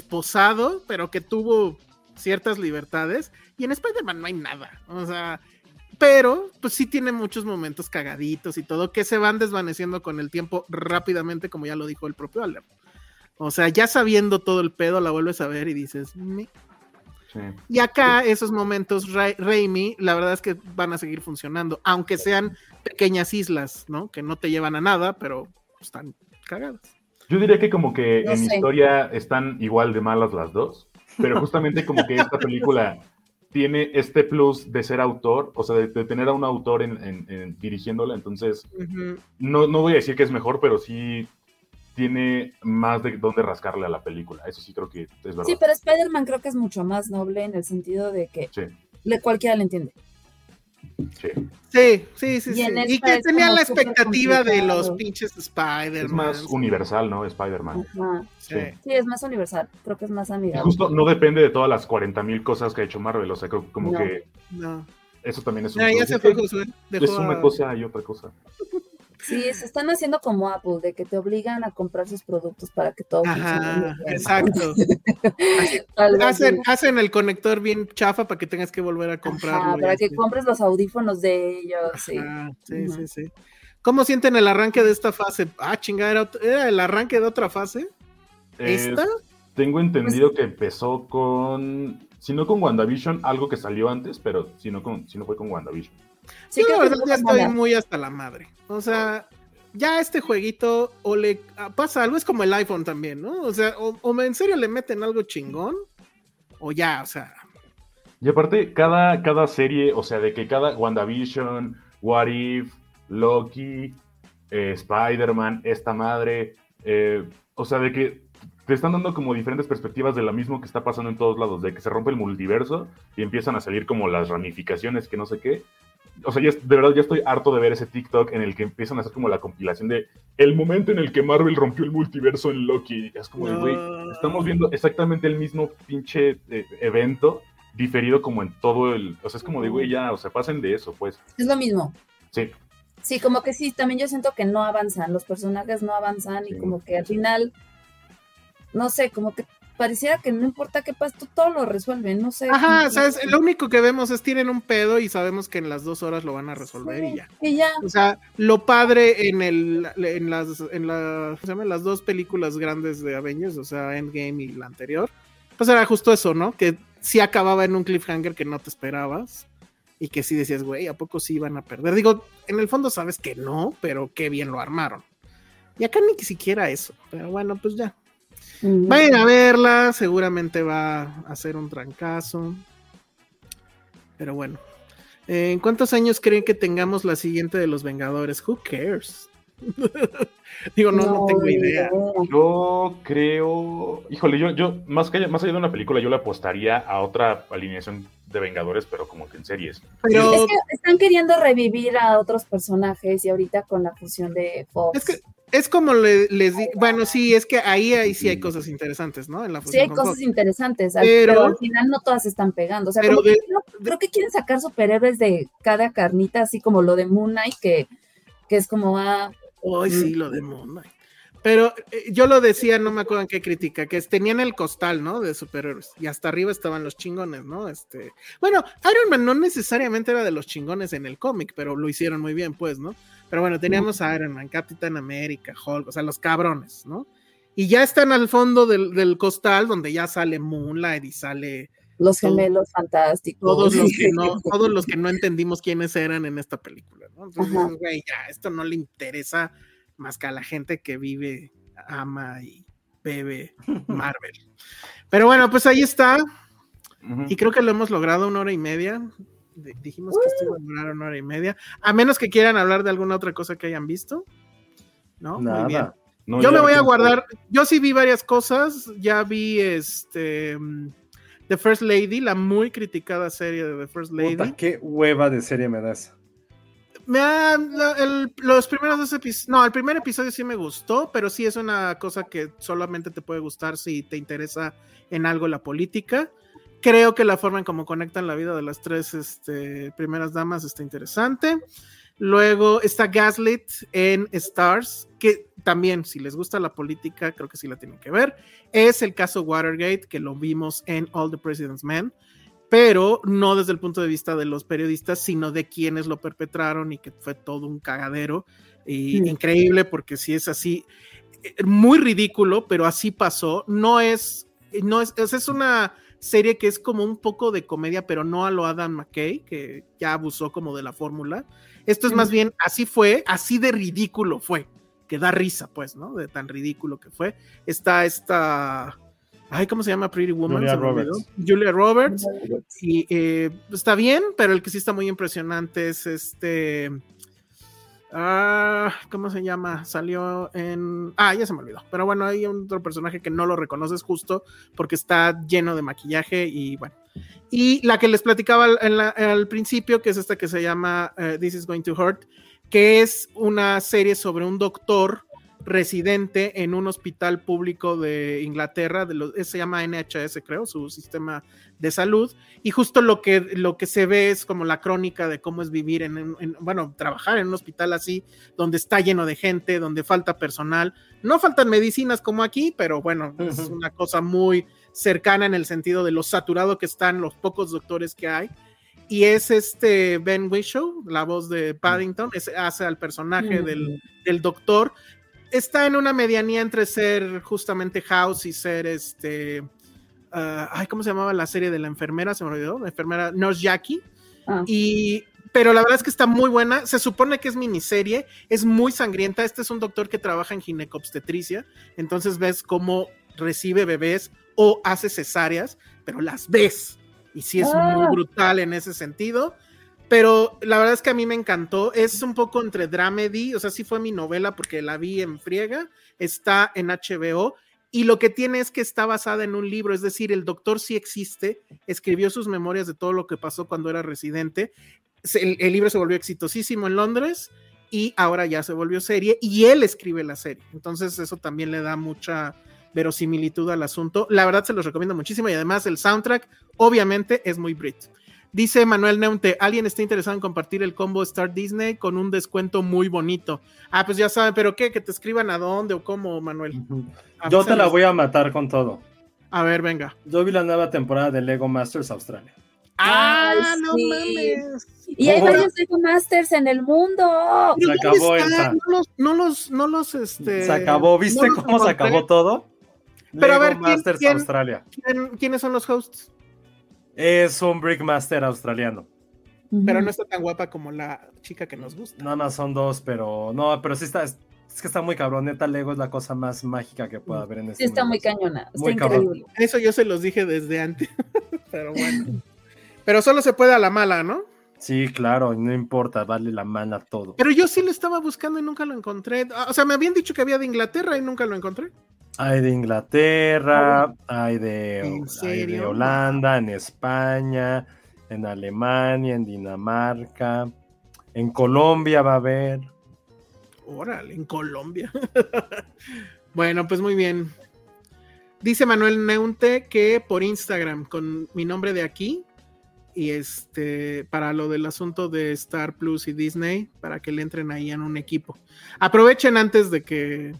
[SPEAKER 5] esposado, pero que tuvo ciertas libertades. Y en Spider-Man no hay nada, o sea, pero pues sí tiene muchos momentos cagaditos y todo que se van desvaneciendo con el tiempo rápidamente, como ya lo dijo el propio Albert. O sea, ya sabiendo todo el pedo, la vuelves a ver y dices, "Me".
[SPEAKER 6] sí.
[SPEAKER 5] Y acá esos momentos, Ra- Raimi, la verdad es que van a seguir funcionando, aunque sean pequeñas islas, ¿no? Que no te llevan a nada, pero están cagadas.
[SPEAKER 6] Yo diría que como que
[SPEAKER 7] No
[SPEAKER 6] en
[SPEAKER 7] sé.
[SPEAKER 6] historia están igual de malas las dos, pero justamente como que esta película tiene este plus de ser autor, o sea, de, de tener a un autor en, en- en dirigiéndola, entonces no, no voy a decir que es mejor, pero sí tiene más de dónde rascarle a la película, eso sí creo que es verdad.
[SPEAKER 7] Sí, pero Spider-Man creo que es mucho más noble en el sentido de que
[SPEAKER 6] Sí,
[SPEAKER 7] le- cualquiera le entiende.
[SPEAKER 6] sí.
[SPEAKER 5] Sí, sí, sí. sí.
[SPEAKER 7] Y
[SPEAKER 5] Y,
[SPEAKER 7] en esta
[SPEAKER 5] que
[SPEAKER 7] es
[SPEAKER 5] tenía
[SPEAKER 7] como
[SPEAKER 5] la
[SPEAKER 7] súper
[SPEAKER 5] expectativa de
[SPEAKER 7] complicado.
[SPEAKER 5] los pinches
[SPEAKER 6] Es
[SPEAKER 5] Spider-Man.
[SPEAKER 6] más universal, ¿no?
[SPEAKER 5] Ah.
[SPEAKER 6] Spider-Man.
[SPEAKER 7] Ajá.
[SPEAKER 6] Sí.
[SPEAKER 7] Sí, es más universal, creo que es más
[SPEAKER 6] Y
[SPEAKER 7] amigable.
[SPEAKER 6] justo no depende de todas las 40.000 cosas que ha hecho Marvel, o sea, creo que como
[SPEAKER 7] No.
[SPEAKER 6] que
[SPEAKER 5] No.
[SPEAKER 6] eso también es un
[SPEAKER 5] Ya, Ah, ya
[SPEAKER 6] plus.
[SPEAKER 5] se
[SPEAKER 6] Es
[SPEAKER 5] fue
[SPEAKER 6] que
[SPEAKER 5] Josué. Dejó
[SPEAKER 6] Es una
[SPEAKER 5] a-
[SPEAKER 6] cosa y otra cosa.
[SPEAKER 7] Sí, se están haciendo como Apple, de que te obligan a comprar sus productos para que todo funcione.
[SPEAKER 5] Ajá,
[SPEAKER 7] <laughs>
[SPEAKER 5] exacto.
[SPEAKER 7] Algo así.
[SPEAKER 5] Hacen, hacen el conector bien chafa para que tengas que volver a comprarlo.
[SPEAKER 7] Ajá, para
[SPEAKER 5] y
[SPEAKER 7] que
[SPEAKER 5] así.
[SPEAKER 7] compres los audífonos de ellos, sí.
[SPEAKER 5] Ah, sí,
[SPEAKER 7] Ujú.
[SPEAKER 5] sí, sí. ¿Cómo sienten el arranque de esta fase? Ah, chingada, era, ot- era el arranque de otra fase. ¿Esta?
[SPEAKER 6] Eh, tengo entendido que empezó con, si no con WandaVision, algo que salió antes, pero si no, con, si no fue con WandaVision.
[SPEAKER 7] Sí,
[SPEAKER 5] Yo la
[SPEAKER 7] creo que
[SPEAKER 5] verdad
[SPEAKER 7] fue
[SPEAKER 5] ya
[SPEAKER 7] como
[SPEAKER 5] estoy
[SPEAKER 7] la-
[SPEAKER 5] muy hasta la madre. O sea, ya este jueguito o le ah, pasa algo, es como el iPhone también, ¿no? O sea, o, o en serio le meten algo chingón, o ya, o sea,
[SPEAKER 6] Y aparte, cada, cada serie, o sea, de que cada WandaVision, What If, Loki, eh, Spider-Man, esta madre, eh, o sea, de que te están dando como diferentes perspectivas de lo mismo que está pasando en todos lados, de que se rompe el multiverso y empiezan a salir como las ramificaciones que no sé qué. O sea, ya es- de verdad ya estoy harto de ver ese TikTok en el que empiezan a hacer como la compilación de el momento en el que Marvel rompió el multiverso en Loki. Es como, de,
[SPEAKER 5] No.
[SPEAKER 6] güey, estamos viendo exactamente el mismo pinche eh, evento diferido como en todo el... O sea, es como de, güey, ya, o sea, pasen de eso, pues.
[SPEAKER 7] Es lo mismo.
[SPEAKER 6] Sí,
[SPEAKER 7] Sí, como que sí, también yo siento que no avanzan, los personajes no avanzan y
[SPEAKER 6] Sí.
[SPEAKER 7] como que al final, no sé, como que pareciera que no importa qué pasa, tú todo lo resuelven, no sé.
[SPEAKER 5] Ajá,
[SPEAKER 7] como-
[SPEAKER 5] o sea, es- lo único que vemos es tienen un pedo y sabemos que en las dos horas lo van a resolver y ya.
[SPEAKER 7] Y ya,
[SPEAKER 5] O sea, lo padre en el en las en la- ¿cómo se llama? en las dos películas grandes de Avengers, o sea, Endgame y la anterior, pues era justo eso, ¿no? Que sí acababa en un cliffhanger que no te esperabas y que sí decías, güey, ¿a poco sí iban a perder? Digo, en el fondo sabes que no, pero qué bien lo armaron. Y acá ni siquiera eso, pero bueno, pues ya.
[SPEAKER 4] Mm.
[SPEAKER 5] Vayan a verla, seguramente va a hacer un trancazo. Pero bueno. Eh, ¿En cuántos años creen que tengamos la siguiente de los Vengadores? Who cares? <laughs> Digo, no, no, tengo
[SPEAKER 4] ni
[SPEAKER 5] idea.
[SPEAKER 6] Yo creo. Híjole, yo, yo más, que, más allá de una película, yo le apostaría a otra alineación de Vengadores, pero como que en series.
[SPEAKER 5] Pero
[SPEAKER 7] Es que están queriendo revivir a otros personajes y ahorita con la fusión de Fox.
[SPEAKER 5] Es que es como le- les di, bueno, sí, es que ahí, ahí sí hay cosas interesantes, ¿no? En la
[SPEAKER 7] Sí, hay
[SPEAKER 5] fusión con
[SPEAKER 7] cosas
[SPEAKER 5] Fox.
[SPEAKER 7] interesantes, al-
[SPEAKER 5] Pero-
[SPEAKER 7] pero, al final no todas están pegando. O sea,
[SPEAKER 5] Pero
[SPEAKER 7] como que
[SPEAKER 5] de-
[SPEAKER 7] creo, creo que quieren sacar superhéroes de cada carnita, así como lo de Moon Knight, que, que es como, ah,
[SPEAKER 5] Ay, sí, lo de Moon Knight. Pero eh, yo lo decía, no me acuerdo en qué crítica, que es- tenían el costal, ¿no? De superhéroes. Y hasta arriba estaban los chingones, ¿no? Este, bueno, Iron Man no necesariamente era de los chingones en el cómic, pero lo hicieron muy bien, pues, ¿no? Pero bueno, teníamos a Iron Man, Capitán América, Hulk, o sea, los cabrones, ¿no? Y ya están al fondo del, del costal, donde ya sale Moonlight y sale
[SPEAKER 7] los
[SPEAKER 5] Todo-
[SPEAKER 7] gemelos fantásticos.
[SPEAKER 5] todos los que no, todos los que no entendimos quiénes eran en esta película, ¿no? Entonces,
[SPEAKER 7] Ajá.
[SPEAKER 5] dices, güey, ya, esto no le interesa más que a la gente que vive, ama y bebe Marvel. Pero bueno, pues ahí está.
[SPEAKER 6] Ujú.
[SPEAKER 5] Y creo que lo hemos logrado una hora y media. D- dijimos que esto iba a durar una hora y media. A menos que quieran hablar de alguna otra cosa que hayan visto. ¿No? Muy bien.
[SPEAKER 3] Nada.
[SPEAKER 6] No,
[SPEAKER 5] Yo
[SPEAKER 6] ya
[SPEAKER 5] me voy a
[SPEAKER 6] tengo-
[SPEAKER 5] guardar. Yo sí vi varias cosas. Ya vi este mm, The First Lady, la muy criticada serie de The First Lady.
[SPEAKER 3] Puta, qué hueva de serie me das.
[SPEAKER 5] Me ha- la- el- los primeros dos episodios. No, el primer episodio sí me gustó, pero sí es una cosa que solamente te puede gustar si te interesa en algo la política. Creo que la forma en cómo conectan la vida de las tres este, primeras damas está interesante. Luego está Gaslit en Stars, que también, si les gusta la política, creo que sí la tienen que ver. Es el caso Watergate, que lo vimos en All the President's Men, pero no desde el punto de vista de los periodistas, sino de quienes lo perpetraron y que fue todo un cagadero. Y
[SPEAKER 4] Mm.
[SPEAKER 5] increíble, porque si es así, eh, muy ridículo, pero así pasó. No es, no es, es es una serie que es como un poco de comedia, pero no a lo Adam McKay, que ya abusó como de la fórmula. Esto es más bien, así fue, así de ridículo fue, que da risa, pues, ¿no? De tan ridículo que fue. Está esta, ay, ¿cómo se llama? Pretty Woman.
[SPEAKER 3] Julia
[SPEAKER 5] se me olvidó.
[SPEAKER 3] Roberts.
[SPEAKER 5] Julia Roberts. Y eh, está bien, pero el que sí está muy impresionante es este. Ah, ¿cómo se llama? Salió en. Ah, ya se me olvidó. Pero bueno, hay un otro personaje que no lo reconoces justo porque está lleno de maquillaje y bueno. Y la que les platicaba al, en la- al principio, que es esta que se llama eh, This is Going to Hurt, que es una serie sobre un doctor residente en un hospital público de Inglaterra, de los- se llama NHS creo, su sistema de salud, y justo lo que, lo que se ve es como la crónica de cómo es vivir en, un- en- bueno, trabajar en un hospital así, donde está lleno de gente, donde falta personal, no faltan medicinas como aquí, pero bueno, es
[SPEAKER 3] Ujú.
[SPEAKER 5] una cosa muy cercana en el sentido de lo saturado que están los pocos doctores que hay. Y es este Ben Whishaw, la voz de Paddington, es- hace al personaje del, del doctor. Está en una medianía entre ser justamente House y ser este. ah, ay, ¿cómo se llamaba la serie de la enfermera? Se me olvidó. La enfermera Nurse Jackie.
[SPEAKER 7] Ah.
[SPEAKER 5] Y, pero la verdad es que está muy buena. Se supone que es miniserie. Es muy sangrienta. Este es un doctor que trabaja en ginecobstetricia. Entonces ves cómo recibe bebés o hace cesáreas, pero las ves. Y sí es muy
[SPEAKER 7] Ah.
[SPEAKER 5] brutal en ese sentido. Pero la verdad es que a mí me encantó. Es un poco entre dramedy, o sea, sí fue mi novela porque la vi en friega. Está en HBO. Y lo que tiene es que está basada en un libro, es decir, el doctor sí existe, escribió sus memorias de todo lo que pasó cuando era residente. Se- El, el libro se volvió exitosísimo en Londres y ahora ya se volvió serie y él escribe la serie. Entonces eso también le da mucha verosimilitud al asunto. La verdad se los recomiendo muchísimo y además el soundtrack obviamente es muy Brit. Dice Manuel Neunte, ¿alguien está interesado en compartir el combo Star Disney con un descuento muy bonito? Ah, pues ya saben, pero ¿qué? ¿Que te escriban a dónde o cómo, Manuel?
[SPEAKER 3] Yo te la
[SPEAKER 5] Avísales.
[SPEAKER 3] voy a matar con todo.
[SPEAKER 5] A ver, venga.
[SPEAKER 3] Yo vi la nueva temporada de Lego Masters Australia.
[SPEAKER 7] Ay,
[SPEAKER 5] ¡Ah, no
[SPEAKER 7] sí.
[SPEAKER 5] mames!
[SPEAKER 7] Y hay
[SPEAKER 3] Ahora-
[SPEAKER 7] varios Lego Masters en el mundo.
[SPEAKER 5] Pero
[SPEAKER 3] Se
[SPEAKER 5] ¿dónde
[SPEAKER 3] acabó
[SPEAKER 5] está?
[SPEAKER 3] esa.
[SPEAKER 5] No los, no los, no los, este...
[SPEAKER 3] Se acabó, ¿viste
[SPEAKER 5] no los
[SPEAKER 3] cómo se
[SPEAKER 5] encontré.
[SPEAKER 3] acabó todo?
[SPEAKER 5] Pero a
[SPEAKER 3] Lego
[SPEAKER 5] ver, ¿quién-
[SPEAKER 3] Masters
[SPEAKER 5] quién-
[SPEAKER 3] Australia.
[SPEAKER 5] ¿Quién- ¿Quiénes son los hosts?
[SPEAKER 3] Es un Brickmaster australiano.
[SPEAKER 5] Pero no está tan guapa como la chica que nos gusta.
[SPEAKER 3] Nada más son dos, pero no, pero sí está. Es, es que está muy cabrón. Neta, Lego es la cosa más mágica que pueda haber en este
[SPEAKER 7] Sí, está muy
[SPEAKER 3] universo.
[SPEAKER 7] cañona. Está
[SPEAKER 3] Muy cabrón.
[SPEAKER 7] increíble.
[SPEAKER 5] Eso yo se los dije desde antes. <laughs> Pero bueno. Pero solo se puede a la mala, ¿no?
[SPEAKER 3] Sí, claro, no importa, vale la mano a todo.
[SPEAKER 5] Pero yo sí lo estaba buscando y nunca lo encontré. Ah, O sea, me habían dicho que había de Inglaterra y nunca lo encontré.
[SPEAKER 3] Hay de Inglaterra, hay de,
[SPEAKER 5] ¿En
[SPEAKER 3] hay de
[SPEAKER 5] serio?
[SPEAKER 3] Holanda, en España, en Alemania, en Dinamarca, en Colombia va a haber.
[SPEAKER 5] Órale, en Colombia. <laughs> bueno, pues muy bien. Dice Manuel Neunte que por Instagram, con mi nombre de aquí, y este, para lo del asunto de Star Plus y Disney, para que le entren ahí en un equipo. Aprovechen antes de que.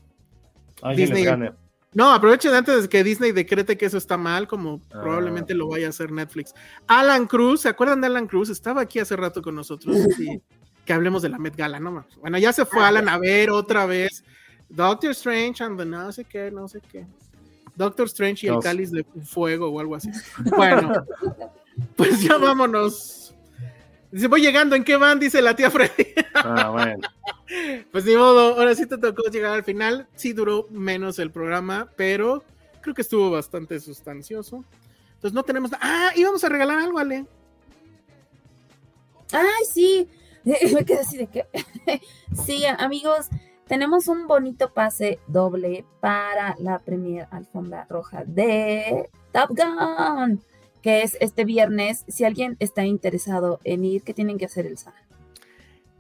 [SPEAKER 3] Alguien les
[SPEAKER 5] Disney.
[SPEAKER 3] gane.
[SPEAKER 5] No, aprovechen antes de que Disney decrete que eso está mal, como
[SPEAKER 3] Ah.
[SPEAKER 5] probablemente lo vaya a hacer Netflix. Alan Cruz, ¿se acuerdan de Alan Cruz? Estaba aquí hace rato con nosotros. y que hablemos de la Met Gala, no mames. Bueno, ya se
[SPEAKER 3] Ah,
[SPEAKER 5] fue Alan a ver otra vez Doctor Strange and the no sé qué, no sé qué. Doctor Strange y el
[SPEAKER 3] Dos.
[SPEAKER 5] cáliz de fuego o algo así. Bueno,
[SPEAKER 3] <laughs>
[SPEAKER 5] pues ya vámonos. Dice, voy llegando, ¿en qué van? Dice la tía Freddy.
[SPEAKER 3] Ah, bueno.
[SPEAKER 5] Pues ni modo, ahora sí te tocó llegar al final. Sí duró menos el programa, pero creo que estuvo bastante sustancioso. Entonces no tenemos... na- Ah, íbamos a regalar algo, Ale.
[SPEAKER 7] Ay, sí. <laughs> Me quedé así de que. <laughs> sí, amigos, tenemos un bonito pase doble para la premier alfombra roja de Top Gun, que es este viernes. Si alguien está interesado en ir, ¿qué tienen que hacer el sábado?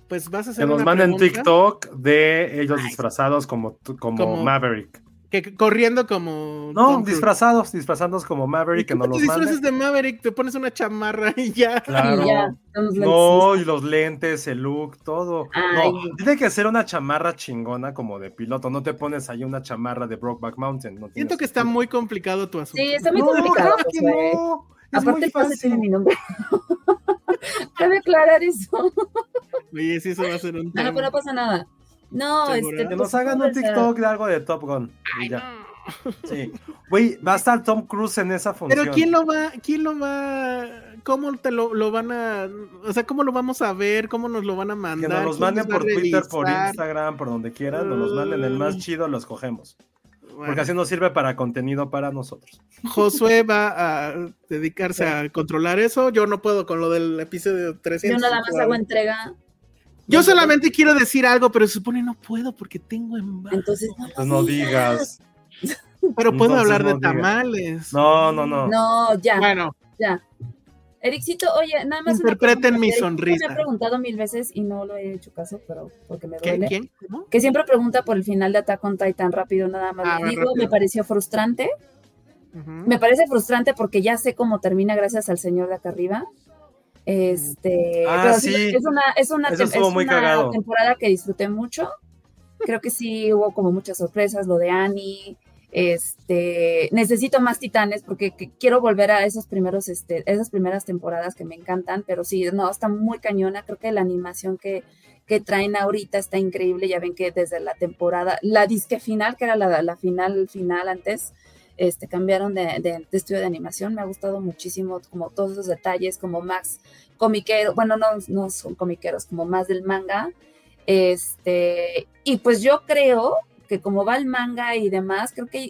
[SPEAKER 5] Pues vas a hacer...
[SPEAKER 3] Que nos
[SPEAKER 5] una
[SPEAKER 3] manden
[SPEAKER 5] pregunta
[SPEAKER 3] TikTok de ellos disfrazados como, tú- como,
[SPEAKER 5] Como-
[SPEAKER 3] Maverick.
[SPEAKER 5] que- corriendo como...
[SPEAKER 3] No,
[SPEAKER 5] Tom Cruise.
[SPEAKER 3] disfrazados, disfrazándonos como
[SPEAKER 5] ¿Y
[SPEAKER 3] Maverick, que
[SPEAKER 5] cómo
[SPEAKER 3] nos
[SPEAKER 5] te
[SPEAKER 3] los
[SPEAKER 5] disfrazas
[SPEAKER 3] manden.
[SPEAKER 5] de Maverick? Te pones una chamarra y ya.
[SPEAKER 3] Claro.
[SPEAKER 7] Y ya, pues, los lentes.
[SPEAKER 3] No, y los lentes, el look, todo.
[SPEAKER 7] Ay.
[SPEAKER 3] No, tiene que ser una chamarra chingona como de piloto. No te pones ahí una chamarra de Brokeback Mountain. no
[SPEAKER 5] Siento
[SPEAKER 3] tienes-
[SPEAKER 5] que está muy complicado tu asunto.
[SPEAKER 7] Sí, está muy
[SPEAKER 3] No,
[SPEAKER 7] complicado.
[SPEAKER 3] claro que
[SPEAKER 7] Josué.
[SPEAKER 3] no. Es
[SPEAKER 7] Aparte,
[SPEAKER 3] muy
[SPEAKER 7] no se tiene
[SPEAKER 3] fácil.
[SPEAKER 7] mi nombre. <laughs> Cabe aclarar eso.
[SPEAKER 5] Oye, sí, eso va a ser un
[SPEAKER 7] No,
[SPEAKER 5] tema.
[SPEAKER 7] pero no pasa nada. No,
[SPEAKER 5] ¿Segura?
[SPEAKER 7] este.
[SPEAKER 3] Que
[SPEAKER 7] pues,
[SPEAKER 3] nos hagan un
[SPEAKER 7] o sea,
[SPEAKER 3] TikTok de algo de Top Gun. y ya. Sí. Güey, va a estar Tom Cruise en esa función.
[SPEAKER 5] Pero ¿quién lo va, quién lo va, cómo te lo, lo van a, o sea, cómo lo vamos a ver, cómo nos lo van a
[SPEAKER 3] Que
[SPEAKER 5] mandar?
[SPEAKER 3] nos los
[SPEAKER 5] ¿Quién
[SPEAKER 3] manden
[SPEAKER 5] va a
[SPEAKER 3] por Twitter, por
[SPEAKER 5] revisar? Mm.
[SPEAKER 3] Instagram, por donde quieran. Nos los manden el más chido, los cogemos.
[SPEAKER 5] Bueno,
[SPEAKER 3] Porque así nos sirve para contenido para nosotros.
[SPEAKER 5] Josué va a dedicarse a controlar eso, yo no puedo con lo del episodio 300.
[SPEAKER 7] Yo nada más hago entrega.
[SPEAKER 5] Yo solamente quiero decir algo, pero se supone no puedo porque tengo en baja.
[SPEAKER 7] Entonces, no, lo
[SPEAKER 3] Entonces Pues no digas.
[SPEAKER 5] Pero puedo
[SPEAKER 3] entonces
[SPEAKER 5] hablar de
[SPEAKER 3] no digas.
[SPEAKER 5] tamales.
[SPEAKER 3] No, no, no.
[SPEAKER 7] No, ya,
[SPEAKER 5] Bueno,
[SPEAKER 7] ya. Ericito, oye, nada más. una
[SPEAKER 5] Interpreten
[SPEAKER 7] cosa,
[SPEAKER 5] mi
[SPEAKER 7] porque Ericito
[SPEAKER 5] sonrisa.
[SPEAKER 7] Me ha preguntado mil veces y no lo he hecho caso, pero porque me
[SPEAKER 5] ¿qué,
[SPEAKER 7] duele.
[SPEAKER 5] ¿quién? ¿Cómo?
[SPEAKER 7] Que siempre pregunta por el final de Attack on Titan rápido, nada más.
[SPEAKER 5] Ah,
[SPEAKER 7] le
[SPEAKER 5] va
[SPEAKER 7] digo,
[SPEAKER 5] rápido.
[SPEAKER 7] me pareció frustrante.
[SPEAKER 5] Ujú.
[SPEAKER 7] Me parece frustrante porque ya sé cómo termina gracias al señor de acá arriba. Este,
[SPEAKER 3] Ah,
[SPEAKER 7] pero sí,
[SPEAKER 3] sí.
[SPEAKER 7] es una, es una,
[SPEAKER 3] Eso
[SPEAKER 7] tem-
[SPEAKER 3] estuvo
[SPEAKER 7] es
[SPEAKER 3] muy
[SPEAKER 7] una
[SPEAKER 3] cagado.
[SPEAKER 7] temporada que disfruté mucho. Creo que sí hubo como muchas sorpresas, lo de Annie. Este, necesito más titanes porque que- quiero volver a esos primeros, este, esas primeras temporadas que me encantan, pero sí, no, está muy cañona. Creo que la animación que, que traen ahorita está increíble. Ya ven que desde la temporada, la disque final, que era la, la final, final antes, este, cambiaron de, de- de estudio de animación. Me ha gustado muchísimo como todos esos detalles, como Max comiquero, bueno, no, no son comiqueros, como más del manga. Este, y pues yo creo que como va el manga y demás, creo que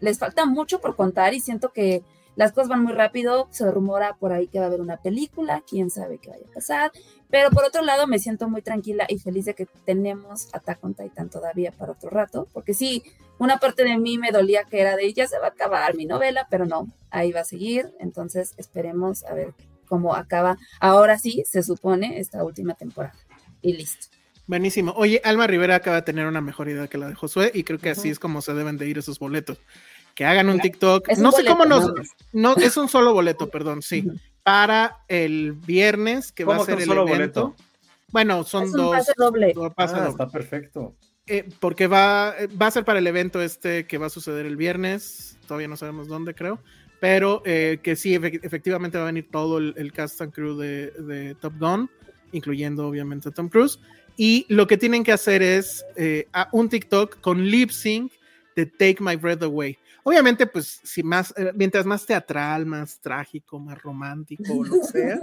[SPEAKER 7] les falta mucho por contar y siento que las cosas van muy rápido, se rumora por ahí que va a haber una película, quién sabe qué vaya a pasar, pero por otro lado me siento muy tranquila y feliz de que tenemos Attack on Titan todavía para otro rato, porque sí, una parte de mí me dolía que era de ya se va a acabar mi novela, pero no, ahí va a seguir, entonces esperemos a ver cómo acaba. Ahora sí, se supone esta última temporada. Y listo.
[SPEAKER 5] Buenísimo. Oye, Alma Rivera acaba de tener una mejor idea que la de Josué y creo que así
[SPEAKER 7] Ujú.
[SPEAKER 5] es como se deben de ir esos boletos. Que hagan un TikTok.
[SPEAKER 7] Es un
[SPEAKER 5] No sé
[SPEAKER 7] boleto,
[SPEAKER 5] cómo nos...
[SPEAKER 7] nada más.
[SPEAKER 5] No, es un solo boleto, perdón, sí.
[SPEAKER 7] Ujú.
[SPEAKER 5] Para el viernes, que va a
[SPEAKER 3] ¿Cómo que
[SPEAKER 5] ser
[SPEAKER 3] un
[SPEAKER 5] el
[SPEAKER 3] solo
[SPEAKER 5] evento.
[SPEAKER 3] boleto?
[SPEAKER 5] Bueno, son
[SPEAKER 7] Es un
[SPEAKER 5] dos.
[SPEAKER 7] pase
[SPEAKER 5] <laughs>
[SPEAKER 7] doble.
[SPEAKER 5] dos
[SPEAKER 3] Ah,
[SPEAKER 5] pases dobles.
[SPEAKER 3] está perfecto.
[SPEAKER 5] Eh, porque va, eh, va a ser para el evento este que va a suceder el viernes. Todavía no sabemos dónde, creo. Pero eh, que sí, efe- efectivamente va a venir todo el, el cast and crew de, de Top Gun, incluyendo obviamente a Tom Cruise. Y lo que tienen que hacer es eh, a- un TikTok con lip sync de Take My Breath Away. Obviamente, pues, si más, eh, mientras más teatral, más trágico, más romántico, lo que
[SPEAKER 7] <laughs>
[SPEAKER 5] sea,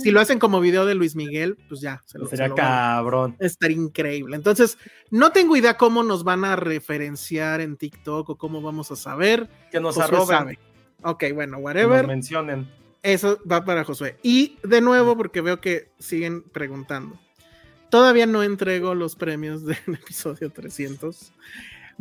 [SPEAKER 5] si lo hacen como video de Luis Miguel, pues ya, se lo, se
[SPEAKER 3] Sería
[SPEAKER 5] lo van a-
[SPEAKER 3] cabrón.
[SPEAKER 5] Estaría increíble. Entonces, no tengo idea cómo nos van a referenciar en TikTok o cómo vamos a saber.
[SPEAKER 3] Que nos
[SPEAKER 5] Josué
[SPEAKER 3] arroben,
[SPEAKER 5] sabe. Ok, bueno,
[SPEAKER 3] que nos
[SPEAKER 5] whatever.
[SPEAKER 3] mencionen.
[SPEAKER 5] Eso va para Josué. Y de nuevo, porque veo que siguen preguntando. Todavía no entrego los premios del <laughs> episodio 300.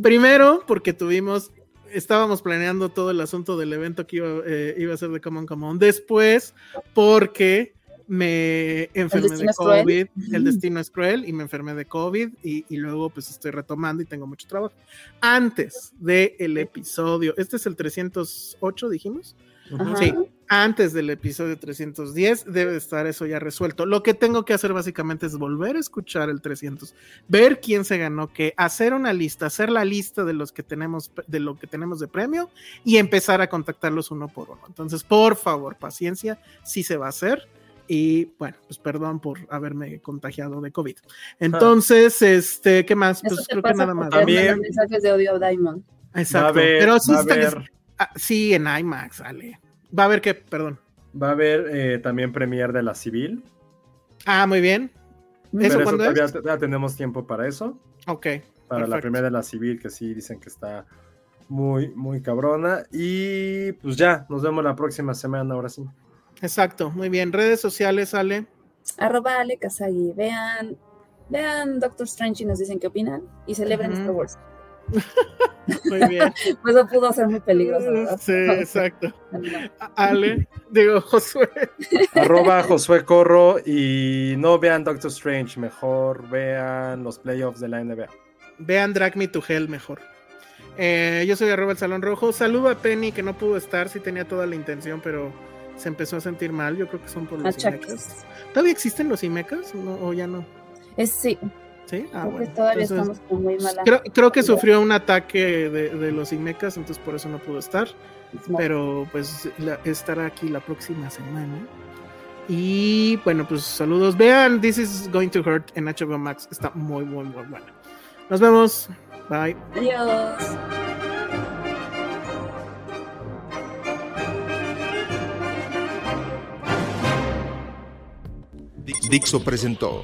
[SPEAKER 5] Primero, porque tuvimos, estábamos planeando todo el asunto del evento que iba, eh, iba a ser de Common Common. Después, porque me enfermé de
[SPEAKER 4] destino es cruel.
[SPEAKER 5] COVID, el destino es cruel y me enfermé de COVID y, y luego pues estoy retomando y tengo mucho trabajo. Antes del episodio, este es el 308, dijimos.
[SPEAKER 4] Ajá.
[SPEAKER 5] Sí, antes del episodio 310 debe estar eso ya resuelto. Lo que tengo que hacer básicamente es volver a escuchar el 300, ver quién se ganó qué, hacer una lista, hacer la lista de los que tenemos de lo que tenemos de premio y empezar a contactarlos uno por uno. Entonces, por favor, paciencia, sí se va a hacer. Y bueno, pues perdón por haberme contagiado de COVID.
[SPEAKER 3] Ah.
[SPEAKER 5] Entonces, este, ¿qué más?
[SPEAKER 4] Eso
[SPEAKER 5] Pues
[SPEAKER 4] te
[SPEAKER 5] creo que
[SPEAKER 4] pasa
[SPEAKER 5] nada más.
[SPEAKER 4] por tener
[SPEAKER 3] También-
[SPEAKER 4] los mensajes de audio a Diamond.
[SPEAKER 3] Va a
[SPEAKER 5] Exacto.
[SPEAKER 3] haber,
[SPEAKER 5] Pero sí
[SPEAKER 3] va a
[SPEAKER 5] está-
[SPEAKER 3] haber,
[SPEAKER 5] ah, sí, en IMAX, Ale. Va a haber que, perdón.
[SPEAKER 3] va a haber, eh, también premier de la civil.
[SPEAKER 5] Ah, muy bien. ¿Eso
[SPEAKER 3] pero eso
[SPEAKER 5] cuándo es?
[SPEAKER 3] todavía te- todavía tenemos tiempo para eso.
[SPEAKER 5] Ok.
[SPEAKER 3] para la
[SPEAKER 5] Perfecto.
[SPEAKER 3] primera de la civil, que sí dicen que está muy, muy cabrona. Y pues ya, nos vemos la próxima semana, ahora sí.
[SPEAKER 5] Exacto, muy bien. Redes sociales, Ale.
[SPEAKER 7] Arroba Ale Kazagi. Vean, vean Doctor Strange y nos dicen qué opinan. Y celebren
[SPEAKER 5] Ujú.
[SPEAKER 7] Star Wars.
[SPEAKER 5] Muy bien.
[SPEAKER 7] Pues eso pudo ser muy <laughs> peligroso. ¿verdad?
[SPEAKER 5] sí, exacto. A- Ale, digo, Josué.
[SPEAKER 3] Arroba Josué Corro y no vean Doctor Strange, mejor vean los playoffs de la NBA.
[SPEAKER 5] Vean Drag Me to Hell mejor. Eh, yo soy arroba el Salón Rojo. Saludo a Penny, que no pudo estar, sí tenía toda la intención, pero se empezó a sentir mal. Yo creo que son por los Imecas.
[SPEAKER 7] Machacos.
[SPEAKER 5] ¿Todavía existen los Imecas o, no- o ya no?
[SPEAKER 7] Es, sí,
[SPEAKER 5] Sí, ah,
[SPEAKER 7] creo que
[SPEAKER 5] bueno.
[SPEAKER 7] todavía
[SPEAKER 5] Entonces,
[SPEAKER 7] estamos con muy mala.
[SPEAKER 5] creo, creo que sufrió un ataque de, de los Imecas, entonces por eso no pudo estar. pero pues la- estará aquí la próxima semana. Y bueno, pues saludos. Vean, This is Going to Hurt en HBO Max. Está muy, muy, muy buena. Nos vemos. Bye.
[SPEAKER 7] Adiós.
[SPEAKER 2] Dixo presentó